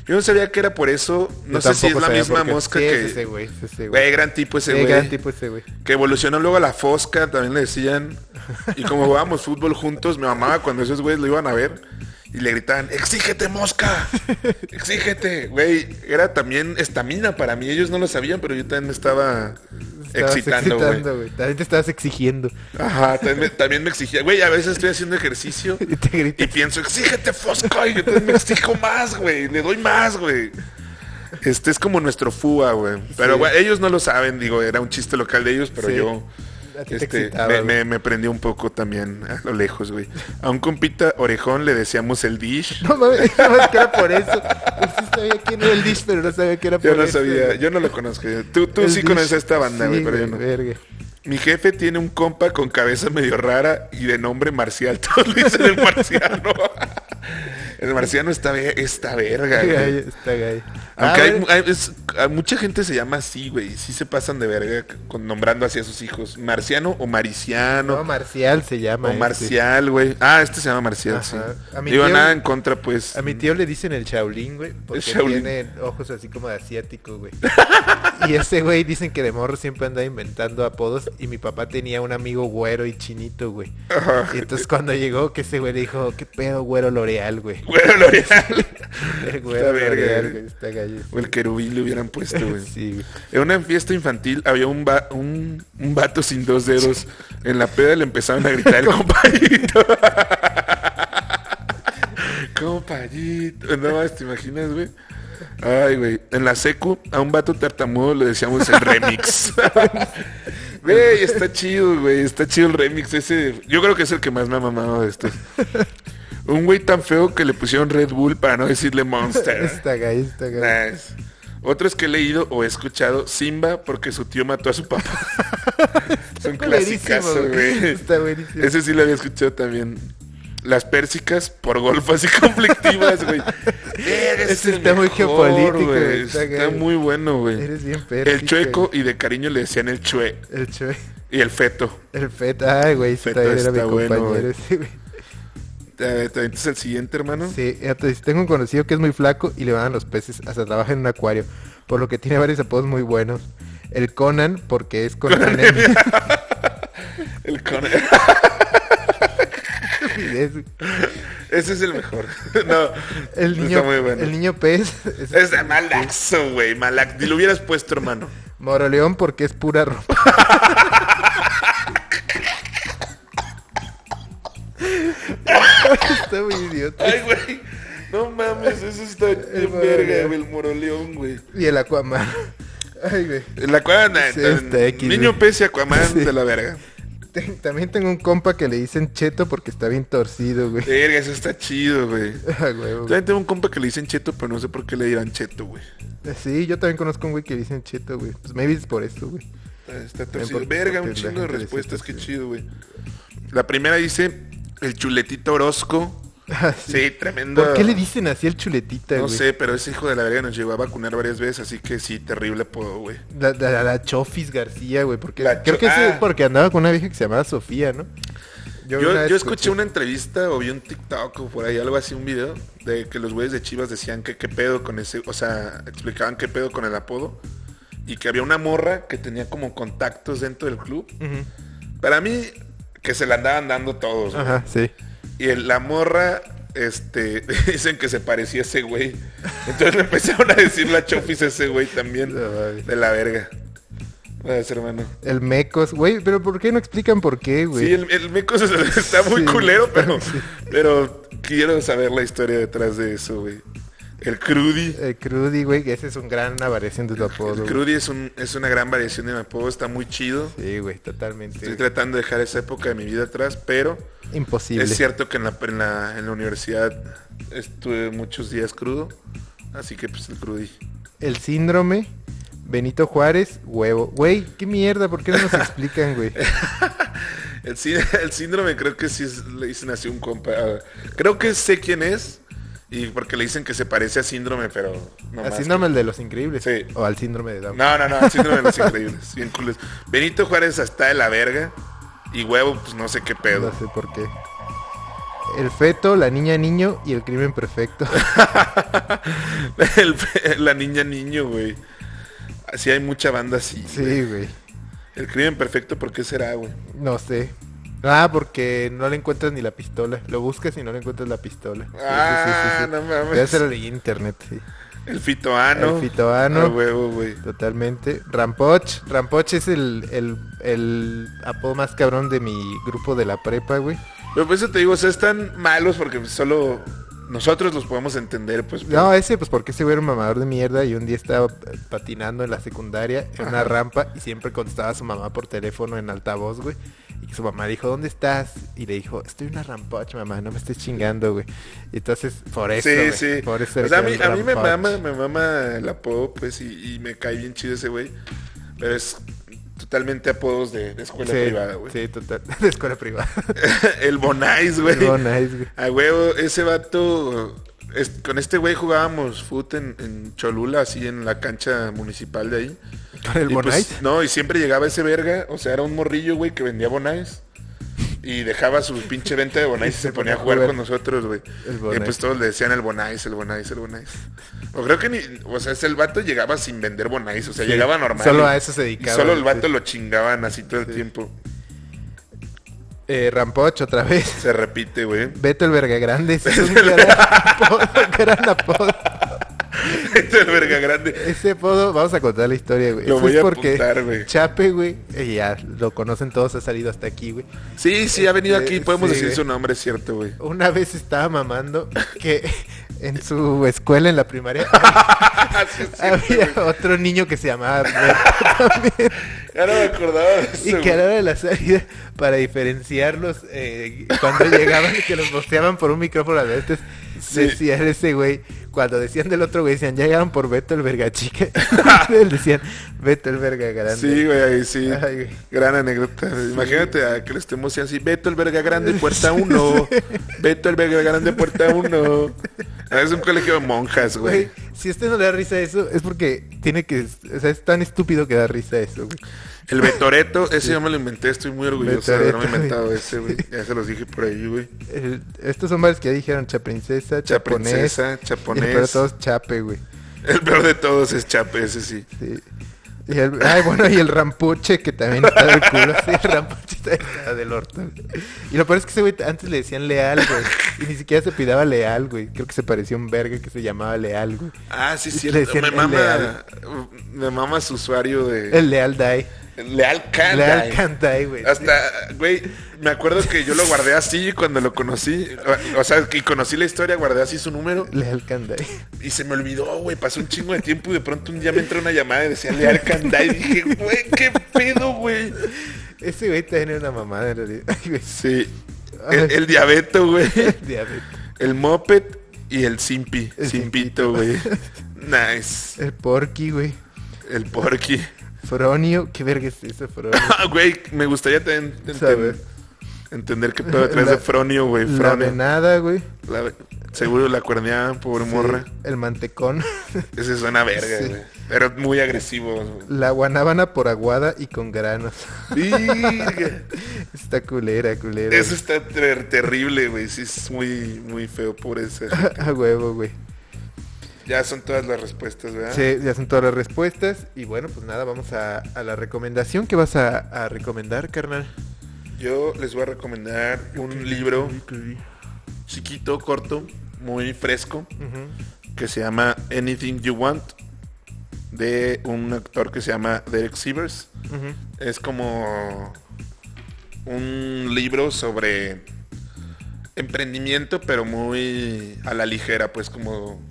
S1: Yo no sabía que era por eso. No sé si es la misma mosca
S2: Sí, es
S1: que.
S2: ese güey, es ese
S1: Güey,
S2: güey.
S1: gran tipo ese
S2: Sí,
S1: güey.
S2: gran tipo ese güey.
S1: Que evolucionó luego a la Fosca, también le decían. Y como jugábamos fútbol juntos, me amaba cuando esos güeyes lo iban a ver. Y le gritaban, exígete mosca, exígete. Güey, era también estamina para mí. Ellos no lo sabían, pero yo también me estaba
S2: Estabas
S1: excitando, güey.
S2: güey. También te estabas exigiendo.
S1: Ajá, también me, también me exigía. Güey, a veces estoy haciendo ejercicio
S2: Y te
S1: y
S2: gritas.
S1: pienso, exígete Fosca. Y yo también me exijo más, güey. Le doy más, güey. Este es como nuestro FUA, güey. Pero
S2: Sí.
S1: güey, ellos no lo saben, digo, era un chiste local de ellos, pero
S2: Sí.
S1: yo...
S2: A ti te
S1: Este,
S2: excitaba,
S1: me,
S2: güey.
S1: me, me prendió un poco también a lo lejos, güey. A un compita orejón le decíamos el dish.
S2: No mames, nada más que era por eso. Yo sí sabía quién era el Dish, pero no sabía que era por
S1: Yo no
S2: eso.
S1: sabía,
S2: güey.
S1: yo no lo conozco. Tú, tú
S2: El
S1: sí conoces
S2: Dish.
S1: a esta banda,
S2: Sí,
S1: güey, pero yo no.
S2: verga.
S1: Mi jefe tiene un compa con cabeza medio rara y de nombre Marcial. Todos le dicen el marciano. El marciano está, ve- está verga,
S2: Gallo,
S1: Ah, güey.
S2: está gallo. Ah,
S1: Aunque hay,
S2: güey,
S1: mu- hay- es- a mucha gente se llama así, güey. Sí se pasan de verga con, nombrando así a sus hijos. Marciano o mariciano.
S2: No, Marcial se llama.
S1: O
S2: este.
S1: Marcial, güey. Ah, este se llama Marcial,
S2: Ajá.
S1: sí.
S2: A mi
S1: Digo,
S2: tío-
S1: nada en contra, pues.
S2: A mi tío le dicen el Shaolin, güey, porque
S1: Shaolin.
S2: tiene ojos así como de asiático, güey. y ese güey dicen que de morro siempre andaba inventando apodos y mi papá tenía un amigo güero y chinito, güey.
S1: Ajá.
S2: Y entonces cuando llegó, que ese güey le dijo, ¿qué pedo güero L'Oreal, güey?
S1: Güero L'Oreal.
S2: El güero
S1: verga,
S2: L'Oreal,
S1: güey.
S2: güey, está gallo.
S1: o el querubín le hubieran puesto, güey.
S2: Sí, güey.
S1: En una fiesta infantil había un, va- un, un vato sin dos dedos. En la peda le empezaron a gritar el compañito. compañito. No más, ¿te imaginas, güey? Ay, güey. En la secu, a un vato tartamudo le decíamos el remix. Güey, está chido, güey. Está chido el remix ese. Yo creo que es el que más me ha mamado de estos. Un güey tan feo que le pusieron Red Bull para no decirle Monster.
S2: Está gallo, está gallo.
S1: Nice. Otros que he leído o he escuchado, Simba porque su tío mató a su papá. es un
S2: Está buenísimo,
S1: clasicazo, güey.
S2: Está buenísimo.
S1: Ese sí lo había escuchado también. Las pérsicas por golfas y conflictivas, güey. Verga, ese
S2: Ese
S1: es el
S2: está muy
S1: mejor,
S2: geopolítico,
S1: güey.
S2: está
S1: Está,
S2: gay.
S1: muy bueno, güey.
S2: Eres bien perro.
S1: El chueco y de cariño le decían el chue
S2: El chue.
S1: y el feto.
S2: El feto. Ay, güey, está,
S1: Feto
S2: era mi
S1: está bueno,
S2: compañero
S1: güey.
S2: ese, güey.
S1: A ver, Eh, ¿te avientas el siguiente, hermano?
S2: Sí, entonces tengo un conocido que es muy flaco y le van los peces, hasta trabaja en un acuario, por lo que tiene varios apodos muy buenos. El Conan, porque es con una
S1: El con...
S2: estupidez.
S1: Ese es el mejor. no,
S2: El niño,
S1: está muy bueno.
S2: el niño pez es
S1: Es de malaxo, güey. Malax. Ni lo hubieras puesto, hermano.
S2: Moroleón, porque es pura ropa. Está muy idiota.
S1: Ay, güey. No mames, eso está
S2: El
S1: bien
S2: moroleón.
S1: verga, güey, el moroleón, güey.
S2: Y el Aquaman. Ay, güey.
S1: El Aquaman,
S2: Sí,
S1: eh,
S2: está X,
S1: niño
S2: güey.
S1: pez y Aquaman
S2: Sí.
S1: de la verga.
S2: Ten- también tengo un compa que le dicen Cheto porque está bien torcido, güey.
S1: Verga, eso está chido, güey.
S2: Ah, huevo, güey.
S1: También tengo un compa que le dicen cheto, pero no sé por qué le dirán cheto, güey.
S2: Sí, yo también conozco un güey que le dicen Cheto, güey. Pues maybe es por eso, güey.
S1: Está torcido.
S2: porque-
S1: Verga, un
S2: porque la
S1: chingo de
S2: gente le
S1: respuestas, qué
S2: dice
S1: chido, güey. La primera dice el chuletito Orozco.
S2: Ah,
S1: Sí, tremendo.
S2: ¿Por qué le dicen así al chuletita,
S1: No
S2: güey?
S1: sé, pero ese hijo de la verga nos llegó a vacunar varias veces, así que sí, terrible apodo, güey.
S2: La, la- la Chofis García, güey. Porque
S1: La
S2: creo
S1: Cho-
S2: que sí,
S1: ah.
S2: porque andaba con una vieja que se llamaba Sofía, ¿no?
S1: Yo,
S2: una vez
S1: yo escuché una entrevista o vi un TikTok o por ahí algo así, un video, de que los güeyes de Chivas decían que qué pedo con ese, o sea, explicaban qué pedo con el apodo y que había una morra que tenía como contactos dentro del club.
S2: Ujú.
S1: Para mí, que se la andaban dando todos. güey.
S2: Ajá, sí.
S1: Y el- la morra, este, dicen que se parecía a ese güey. Entonces le empezaron a decir la chofis a ese güey también.
S2: No mames.
S1: De la verga. Gracias, hermano.
S2: El Mecos, güey. Pero ¿por qué no explican por qué, güey?
S1: Sí, el, el meco se- está muy
S2: Sí,
S1: culero,
S2: está-
S1: pero,
S2: sí.
S1: pero quiero saber la historia detrás de eso, güey. El Crudy.
S2: El Crudy, güey, que ese es un gran una variación de tu apodo.
S1: El
S2: güey.
S1: Crudy es, un, es una gran variación de mi apodo, está muy chido.
S2: Sí, güey, totalmente.
S1: Estoy tratando de dejar esa época de mi vida atrás, pero
S2: Imposible.
S1: es cierto que en la, en, la, en la universidad estuve muchos días crudo. Así que pues el Crudy.
S2: El síndrome, Benito Juárez, huevo. Güey, qué mierda, ¿por qué no nos explican, güey?
S1: El, sí- el síndrome creo que sí es- le dicen así un compa. ah, Creo que sé quién es. Y porque le dicen que se parece a síndrome, pero no
S2: Al
S1: más.
S2: síndrome de los increíbles.
S1: Sí.
S2: O al síndrome de Down.
S1: No, no, no, síndrome de los increíbles. Bien culos. Benito Juárez hasta de la verga. Y huevo, pues no sé qué pedo.
S2: No sé por qué. El feto, la niña niño y el crimen perfecto.
S1: El- la niña niño, güey. Así hay mucha banda así. güey.
S2: Sí, güey.
S1: El crimen perfecto, ¿por qué será, güey?
S2: No sé. Ah, porque no le encuentras ni la pistola. Lo buscas y no le encuentras la pistola. Sí, sí, sí, sí,
S1: Ah,
S2: sí.
S1: no mames.
S2: Ya se lo leí en internet, sí.
S1: El fitoano.
S2: El fitoano.
S1: Ah, huevo, güey.
S2: Totalmente. Rampoch. Rampoch es el, el, el apodo más cabrón de mi grupo de la prepa, güey.
S1: Pero por eso te digo, o sea, están malos porque pues, solo nosotros los podemos entender, pues. por-
S2: No, ese, pues porque ese güey era un mamador de mierda y un día estaba eh, patinando en la secundaria en una rampa y siempre contestaba a su mamá por teléfono en altavoz, güey. Y que su mamá dijo, ¿dónde estás? Y le dijo, estoy en una rampocha, mamá, no me estés chingando, güey. Y entonces, por eso,
S1: Sí,
S2: güey,
S1: sí.
S2: por eso era
S1: O sea, a
S2: que
S1: mí,
S2: era
S1: a
S2: un
S1: mí me
S2: rampoch.
S1: mama, me mama el apodo, pues, y, y me cae bien chido ese güey. Pero es totalmente apodos de, de escuela
S2: Sí,
S1: privada, güey.
S2: Sí, total, de escuela privada.
S1: el Bonais, güey.
S2: Oh, nice, güey.
S1: A huevo, ese vato. es- con este güey jugábamos fut en, en Cholula, así en la cancha municipal de ahí.
S2: Con el
S1: Y, pues,
S2: Bonite.
S1: no, y siempre llegaba ese verga, o sea, era un morrillo, güey, que vendía bonais. Y dejaba su pinche venta de bonais y se ponía a jugar con nosotros, güey.
S2: El
S1: Y
S2: Bonais.
S1: pues todos le decían el bonais, el bonais, el bonais. O creo que ni, o sea, ese el vato llegaba sin vender bonais, o sea,
S2: Sí,
S1: llegaba normal.
S2: solo
S1: y-
S2: a eso se
S1: y
S2: dedicaba,
S1: solo el
S2: sí.
S1: vato lo chingaban así todo el tiempo.
S2: Eh, Rampoch otra vez.
S1: Se repite, güey.
S2: Beto el verga grande. ese Es un gran apodo, gran apodo.
S1: Este es el verga grande.
S2: Ese apodo, vamos a contar la historia, güey.
S1: Lo
S2: Eso
S1: voy
S2: es
S1: a
S2: porque
S1: apuntar, güey.
S2: Chape, güey, eh, ya lo conocen todos, ha salido hasta aquí, güey.
S1: Sí, sí, ha venido
S2: Eh,
S1: aquí, podemos
S2: sí,
S1: decir
S2: güey.
S1: su nombre, es cierto, güey.
S2: Una vez estaba mamando que en su escuela, en la primaria,
S1: Ah, Sí, sí,
S2: había
S1: güey.
S2: otro niño que se llamaba Beto también.
S1: Ya no me acordaba de eso.
S2: Y que a
S1: güey.
S2: la hora de la salida, para diferenciarlos, eh, cuando llegaban, que los bosteaban por un micrófono a veces,
S1: Sí.
S2: decían ese güey, cuando decían del otro güey, decían, ya llegaron por Beto el verga chica. Entonces decían, Beto el verga grande.
S1: Sí, güey, ahí sí.
S2: Ay, güey.
S1: Gran anécdota. Imagínate a que le estemos así. Beto el verga grande, puerta 1. Beto el verga grande, puerta 1. Es un colegio de monjas,
S2: Güey,
S1: güey.
S2: si a usted no le da risa eso, es porque tiene que. O sea, es tan estúpido que da risa eso, güey.
S1: El Betoreto, ese yo me lo inventé. Estoy muy orgulloso de haberme
S2: Betoreto,
S1: inventado
S2: güey.
S1: ese, güey. Ya se los dije por ahí, güey.
S2: El- estos son varios que ya dijeron chaprincesa, chaponés.
S1: Chaprincesa, chaponés.
S2: Pero todos chape, güey.
S1: El peor de todos es Chape, ese sí.
S2: Sí. Y el, ay, bueno, y el rampuche que también está del culo. Sí, el rampuche está- está del orto. güey. Y lo peor es que ese güey antes le decían leal, güey. Y ni siquiera se pidaba leal, güey. Creo que se parecía a un verga que se llamaba leal, güey.
S1: Ah, sí,
S2: Le
S1: cierto.
S2: decían
S1: Me
S2: el
S1: mama,
S2: Leal.
S1: me mama su usuario de...
S2: El leal die.
S1: Leal Candy.
S2: Leal Candai, güey.
S1: Hasta, güey, me acuerdo que yo lo guardé así cuando lo conocí. O- O sea, que conocí la historia, guardé así su número
S2: Leal Candai.
S1: y se me olvidó, güey. Pasó un chingo de tiempo y de pronto un día me entró una llamada y decía Leal Candai. Y dije, güey, qué pedo, güey.
S2: Ese güey también era una mamada, en realidad. Ay, güey.
S1: Sí. El, el diabeto, güey.
S2: Diabetes.
S1: El moped y el simpi.
S2: El
S1: simpito, güey. Nice.
S2: El Porky, güey.
S1: El porky.
S2: Fronio, qué verga es eso, Fronio.
S1: Ah, Güey, me gustaría también enten-
S2: Saber.
S1: entender qué pedo traes de
S2: La-
S1: Fronio, güey.
S2: La
S1: Fronio.
S2: venada, güey.
S1: La- seguro la cuerneaban, pobre morra.
S2: Sí, el mantecón.
S1: Ese suena verga,
S2: Sí.
S1: güey. Pero muy agresivo. güey.
S2: La guanábana por aguada y con granos.
S1: Virga.
S2: Está culera, culera.
S1: Eso está ter- terrible, güey. Sí, es muy, muy feo, pobre ese.
S2: A huevo, güey.
S1: Ya son todas las respuestas, ¿verdad?
S2: Sí, ya son todas las respuestas. Y bueno, pues nada, vamos a, a la recomendación que vas a, a recomendar, carnal.
S1: Yo les voy a recomendar un libro chiquito, corto, muy fresco,
S2: Ujú.
S1: que se llama Anything You Want, de un actor que se llama Derek Sievers.
S2: Ujú.
S1: Es como un libro sobre emprendimiento, pero muy a la ligera, pues como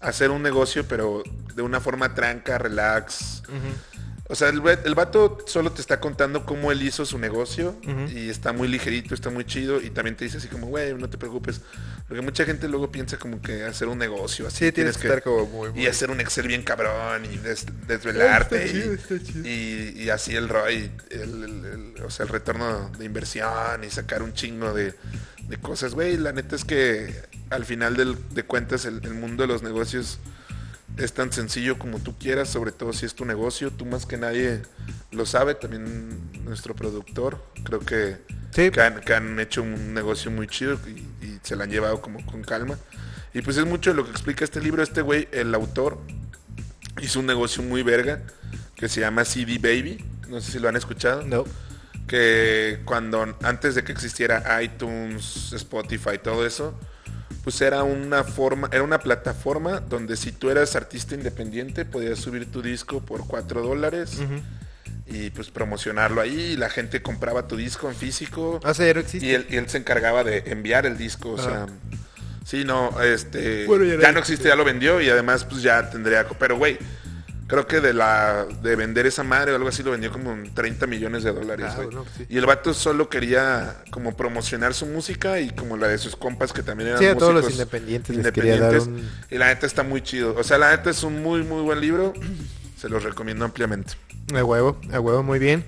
S1: hacer un negocio, pero de una forma tranca, relax.
S2: Ujú.
S1: O sea, el, va- el vato solo te está contando cómo él hizo su negocio
S2: Ujú.
S1: y está muy ligerito, está muy chido y también te dice así como, güey, no te preocupes. Porque mucha gente luego piensa como que hacer un negocio, así
S2: Sí, tienes que estar como muy, muy-
S1: y hacer un Excel bien cabrón y des- desvelarte.
S2: Está
S1: y-
S2: chido, está chido.
S1: Y, y así el ROI, el, el- el- o sea, el retorno de inversión y sacar un chingo de, de cosas. Güey, la neta es que al final del- de cuentas el, el mundo de los negocios es tan sencillo como tú quieras, sobre todo si es tu negocio. Tú más que nadie lo sabe, también nuestro productor. Creo que,
S2: Sí.
S1: que han, que han hecho un negocio muy chido y, se la han llevado como con calma. Y pues es mucho de lo que explica este libro. Este güey, el autor, hizo un negocio muy verga que se llama CD Baby. No sé si lo han escuchado.
S2: No.
S1: Que cuando antes de que existiera iTunes, Spotify, todo eso, pues era una forma, era una plataforma donde si tú eras artista independiente podías subir tu disco por 4 dólares y pues promocionarlo ahí. Y la gente compraba tu disco en físico.
S2: Ah, O sea, ya no existe.
S1: Y él, y él se encargaba de enviar el disco, o sea...
S2: Ajá.
S1: Sí, no, este...
S2: Ah, Bueno, ya
S1: ya,
S2: no
S1: no existe, ya lo vendió y además pues ya tendría... co- Pero, güey, creo que de la de vender esa madre o algo así lo vendió como en 30 millones de dólares,
S2: Ah,
S1: güey.
S2: bueno, sí.
S1: Y el vato solo quería como promocionar su música y como la de sus compas que también eran
S2: Sí, a todos los
S1: músicos
S2: independientes les quería dar
S1: independientes. Y la neta está muy chido. O sea, la neta es un muy, muy buen libro. Se los recomiendo ampliamente.
S2: A huevo, a huevo, muy bien.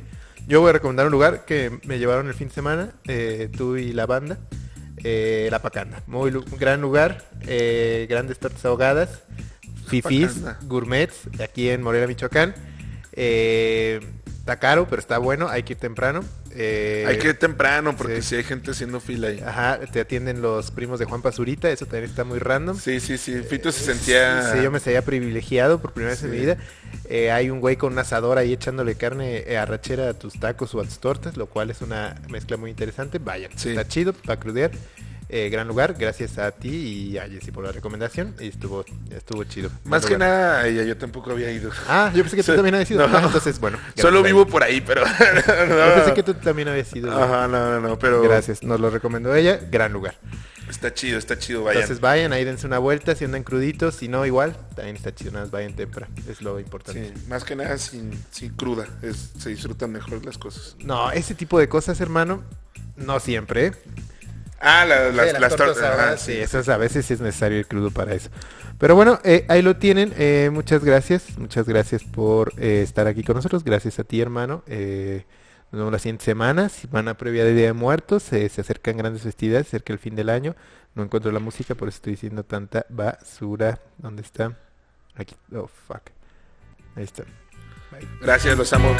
S2: Yo voy a recomendar un lugar que me llevaron el fin de semana, eh, tú y la banda, eh, La Pacanda. Muy lu- gran lugar, eh, grandes tortas ahogadas, fifís,
S1: Pacanda.
S2: gourmets, aquí en Morelia, Michoacán. Eh, está caro, pero está bueno, hay que ir temprano. eh,
S1: hay que ir temprano porque
S2: sí. Ah,
S1: si hay gente haciendo fila ahí.
S2: Ajá, te atienden los primos de Juan Pazurita, eso también está muy random.
S1: Sí, sí, sí. Fito se sentía...
S2: Sí, yo me sentía privilegiado por primera vez en
S1: Sí.
S2: mi vida. Eh, hay un güey con un asador ahí echándole carne eh, arrachera a tus tacos o a tus tortas, lo cual es una mezcla muy interesante. Vayan,
S1: Sí.
S2: está chido para crudear. Eh, gran lugar, gracias a ti y a Jessy por la recomendación. Y estuvo, estuvo chido.
S1: Más
S2: Gran
S1: que
S2: lugar.
S1: nada, a ella yo tampoco había ido.
S2: Ah, yo pensé que tú
S1: Sí,
S2: también habías ido.
S1: no.
S2: Ah, entonces, bueno.
S1: Solo
S2: gracias.
S1: vivo por ahí, pero...
S2: Yo pensé que tú también habías ido.
S1: Ajá, no, no, no, pero...
S2: Gracias, nos lo recomendó ella. Gran lugar.
S1: Está chido, está chido, vayan.
S2: Entonces vayan, ahí dense una vuelta, si andan cruditos, si no, igual, también está chido, nada más vayan temprano, es lo importante.
S1: Sí, más que nada sin, sin cruda. es- se disfrutan mejor las cosas.
S2: No, ese tipo de cosas, hermano, no siempre. ¿eh?
S1: Ah, la- las,
S2: Sí,
S1: las tortas.
S2: ahogadas,
S1: ajá,
S2: sí, esas a veces es necesario ir crudo para eso. Pero bueno, eh, ahí lo tienen, eh, muchas gracias, muchas gracias por eh, estar aquí con nosotros, gracias a ti, hermano. eh, nos vemos la siguiente semana, semana previa de Día de Muertos, eh, se acercan grandes festividades, se acerca el fin del año, no encuentro la música, por eso estoy diciendo tanta basura. ¿Dónde está? Aquí, oh, fuck. Ahí está.
S1: Gracias, los amo.